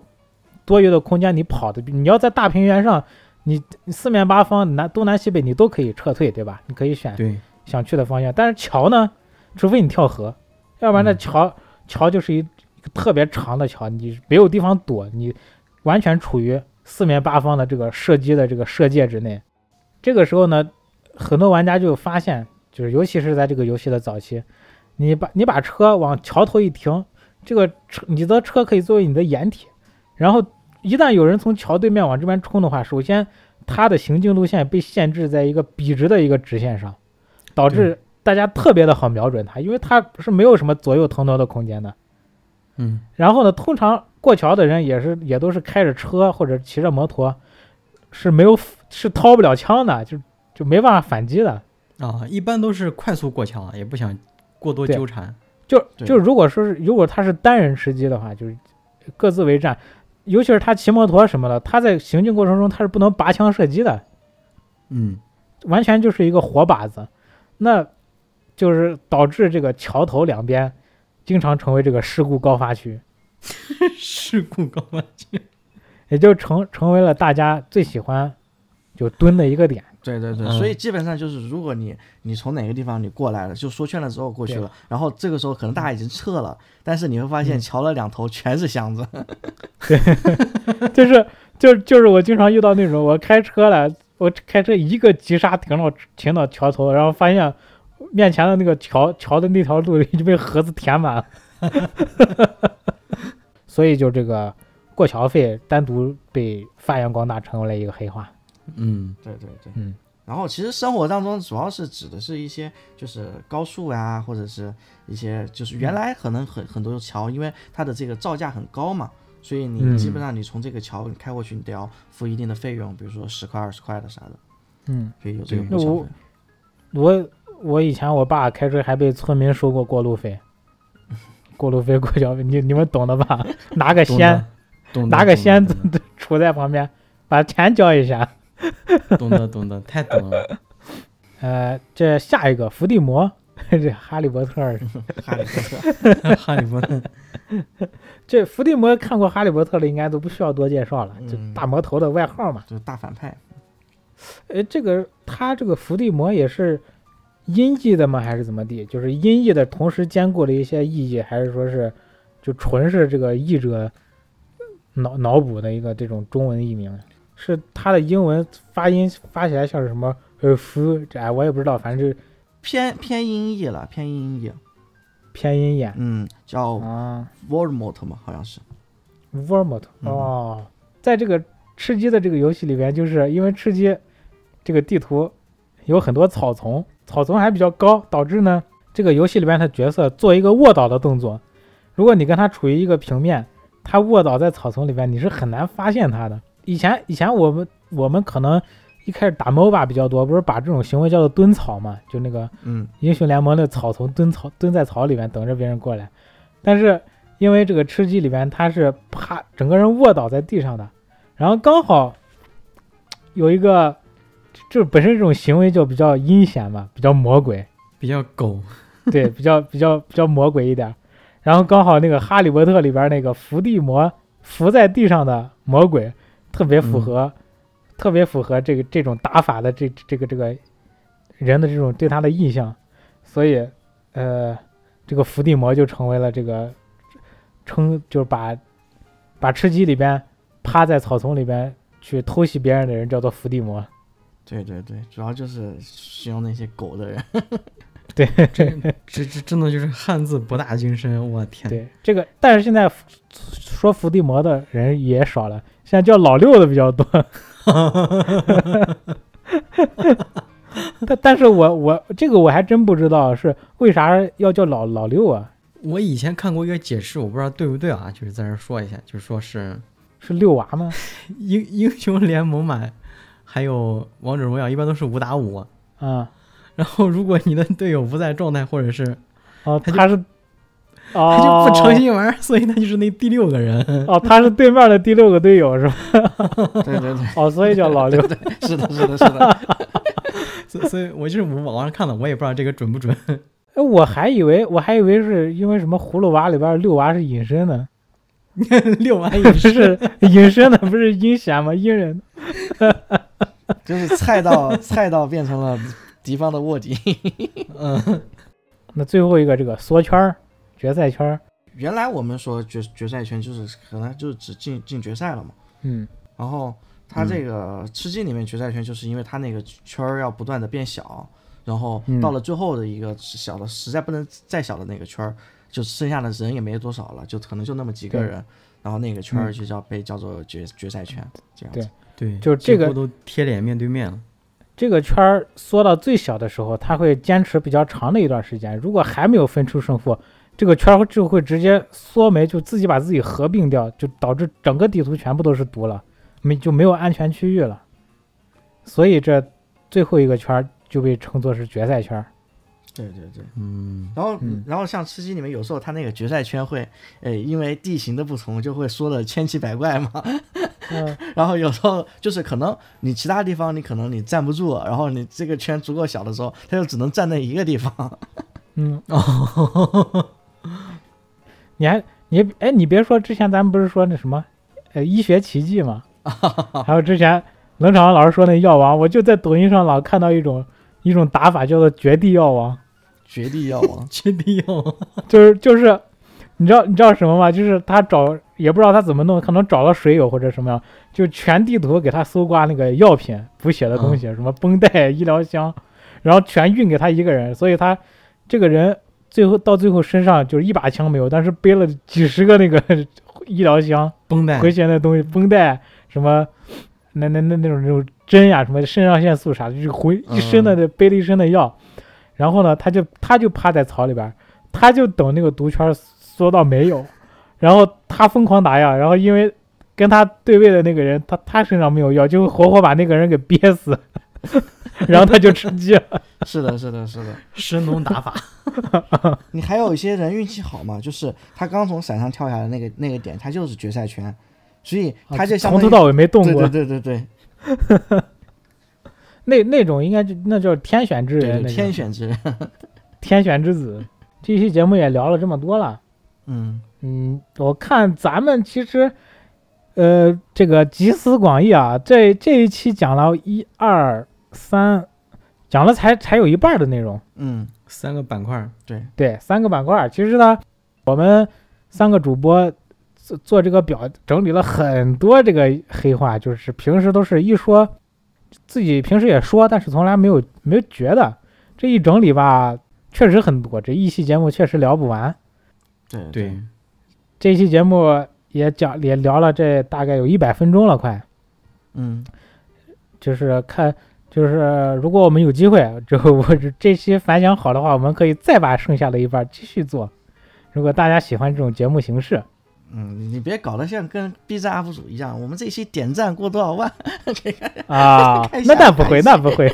S1: 多余的空间你跑的，你要在大平原上。你你四面八方南东南西北你都可以撤退，对吧？你可以选
S2: 对，
S1: 想去的方向。但是桥呢，除非你跳河，要不然那
S2: 嗯
S1: 桥、桥就是一一个特别长的桥，你没有地方躲，你完全处于四面八方的这个射击的这个射界之内。这个时候呢，很多玩家就发现，就是尤其是在这个游戏的早期，你把你把车往桥头一停，这个车你的车可以作为你的掩体，然后一旦有人从桥对面往这边冲的话，首先它的行进路线被限制在一个笔直的一个直线上，导致大家特别的好瞄准它，因为它是没有什么左右腾挪的空间的。
S2: 嗯，
S1: 然后呢，通常过桥的人也是也都是开着车或者骑着摩托，是没有是掏不了枪的，就就没办法反击的。
S2: 啊，一般都是快速过桥，啊也不想过多
S1: 对
S2: 纠缠。
S1: 就
S3: 对
S1: 就如果说是如果他是单人吃鸡的话，就是各自为战，尤其是他骑摩托什么的，他在行进过程中他是不能拔枪射击的，
S2: 嗯，
S1: (laughs) 完全就是一个活靶子，那就是导致这个桥头两边经常成为这个事故高发区。
S2: 事故高发区。
S1: 也就成成为了大家最喜欢就蹲的一个点。
S3: 对对对，
S2: 嗯
S3: 所以基本上就是，如果你你从哪个地方你过来了，就说圈了之后过去了，然后这个时候可能大家已经撤了，但是你会发现桥了两头全是箱子，
S1: 就是就就是我经常遇到那种我开车来，我开车一个急刹停到停到桥头，然后发现面前的那个桥桥的那条路已经被盒子填满了， (laughs) 所以就这个过桥费单独被发扬光大，成为了一个黑话。
S2: 嗯
S3: 对对对，
S1: 嗯。
S3: 然后其实生活当中主要是指的是一些就是高速呀、或者是一些就是原来可能很很多桥，因为它的这个造价很高嘛，所以
S1: 嗯
S3: 你基本上你从这个桥你开过去，你得要付一定的费用，比如说十块、二十块的啥的，
S1: 嗯，
S3: 所以有这个
S2: 对
S3: 过桥
S1: 我
S3: 费。
S1: 我我以前我爸开车还被村民收过过路费。过路费、过桥费，你你们懂的吧？拿个
S2: 懂
S1: 先，
S2: 得，懂得
S1: 拿个
S2: 懂得
S1: 仙
S2: 懂
S1: 子杵在旁边，把钱交一下。
S2: 得懂得懂得，太懂
S1: (laughs)
S2: 了。
S1: 呃，这下一个伏地魔， (laughs) 这哈利波特儿，
S3: 哈利波特，
S2: 哈利波特，
S1: 这伏地魔看过哈利波特的应该都不需要多介绍了，就
S3: 嗯
S1: 大魔头的外号嘛。
S3: 就是大反派，
S1: 呃，这个他这个伏地魔也是音译的吗？还是怎么地？就是音译的同时兼顾了一些意义，还是说是就纯是这个译者脑脑补的一个这种中文译名？是他的英文发音发起来像是什么？呃，伏这哎，我也不知道，反正就
S3: 偏偏音译了，偏音译，
S1: 偏音演。
S3: 嗯，叫
S1: 啊
S3: Voldemort 嘛，好像是。
S1: v o r m o t
S3: 嗯
S1: 哦，在这个吃鸡的这个游戏里边，就是因为吃鸡这个地图有很多草丛，草丛还比较高，导致呢这个游戏里边的角色做一个卧倒的动作，如果你跟他处于一个平面，他卧倒在草丛里边，你是很难发现他的。以前以前我们我们可能一开始打 MOBA 比较多，不是把这种行为叫做蹲草嘛，就那个
S3: 嗯，
S1: 英雄联盟的草丛蹲草蹲在草里面等着别人过来，但是因为这个吃鸡里边他是啪整个人卧倒在地上的，然后刚好有一个，这本身这种行为就比较阴险嘛，比较魔鬼，
S2: 比较狗。
S1: (laughs) 对，比较比较比较魔鬼一点儿。然后刚好那个《哈利波特》里边那个伏地魔伏在地上的魔鬼，特别符合，特别符合这个这种打法的这这个这个人的这种对他的印象，所以呃，这个伏地魔就成为了这个称就是把把吃鸡里边趴在草丛里边去偷袭别人的人叫做伏地魔。
S3: 对对对，主要就是形容那些狗的人。
S2: 这这真的就是汉字博大精深，我 (laughs) 天！
S1: 对这个，但是现在伏说伏地魔的人也少了，现在叫老六的比较
S2: (laughs)
S1: 多。 (laughs) 但但是我我这个我还真不知道是为啥要叫老老六啊？
S2: 我以前看过一个解释，我不知道对不对啊，就是在这儿说一下，就是说是
S1: 是六娃吗？
S2: 英英雄联盟嘛，还有王者荣耀，一般都是五打五。
S1: 啊、
S2: 然后如果你的队友不在状态，或者是
S1: 哦，
S2: 他就
S1: 他
S2: (laughs)
S1: 是
S2: 他
S1: 哦，
S2: 就不诚心玩儿，所以他就是那第六个人。
S1: 哦，他是对面的第六个队友是吧？
S3: 对对对，
S1: 哦，所以叫老六。
S3: (laughs) 是的，是的，是的。
S2: 所以所以我就是我网上看的，我也不知道这个准不准。
S1: (laughs) 哎，我还以为我还以为是因为什么葫芦娃里边六娃是隐身的，
S2: 六完
S1: 不
S2: 也
S1: (laughs)
S2: 是 (laughs)
S1: 是隐身的，不是阴险吗？阴人
S3: 就是菜到 (laughs) 菜到变成了敌方的卧底。 (laughs)
S2: 嗯，
S1: 那最后一个这个缩圈儿、决赛圈儿，
S3: 原来我们说决决赛圈就是可能就是只进进决赛了嘛，
S1: 嗯，
S3: 然然后它这个吃鸡里面决赛圈，就是因为它那个圈儿要不断的变小，然后
S2: 嗯
S3: 到了最后的一个小的，实在不能再小的那个圈儿，就剩下的人也没多少了，就可能就那么几个
S1: 对
S3: 人，然后那个圈儿就叫被叫做决决赛圈这样
S1: 对
S3: 子。
S2: 对，
S1: 就是这个
S2: 几乎都贴脸面对面了。
S1: 这个圈儿缩到最小的时候，它会坚持比较长的一段时间。如果还没有分出胜负，这个圈儿就会直接缩没，就自己把自己合并掉，就导致整个地图全部都是毒了，没就没有安全区域了。所以这最后一个圈儿就被称作是决赛圈儿。
S3: 对对对。
S2: 嗯，
S3: 然后，
S1: 嗯
S3: 然后像吃鸡里面，有时候它那个决赛圈会，呃，因为地形的不同，就会说的千奇百怪嘛。 (laughs)
S1: 嗯，
S3: 然后有时候就是可能你其他地方你可能你站不住，然后你这个圈足够小的时候，它就只能站那一个地方。
S1: 嗯，
S2: 哦，，
S1: (laughs) 你还你哎，你别说，之前咱们不是说那什么，呃，医学奇迹嘛，还有之前冷场老师说那药王，我就在抖音上老看到一种一种打法叫做绝地药王。
S3: 绝地药王
S2: 确定要
S1: (laughs) 就是就是，你知道你知道什么吗？就是他找也不知道他怎么弄，可能找了水友或者什么样，就全地图给他搜刮那个药品、补血的东西，什么绷带、医疗箱，然后全运给他一个人，所以他这个人最后到最后身上就是一把枪没有，但是背了几十个那个 (laughs) 医疗箱、
S2: 绷
S3: 哎
S2: 带
S1: 回，旋的东西、绷带什么，那那那那种那种针呀、什么肾上腺素啥的，就是回一身
S3: 嗯
S1: 的那背了一身的药，然后呢，他就他就趴在草里边儿，他就等那个毒圈缩到没有，然后他疯狂打药，然后因为跟他对位的那个人，他他身上没有药，就活活把那个人给憋死， (laughs) 然后他就吃鸡了。
S3: (laughs) 是的，是的，是的。
S2: 神农打
S1: (laughs)
S2: 法。
S3: 你还有一些人运气好嘛，就是他刚从伞上跳下来那个那个点，他就是决赛圈，所以 (laughs) 他就相
S1: 从
S3: 当于、
S1: 头到尾没动
S3: 对
S1: 过，
S3: 对对对对
S1: 那那种应该就那就是天选之人，那
S3: 对对，
S1: 种
S3: 天选之人。
S1: 天选之子。这期节目也聊了这么多了。
S3: 嗯，
S1: 嗯，我看咱们其实，呃，这个集思广益啊，这这一期讲了一二三，讲了才才有一半儿的内容。
S3: 嗯，
S2: 三个板块儿，
S1: 对，三个板块儿。其实呢，我们三个主播做做这个表，整理了很多这个黑话，就是平时都是一说，自己平时也说，但是从来没有没有觉得。这一整理吧，确实很多，这一期节目确实聊不完。
S3: 对对
S2: 对，
S1: 这一期节目也讲也聊了这大概有一百分钟了，快
S3: 嗯，
S1: 就是看就是如果我们有机会，就我这这期反响好的话，我们可以再把剩下的一半继续做。如果大家喜欢这种节目形式，
S3: 嗯，你你别搞得像跟 B 站 UP 主一样，我们这一期点赞过多少万？ (laughs)
S1: 啊
S3: 开，
S1: 那
S3: 下
S1: 那不会，
S3: 盘
S1: 那不会。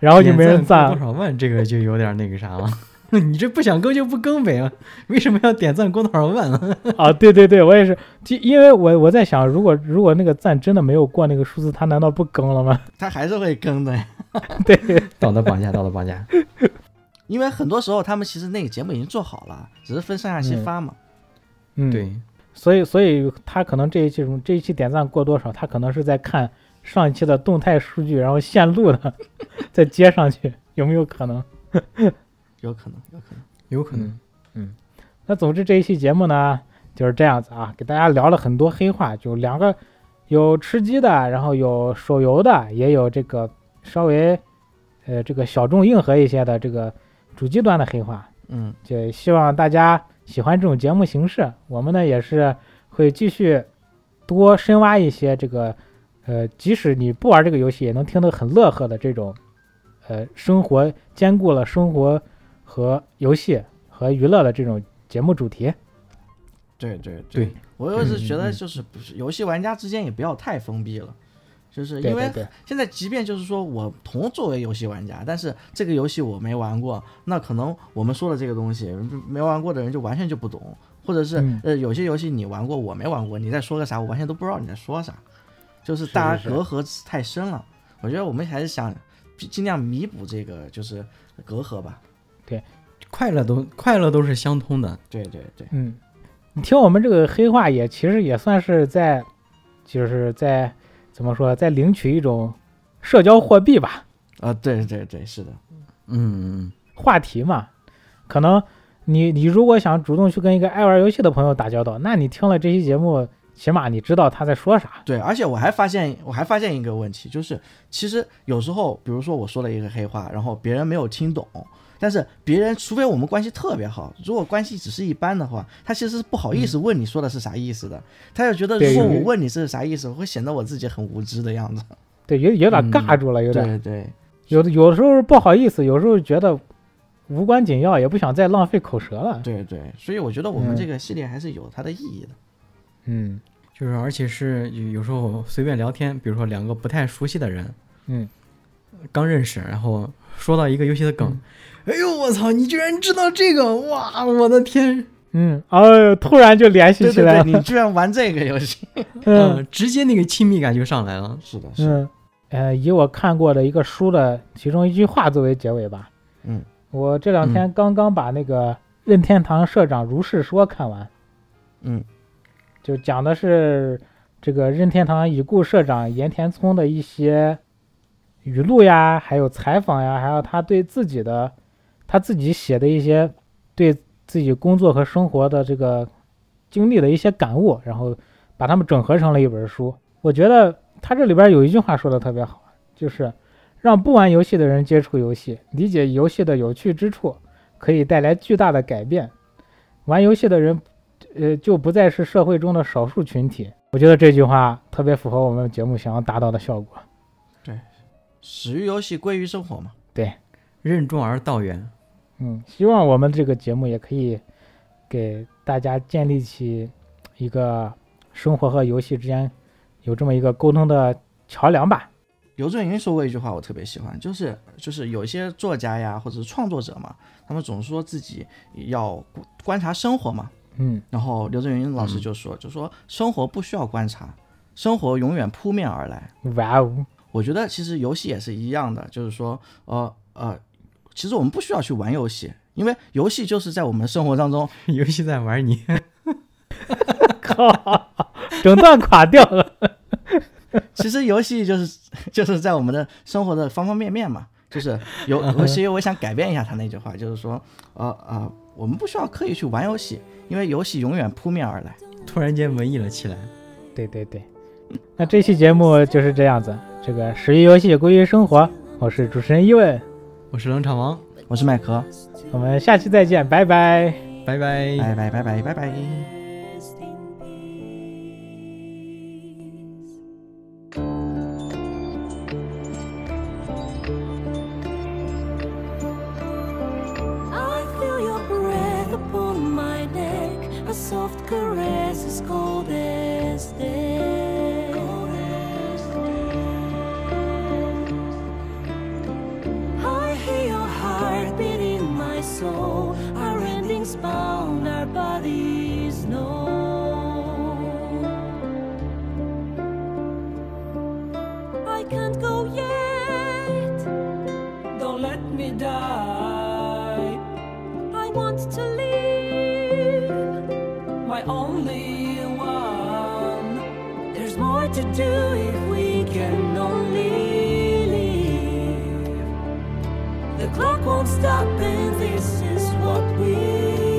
S1: 然后就没人
S2: 点赞过
S1: 赞
S2: 多，少万，这个就有点那个啥了。 (laughs) 你这不想更就不更呗啊？为什么要点赞过多少万啊？
S1: 啊！对对对，我也是，就因为我我在想，如果如果那个赞真的没有过那个数字，他难道不更了吗？
S3: 他还是会更的，
S1: 对，
S2: (laughs) 道德绑架，道德绑架。
S3: 因为很多时候他们其实那个节目已经做好了，只是分上下期
S1: 嗯
S3: 发嘛。
S1: 嗯，
S2: (laughs) 对，
S1: 所以所以他可能这一期什么这一期点赞过多少，他可能是在看上一期的动态数据，然后线路的 (laughs) 再接上去，有没有可能？
S3: 有可能，有可能。
S2: 有可能。嗯
S1: 那总之这一期节目呢就是这样子啊，给大家聊了很多黑话，就两个有吃鸡的，然后有手游的，也有这个稍微呃这个小众硬核一些的这个主机端的黑话。
S3: 嗯，
S1: 就希望大家喜欢这种节目形式。我们呢也是会继续多深挖一些这个，呃，即使你不玩这个游戏，也能听得很乐呵的这种，呃，生活兼顾了生活和游戏和娱乐的这种节目主题。
S3: 对对
S2: 对，
S3: 我又是
S2: 嗯
S3: 觉
S2: 嗯
S3: 得
S2: 嗯
S3: 就是不是游戏玩家之间也不要太封闭了，就是
S1: 对
S3: 因为
S1: 对对，
S3: 现在即便就是说我同作为游戏玩家，但是这个游戏我没玩过，那可能我们说的这个东西，嗯没玩过的人就完全就不懂，或者是、
S1: 嗯
S3: 呃有些游戏你玩过我没玩过，你在说个啥我完全都不知道你在说啥，就是大家
S1: 是是
S3: 隔阂太深了。我觉得我们还是想尽量弥补这个就是隔阂吧。
S2: 快乐都快乐都是相通的。
S3: 对对对，
S1: 嗯，你听我们这个黑话也其实也算是在，就是在怎么说，在领取一种社交货币吧。
S3: 啊、对对对，是的，
S2: 嗯，嗯
S1: 话题嘛。可能你你如果想主动去跟一个爱玩游戏的朋友打交道，那你听了这期节目，起码你知道他在说啥。
S3: 对，而且我还发现，我还发现一个问题，就是其实有时候，比如说我说了一个黑话，然后别人没有听懂，但是别人除非我们关系特别好，如果关系只是一般的话，他其实是不好意思问你说的是啥意思的，他就觉得
S1: 嗯对
S3: 如果
S1: 有
S3: 我问你是啥意思，会显得我自己很无知的样子。
S1: 对，有有点
S2: 嗯
S1: 尬住了，有点
S3: 对对
S1: 有的有的时候不好意思，有时候觉得无关紧要，也不想再浪费口舌了。
S3: 对对，所以我觉得我们
S1: 嗯
S3: 这个系列还是有它的意义的。
S1: 嗯
S2: 就是而且是有有时候随便聊天，比如说两个不太熟悉的人，
S1: 嗯，
S2: 刚认识，然后说到一个游戏的梗，
S1: 嗯
S2: 哎呦我操，你居然知道这个，哇，我的天，
S1: 嗯，哦，突然就联系
S3: 对
S1: 起
S3: 对
S1: 来
S3: 对，
S1: 了。
S3: 你居然玩这个游戏？ (laughs)
S2: 嗯、
S1: 嗯
S2: 直接那个亲密感就上来了。
S3: 是的，是的，
S1: 嗯，呃，以我看过的一个书的其中一句话作为结尾吧。
S3: 嗯，
S1: 我这两天刚刚把那个《任天堂社长如是说》看完，
S3: 嗯
S1: 就讲的是这个任天堂已故社长岩田聪的一些语录呀，还有采访呀，还有他对自己的他自己写的一些对自己工作和生活的这个经历的一些感悟，然后把它们整合成了一本书。我觉得他这里边有一句话说的特别好，就是让不玩游戏的人接触游戏，理解游戏的有趣之处，可以带来巨大的改变。玩游戏的人呃，就不再是社会中的少数群体。我觉得这句话特别符合我们节目想要达到的效果。
S3: 始于游戏，归于生活嘛。
S2: 任重而道远， (laughs)
S1: 嗯，希望我们这个节目也可以给大家建立起一个生活和游戏之间有这么一个沟通的桥梁吧。
S3: 刘震云说过一句话，我特别喜欢，就是就是有一些作家呀，或者是创作者嘛，他们总说自己要观察生活嘛。
S1: 嗯
S3: 然后刘震云老师就说，就说生活不需要观察，生活永远扑面而来。
S1: 哇哦，
S3: 我觉得其实游戏也是一样的，就是说，呃呃，其实我们不需要去玩游戏，因为游戏就是在我们生活当中
S2: 游戏在玩你。 (laughs)
S1: 靠，整段垮掉了。
S3: 其实游戏就是 (laughs) 就是在我们的生活的方方面面嘛，就是游游戏。我想改变一下他那句话，就是说，呃呃，我们不需要刻意去玩游戏，因为游戏永远扑面而来。
S2: 突然间文艺了起来。
S1: 对对对，那这期节目就是这样子。这个始于游戏，归于生活。我是主持人伊问，
S2: 我是冷场王，
S3: 我是麦克，
S1: 我们下期再见，拜拜。
S2: 拜拜。
S3: 拜拜拜拜拜拜。
S4: rest in peace. I feel your breath upon my neck, a soft caress as cold as death. I hear your heartbeat in my soul. Our endings bound, our bodies know. I can't go yet. Don't let me die. I want to leave. My only one. There's more to do if we can only leave. The clock won't stop, and this is what we